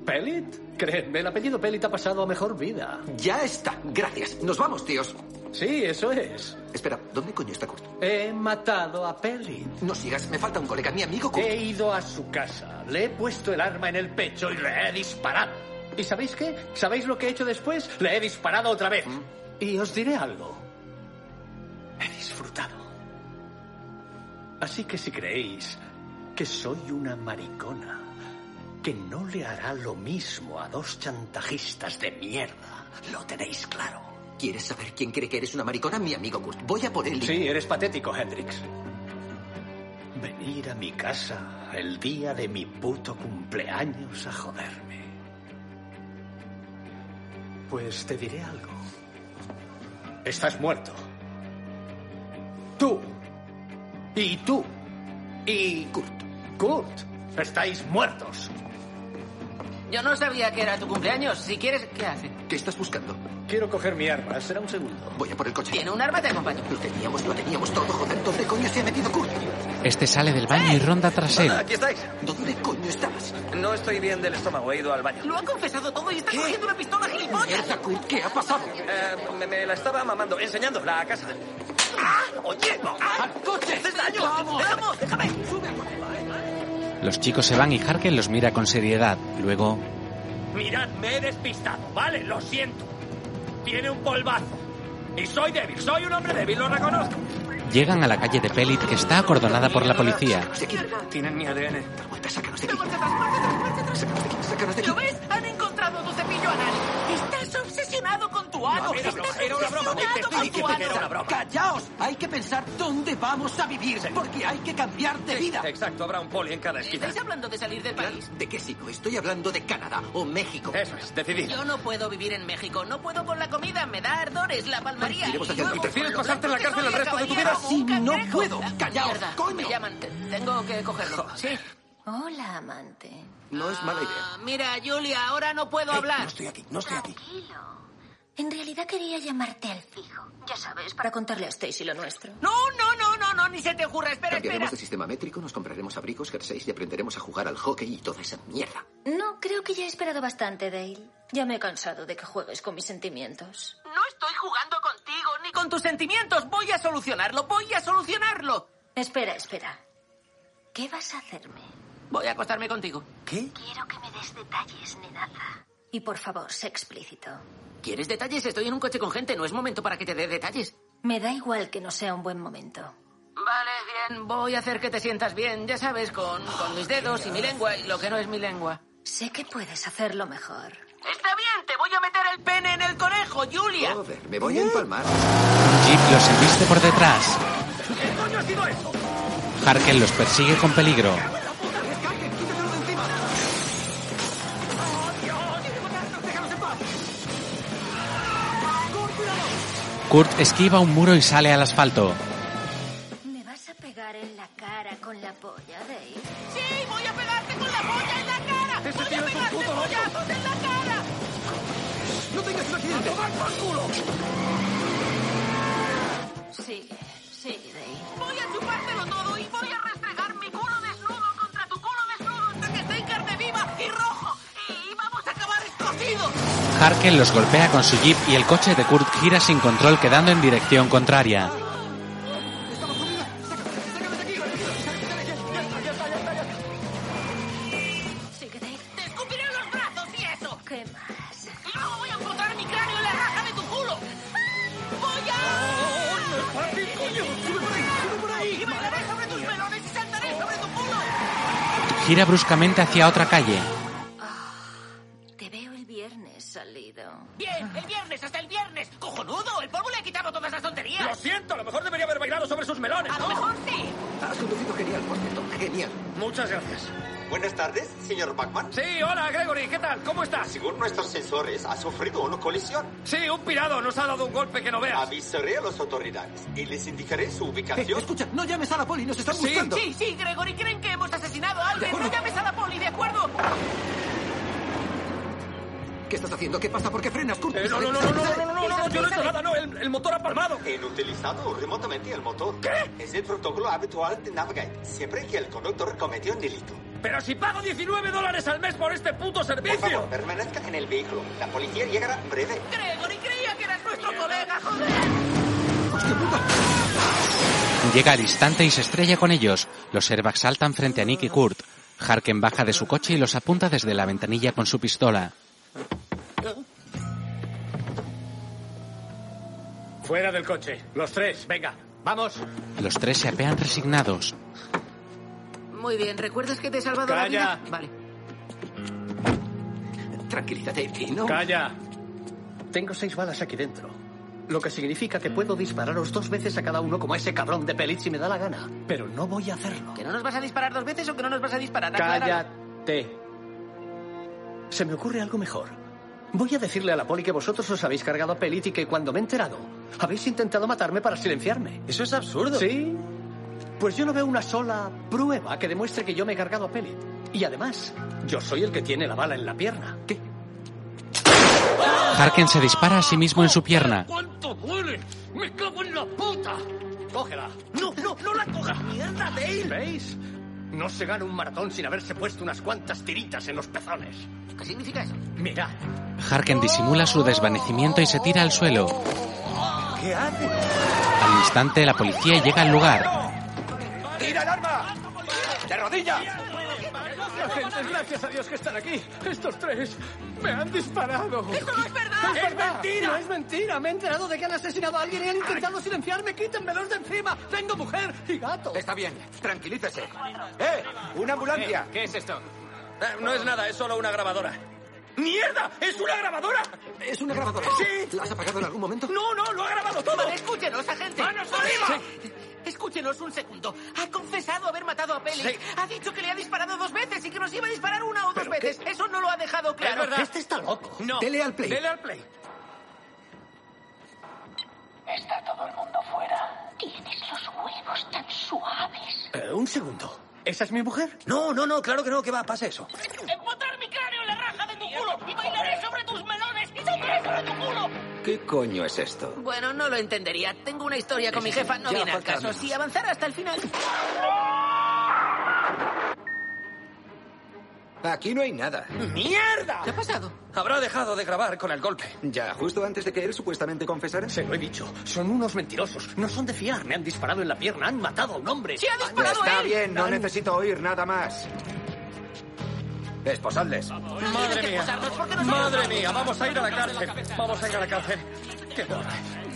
Speaker 4: ¿Pellit? Creedme, el apellido Pellit ha pasado a mejor vida.
Speaker 2: Ya está. Gracias. Nos vamos, tíos.
Speaker 4: Sí, eso es.
Speaker 2: Espera, ¿dónde coño está Kurt?
Speaker 4: He matado a Pellit.
Speaker 2: No sigas, me falta un colega, mi amigo Kurt.
Speaker 4: He ido a su casa, le he puesto el arma en el pecho y le he disparado. ¿Y sabéis qué? ¿Sabéis lo que he hecho después? Le he disparado otra vez. Y os diré algo. He disfrutado. Así que si creéis que soy una maricona, que no le hará lo mismo a dos chantajistas de mierda, lo tenéis claro.
Speaker 2: ¿Quieres saber quién cree que eres una maricona? Mi amigo Kurt. Voy a por él. y-
Speaker 4: Sí, eres patético, Hendrix. Venir a mi casa el día de mi puto cumpleaños a joderme. Pues te diré algo. Estás muerto. Tú. Y tú. Y Kurt. Kurt. Estáis muertos.
Speaker 19: Yo no sabía que era tu cumpleaños. Si quieres, ¿qué hace?
Speaker 2: ¿Qué estás buscando?
Speaker 4: Quiero coger mi arma. Será un segundo.
Speaker 2: Voy a por el coche.
Speaker 19: Tiene un arma, te acompaño.
Speaker 2: Lo teníamos, lo teníamos todo, joder. ¿Dónde coño se ha metido Kurt?
Speaker 1: Este sale del baño y ronda tras él.
Speaker 8: Aquí estáis.
Speaker 2: ¿Dónde coño estabas?
Speaker 8: No estoy bien del estómago, he ido al baño.
Speaker 19: Lo ha confesado todo y está cogiendo una pistola, gilipollas.
Speaker 2: ¿Qué ha pasado?
Speaker 8: Eh, me, me la estaba mamando, enseñando la casa. ¡Ah! ¡Oye! ¡Ah! ¡Al coche! ¡Haces daño! ¡Vamos! ¡Vamos! ¡Déjame!
Speaker 1: Los chicos se van y Harker los mira con seriedad. Luego,
Speaker 10: Mirad, me he despistado, ¿vale? Lo siento. Tiene un polvazo. Y soy débil, soy un hombre débil, lo reconozco.
Speaker 1: llegan a la calle de Pellit que está acordonada por la policía.
Speaker 10: Tienen mi ADN.
Speaker 19: ¿Lo ves? Han encontrado tu cepillo anal. Estás obsesionado con tu ano.
Speaker 10: era una broma,
Speaker 19: Estás
Speaker 10: era una broma. Te
Speaker 19: obsesionado
Speaker 10: estoy
Speaker 19: con tu
Speaker 10: diciendo que era una
Speaker 19: ano.
Speaker 10: broma.
Speaker 9: Callaos, hay que pensar dónde vamos a vivir, porque hay que cambiar de vida.
Speaker 8: Exacto, habrá un poli en cada esquina.
Speaker 19: ¿Estáis hablando de salir del país?
Speaker 2: ¿De qué sigo? Estoy hablando de Canadá o México.
Speaker 8: Eso es, decidid.
Speaker 19: Yo no puedo vivir en México. No puedo con la comida. Me da ardores, la palmaría.
Speaker 2: Iremos hacia el
Speaker 19: luego-
Speaker 2: norte. ¿Prefieres pasarte en la
Speaker 19: Porque
Speaker 2: cárcel
Speaker 19: soy
Speaker 2: el resto de tu vida?
Speaker 19: caballero como
Speaker 2: Sí,
Speaker 19: un
Speaker 2: no
Speaker 19: cangrejo.
Speaker 2: puedo.
Speaker 19: Ah,
Speaker 2: Callaos,
Speaker 19: mierda,
Speaker 2: coño.
Speaker 19: Me llaman. Te- Tengo que cogerlo. Sí.
Speaker 7: Hola, amante.
Speaker 2: No es mala idea.
Speaker 19: Ah, Mira, Julia, ahora no puedo hablar.
Speaker 2: aquí, no estoy aquí.
Speaker 7: En realidad quería llamarte al fijo. Ya sabes, para contarle a Stacy lo nuestro.
Speaker 19: No, no, no, no, no, ni se te ocurra. Espera, espera.
Speaker 2: Cambiaremos de sistema métrico, nos compraremos abrigos, jerseys y aprenderemos a jugar al hockey y toda esa mierda.
Speaker 7: No, creo que ya he esperado bastante, Dale. Ya me he cansado de que juegues con mis sentimientos.
Speaker 19: No estoy jugando contigo ni con tus sentimientos. Voy a solucionarlo, voy a solucionarlo.
Speaker 7: Espera, espera. ¿Qué vas a hacerme?
Speaker 19: Voy a acostarme contigo.
Speaker 8: ¿Qué?
Speaker 7: Quiero que me des detalles, nenaza. Y por favor, sé explícito.
Speaker 19: ¿Quieres detalles? Estoy en un coche con gente. No es momento para que te dé detalles.
Speaker 7: Me da igual que no sea un buen momento.
Speaker 19: Vale, bien. Voy a hacer que te sientas bien. Ya sabes, con, con mis dedos y mi lengua y lo que no es mi lengua.
Speaker 7: Sé que puedes hacerlo mejor.
Speaker 19: Está bien, te voy a meter el pene en el conejo, Julia.
Speaker 2: Joder, me voy a empalmar.
Speaker 1: Un jeep los embiste por detrás.
Speaker 10: ¿Qué coño ha sido eso?
Speaker 1: Harker los persigue con peligro. Kurt esquiva un muro y sale al asfalto.
Speaker 7: ¿Me vas a pegar en la cara con la polla, Dave?
Speaker 19: Sí, voy a pegarte con la polla en la cara. voy a pegarte pollazos en la cara.
Speaker 2: No tengas un accidente.
Speaker 7: Sí, sí, Dave.
Speaker 19: Voy a chupártelo todo y voy a restregar mi culo desnudo contra tu culo desnudo hasta que esté en carne viva y rojo. Y vamos a acabar escocidos.
Speaker 1: Harker los golpea con su jeep y el coche de Kurt gira sin control quedando en dirección contraria.
Speaker 7: Sigue, Dave.
Speaker 19: Te escupiré en los brazos y eso.
Speaker 7: ¿Qué más?
Speaker 19: Y luego voy a amputar mi cráneo en la raja de tu culo.
Speaker 8: ¡Ah!
Speaker 19: ¡Voy a! ¡No es fácil, coño! ¡Sube por ahí! ¡Sube por ahí! Y bailaré sobre tus melones y saltaré sobre tu culo.
Speaker 1: Gira bruscamente hacia otra calle.
Speaker 7: Te veo el viernes salido.
Speaker 19: Bien, el viernes, hasta el viernes. ¡Cojonudo! El polvo le ha quitado todas las tonterías.
Speaker 10: Lo siento, a lo mejor debería haber bailado
Speaker 19: ladrones! ¡A lo mejor sí!
Speaker 20: Has conducido genial, por cierto. Genial.
Speaker 8: Muchas gracias.
Speaker 20: Buenas tardes, señor Bachman.
Speaker 8: Sí, hola, Gregory, ¿qué tal? ¿Cómo estás?
Speaker 20: Según nuestros sensores, ha sufrido una colisión.
Speaker 8: Sí, un pirado nos ha dado un golpe que no veas.
Speaker 20: Avisaré a las autoridades y les indicaré su ubicación.
Speaker 25: escucha, no llames a la poli, nos están
Speaker 20: Sí.
Speaker 25: buscando.
Speaker 19: Ah, Sí, sí, Gregory, creen que hemos asesinado a alguien.
Speaker 25: acuerdo.
Speaker 19: No llames a la poli, ¿de acuerdo?
Speaker 25: ¿Qué estás haciendo? ¿Qué pasa? ¿Por qué frenas, Kurt?
Speaker 4: Eh,
Speaker 8: Eh,
Speaker 2: ¿eh?
Speaker 8: no, no, no, no, no, no, no, no, no, yo no he hecho nada, no, el, el motor ha palmado.
Speaker 20: Inutilizado remotamente el motor. ¿Qué? Es el protocolo habitual de Navigate, siempre que el conductor cometió un delito.
Speaker 8: Pero si pago 19 dólares al mes por este puto servicio.
Speaker 20: Permanezca en el vehículo. La policía llegará en breve.
Speaker 19: Gregory, creía que eras nuestro colega, joder.
Speaker 1: Llega al instante y se estrella con ellos. Los airbags saltan frente a Nick y Kurt. Harken baja de su coche y los apunta desde la ventanilla con su pistola.
Speaker 4: Fuera del coche. Los tres, venga. Vamos.
Speaker 1: Los tres se apean resignados.
Speaker 19: Muy bien, ¿recuerdas que te he salvado la
Speaker 4: Calla.
Speaker 19: vida? Vale.
Speaker 4: Tranquilidad, ¿no? Calla. Oh. Tengo seis balas aquí dentro. Lo que significa que puedo dispararos dos veces a cada uno como a ese cabrón de pelit si me da la gana. Pero no voy a hacerlo.
Speaker 19: ¿Que no nos vas a disparar dos veces o que no nos vas a disparar? Acláralo.
Speaker 4: Cállate. Se me ocurre algo mejor. Voy a decirle a la poli que vosotros os habéis cargado a Pelit y que cuando me he enterado habéis intentado matarme para silenciarme. Eso es absurdo. ¿Sí? Pues yo no veo una sola prueba que demuestre que yo me he cargado a Pelit. Y además, yo soy el que tiene la bala en la pierna. ¿Qué?
Speaker 1: Harken se dispara a sí mismo
Speaker 4: Ah,
Speaker 1: en su pierna.
Speaker 15: ¿Cuánto duele? ¡Me cago en la puta!
Speaker 4: ¡Cógela! ¡No, no, no la cojas! ¡Mierda, Dale! ¿Veis? No se gana un maratón sin haberse puesto unas cuantas tiritas en los pezones. ¿Qué significa eso? Mirad.
Speaker 1: Harken disimula su desvanecimiento y se tira al suelo.
Speaker 4: ¿Qué hace?
Speaker 1: Al instante la policía llega al lugar.
Speaker 8: ¡Tira el arma! ¡De rodillas!
Speaker 15: Agentes, gracias a Dios que están aquí. Estos tres me han disparado. ¡Esto no es verdad!
Speaker 4: ¡Es mentira! ¡No es mentira! Me he enterado de que han asesinado a alguien y han intentado silenciarme. ¡Quítenmelos de encima! ¡Tengo mujer y gato!
Speaker 21: Está bien, tranquilícese. ¡Eh! ¡Una ambulancia!
Speaker 4: Eh,
Speaker 8: ¿Qué es esto? Eh, no es nada, es solo una grabadora. ¡Mierda! ¡Es una grabadora!
Speaker 25: ¿Es una grabadora?
Speaker 8: ¡Sí!
Speaker 25: ¿La has apagado en algún momento?
Speaker 8: ¡No, no! ¡Lo ha grabado todo!
Speaker 19: Vale, escúchenos, agente.
Speaker 8: ¡Manos arriba!
Speaker 19: Escúchenos un segundo. Ha confesado haber matado a Peli. Ha dicho que le ha disparado dos veces y que nos iba a disparar una o dos veces. Eso no lo ha dejado claro.
Speaker 8: verdad.
Speaker 19: Este está loco.
Speaker 8: No.
Speaker 25: Dele al play.
Speaker 8: Dele al play.
Speaker 19: Está todo el mundo fuera. Tienes los huevos tan suaves.
Speaker 4: Eh, un segundo. ¿Esa es mi mujer?
Speaker 8: No, no, no, claro que no, que va, pasa eso.
Speaker 19: Empotar mi cráneo en la raja de tu culo y bailaré sobre tus melones y saldré sobre tu culo.
Speaker 31: ¿Qué coño es esto?
Speaker 19: Bueno, no lo entendería. Tengo una historia con mi jefa. No
Speaker 31: Ya,
Speaker 19: viene al
Speaker 31: por favor.
Speaker 19: caso. Si avanzara hasta el final.
Speaker 21: Aquí no hay nada.
Speaker 8: ¡Mierda!
Speaker 19: ¿Qué ha pasado?
Speaker 8: Habrá dejado de grabar con el golpe.
Speaker 21: Ya, justo antes de que él supuestamente confesara.
Speaker 4: Se lo he dicho. Son unos mentirosos. No son de fiar. Me han disparado en la pierna. Han matado a un hombre. Ah,
Speaker 19: ¡Sí, ha disparado
Speaker 21: Está
Speaker 19: él!
Speaker 21: bien, no
Speaker 4: Han-
Speaker 21: necesito oír nada más. Esposadles.
Speaker 8: Madre mía. Madre mía, vamos a ir a la cárcel. Vamos a ir a la cárcel. Qué horror.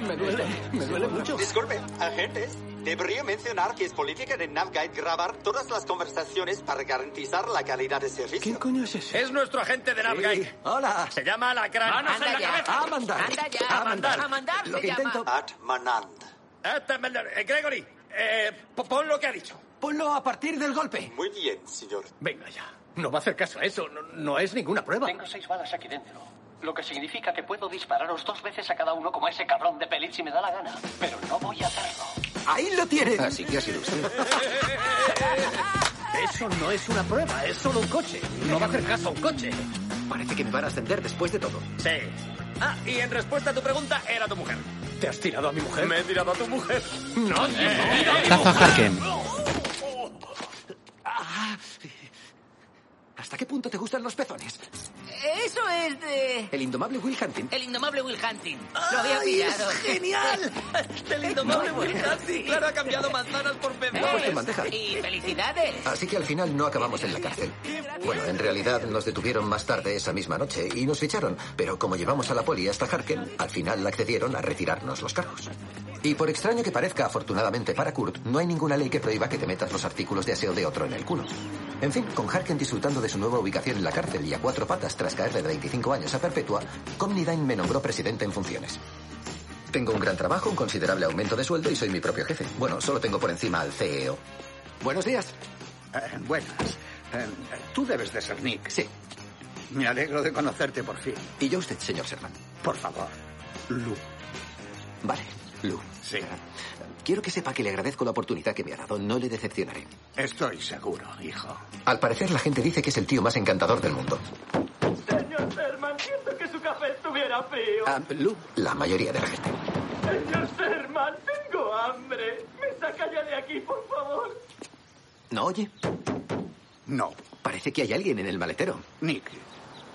Speaker 4: Me duele, me duele mucho.
Speaker 20: Disculpe, agentes. Debería mencionar que es política de Navguide grabar todas las conversaciones para garantizar la calidad de servicio.
Speaker 4: coño es ese?
Speaker 8: Es nuestro agente de Navgai.
Speaker 25: Hola.
Speaker 8: Se llama Alacrán.
Speaker 19: Manos en Anda la ya. cabeza.
Speaker 25: A mandar.
Speaker 19: Anda ya.
Speaker 25: A mandar.
Speaker 19: A mandar
Speaker 25: Lo
Speaker 19: se
Speaker 25: que
Speaker 19: llama.
Speaker 25: intento...
Speaker 20: Atmanand.
Speaker 8: Eh, Gregory, eh, po- pon lo que ha dicho.
Speaker 25: Ponlo a partir del golpe.
Speaker 20: Muy bien, señor.
Speaker 4: Venga ya. No va a hacer caso a eso. No, no es ninguna prueba.
Speaker 15: Tengo seis balas aquí dentro. Lo que significa que puedo dispararos dos veces a cada uno como a ese cabrón de pelit si me da la gana. Pero no voy a hacerlo.
Speaker 25: Ahí lo tienen.
Speaker 21: Así que ha sido usted.
Speaker 4: Eso no es una prueba. Es solo un coche. No va a hacer caso a un coche.
Speaker 25: Parece que me van a ascender después de todo.
Speaker 8: Sí. Ah, y en respuesta a tu pregunta, era tu mujer.
Speaker 4: ¿Te has tirado a mi mujer?
Speaker 8: Me he tirado a tu mujer.
Speaker 4: No,
Speaker 1: Caza a Harken.
Speaker 25: ¿Hasta qué punto te gustan los pezones?
Speaker 19: Eso es de...
Speaker 25: El indomable Will Hunting.
Speaker 19: El indomable Will Hunting. Lo había pillado.
Speaker 8: ¡El indomable Wilhelm! Claro, ha cambiado manzanas por
Speaker 25: Vamos, te
Speaker 8: pezones.
Speaker 25: bandeja.
Speaker 19: Y felicidades.
Speaker 2: Así que al final no acabamos en la cárcel. Bueno, en realidad nos detuvieron más tarde esa misma noche y nos ficharon, pero como llevamos a la poli hasta Harken, al final accedieron a retirarnos los cargos. Y por extraño que parezca, afortunadamente para Kurt, no hay ninguna ley que prohíba que te metas los artículos de aseo de otro en el culo. En fin, con Harken disfrutando de su nueva ubicación en la cárcel y a cuatro patas tras caerle de 25 años a perpetua, Comnidine me nombró presidente en funciones. Tengo un gran trabajo, un considerable aumento de sueldo y soy mi propio jefe. Bueno, solo tengo por encima al CEO. Buenos días.
Speaker 4: buenas. Eh, tú debes de ser Nick.
Speaker 2: Sí.
Speaker 4: Me alegro de conocerte por fin.
Speaker 2: Y yo usted, señor Sherman.
Speaker 4: Por favor. Lu.
Speaker 2: Vale, Lu. Sí. Quiero que sepa que le agradezco la oportunidad que me ha dado. No le decepcionaré.
Speaker 4: Estoy seguro, hijo.
Speaker 2: Al parecer la gente dice que es el tío más encantador del mundo.
Speaker 32: Señor Sherman, siento que su café estuviera frío.
Speaker 2: Ah, Lu, la mayoría de la gente.
Speaker 32: Señor Sherman, Ah, tengo hambre. Me saca ya de aquí, por favor.
Speaker 2: ¿No oye?
Speaker 4: No.
Speaker 2: Parece que hay alguien en el maletero.
Speaker 4: Nick,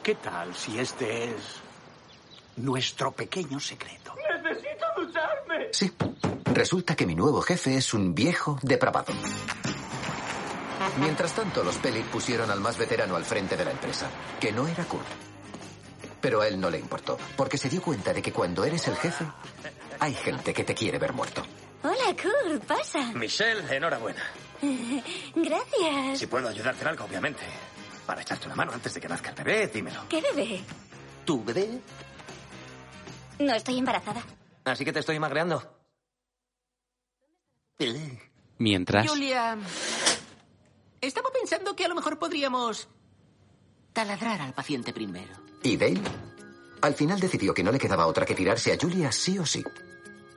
Speaker 4: ¿qué tal si este es nuestro pequeño secreto?
Speaker 32: Necesito ducharme.
Speaker 2: Sí. Resulta que mi nuevo jefe es un viejo depravado. Mientras tanto, los Pellet pusieron al más veterano al frente de la empresa, que no era Kurt. Pero a él no le importó, porque se dio cuenta de que cuando eres el jefe, hay gente que te quiere ver muerto.
Speaker 33: Hola, Kurt, pasa.
Speaker 8: Michelle, enhorabuena.
Speaker 33: Gracias.
Speaker 8: Si puedo ayudarte en algo, obviamente. Para echarte una mano antes de que nazca el bebé, dímelo.
Speaker 33: ¿Qué bebé?
Speaker 8: ¿Tu bebé?
Speaker 33: No estoy embarazada.
Speaker 8: Así que te estoy magreando.
Speaker 1: Mientras,
Speaker 19: Julia, estaba pensando que a lo mejor podríamos taladrar al paciente primero.
Speaker 2: ¿Y Dale? Al final decidió que no le quedaba otra que tirarse a Julia sí o sí.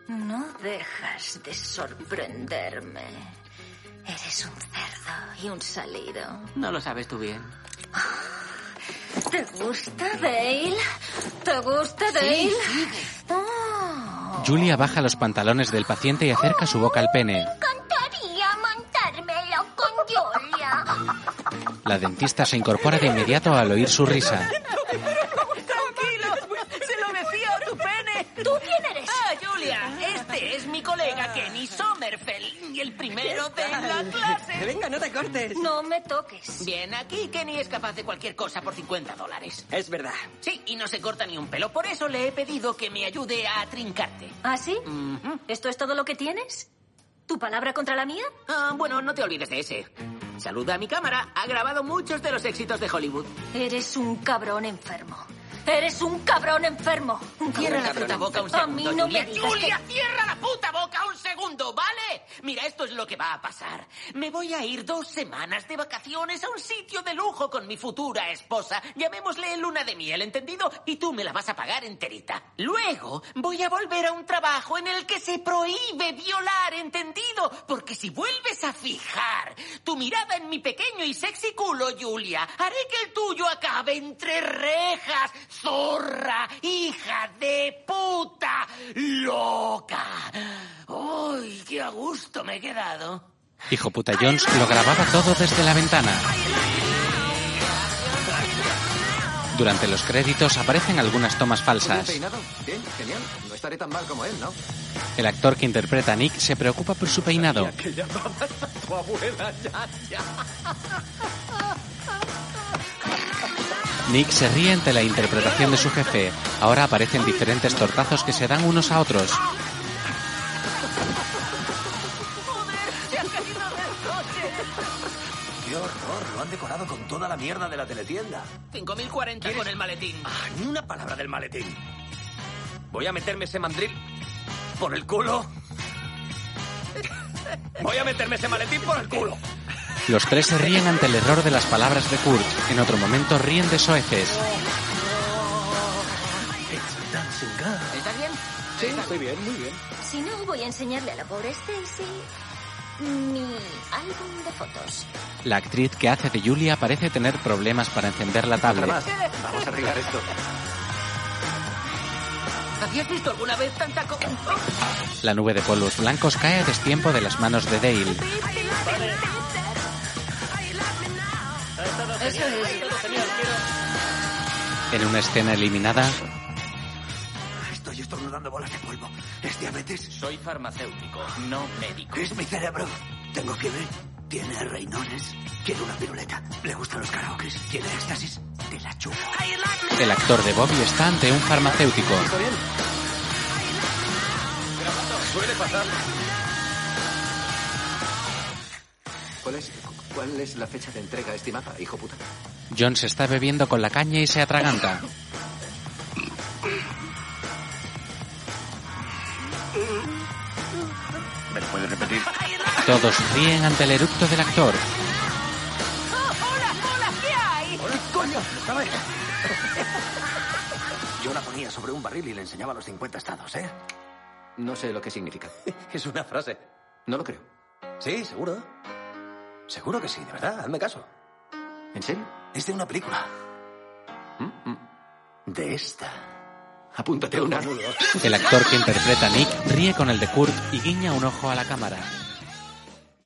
Speaker 7: No dejas de sorprenderme. Eres un cerdo y un salido.
Speaker 19: No lo sabes tú bien.
Speaker 7: ¿Te gusta, Dale? ¿Te gusta, Dale? Oh,
Speaker 1: Julia baja los pantalones del paciente y acerca su boca al pene.
Speaker 33: Cantaría montármelo con Julia.
Speaker 1: La dentista se incorpora de inmediato al oír su risa.
Speaker 33: Tranquilo, se lo decía a tu pene. ¿Tú quién eres?
Speaker 19: Ah, Julia, este es mi colega Kenny Sommerfeld, el primero de la clase.
Speaker 33: Venga,
Speaker 19: no te cortes.
Speaker 33: No me toques.
Speaker 19: Bien, aquí Kenny es capaz de cualquier cosa por 50 dólares.
Speaker 33: Es verdad.
Speaker 19: Sí, y no se corta ni un pelo. Por eso le he pedido que me ayude a trincarte.
Speaker 7: ¿Ah, sí? ¿Esto es todo lo que tienes? ¿Tu palabra contra la mía?
Speaker 19: Ah, bueno, no te olvides de ese. Saluda a mi cámara. Ha grabado muchos de los éxitos de Hollywood.
Speaker 7: Eres un cabrón enfermo. Eres un cabrón enfermo. Un
Speaker 19: Cierra la
Speaker 7: cabrón
Speaker 19: puta boca un
Speaker 7: enfermo.
Speaker 19: segundo.
Speaker 7: A mí no me
Speaker 19: Julia,
Speaker 7: digas
Speaker 19: Julia,
Speaker 7: que-
Speaker 19: cierra la puta boca un segundo, ¿vale? Mira, esto es lo que va a pasar. Me voy a ir dos semanas de vacaciones a un sitio de lujo con mi futura esposa. Llamémosle luna de miel, ¿entendido? Y tú me la vas a pagar enterita. Luego voy a volver a un trabajo en el que se prohíbe violar, ¿entendido? Porque si vuelves a fijar tu mirada en mi pequeño y sexy culo, Julia, haré que el tuyo acabe entre rejas, zorra, hija de puta, loca. ¡Uy, qué a gusto me he quedado!
Speaker 1: Hijo puta Jones lo grababa todo desde la ventana. Durante los créditos aparecen algunas tomas
Speaker 2: Bien
Speaker 1: falsas.
Speaker 2: peinado? Bien, genial. No estaré tan mal como él, ¿no?
Speaker 1: El actor que interpreta a Nick se preocupa por su peinado.
Speaker 2: Que llamabas a tu abuela ya,
Speaker 1: Nick se ríe ante la interpretación de su jefe. Ahora aparecen diferentes tortazos que se dan unos a otros.
Speaker 33: Se ha caído del coche.
Speaker 8: ¡Qué horror! Lo han decorado con toda la mierda de la teletienda.
Speaker 19: 5040 con el maletín.
Speaker 8: Ah, ni una palabra del maletín. Voy a meterme ese mandril por el culo. Voy a meterme ese maletín por el culo.
Speaker 1: Los tres se ríen ante el error de las palabras de Kurt. En otro momento ríen de soeces.
Speaker 7: ¿Estás bien?
Speaker 34: Sí, estoy bien, muy bien.
Speaker 7: Si no, voy a enseñarle a la pobre Stacy mi álbum de fotos.
Speaker 1: La actriz que hace de Julia parece tener problemas para encender la tablet.
Speaker 2: Vamos a arreglar esto.
Speaker 19: ¿Habías visto alguna vez tanta co...
Speaker 1: La nube de polvos blancos cae a destiempo de las manos de Dale.
Speaker 33: Eso
Speaker 1: En una escena eliminada,
Speaker 4: Estoy estornudando bolas de polvo. ¿Es diabetes? Soy farmacéutico, no médico. Es mi cerebro. Tengo fiebre. Tiene reinones. Quiere una piruleta. Le gustan los karaokes. Tiene éxtasis. Te la chupo.
Speaker 1: el actor de Bobby está ante un farmacéutico.
Speaker 8: Suele pasar.
Speaker 2: ¿Cuál es, ¿Cuál es la fecha de entrega estimada, hijo puta?
Speaker 1: John se está bebiendo con la caña y se atraganta. Todos ríen ante el eructo del actor.
Speaker 35: ¡Hola, hola! ¿Qué hay?
Speaker 2: ¡Hola, coño! A ver. Yo la ponía sobre un barril y le enseñaba los 50 estados, ¿eh?
Speaker 36: No sé lo que significa.
Speaker 2: Es una frase.
Speaker 36: No lo creo.
Speaker 2: Sí, seguro. Seguro que sí, de verdad,
Speaker 8: Ah,
Speaker 2: hazme caso.
Speaker 36: ¿En serio?
Speaker 2: Es de una película. De esta.
Speaker 36: Apúntate una.
Speaker 1: El actor que interpreta a Nick ríe con el de Kurt y guiña un ojo a la cámara.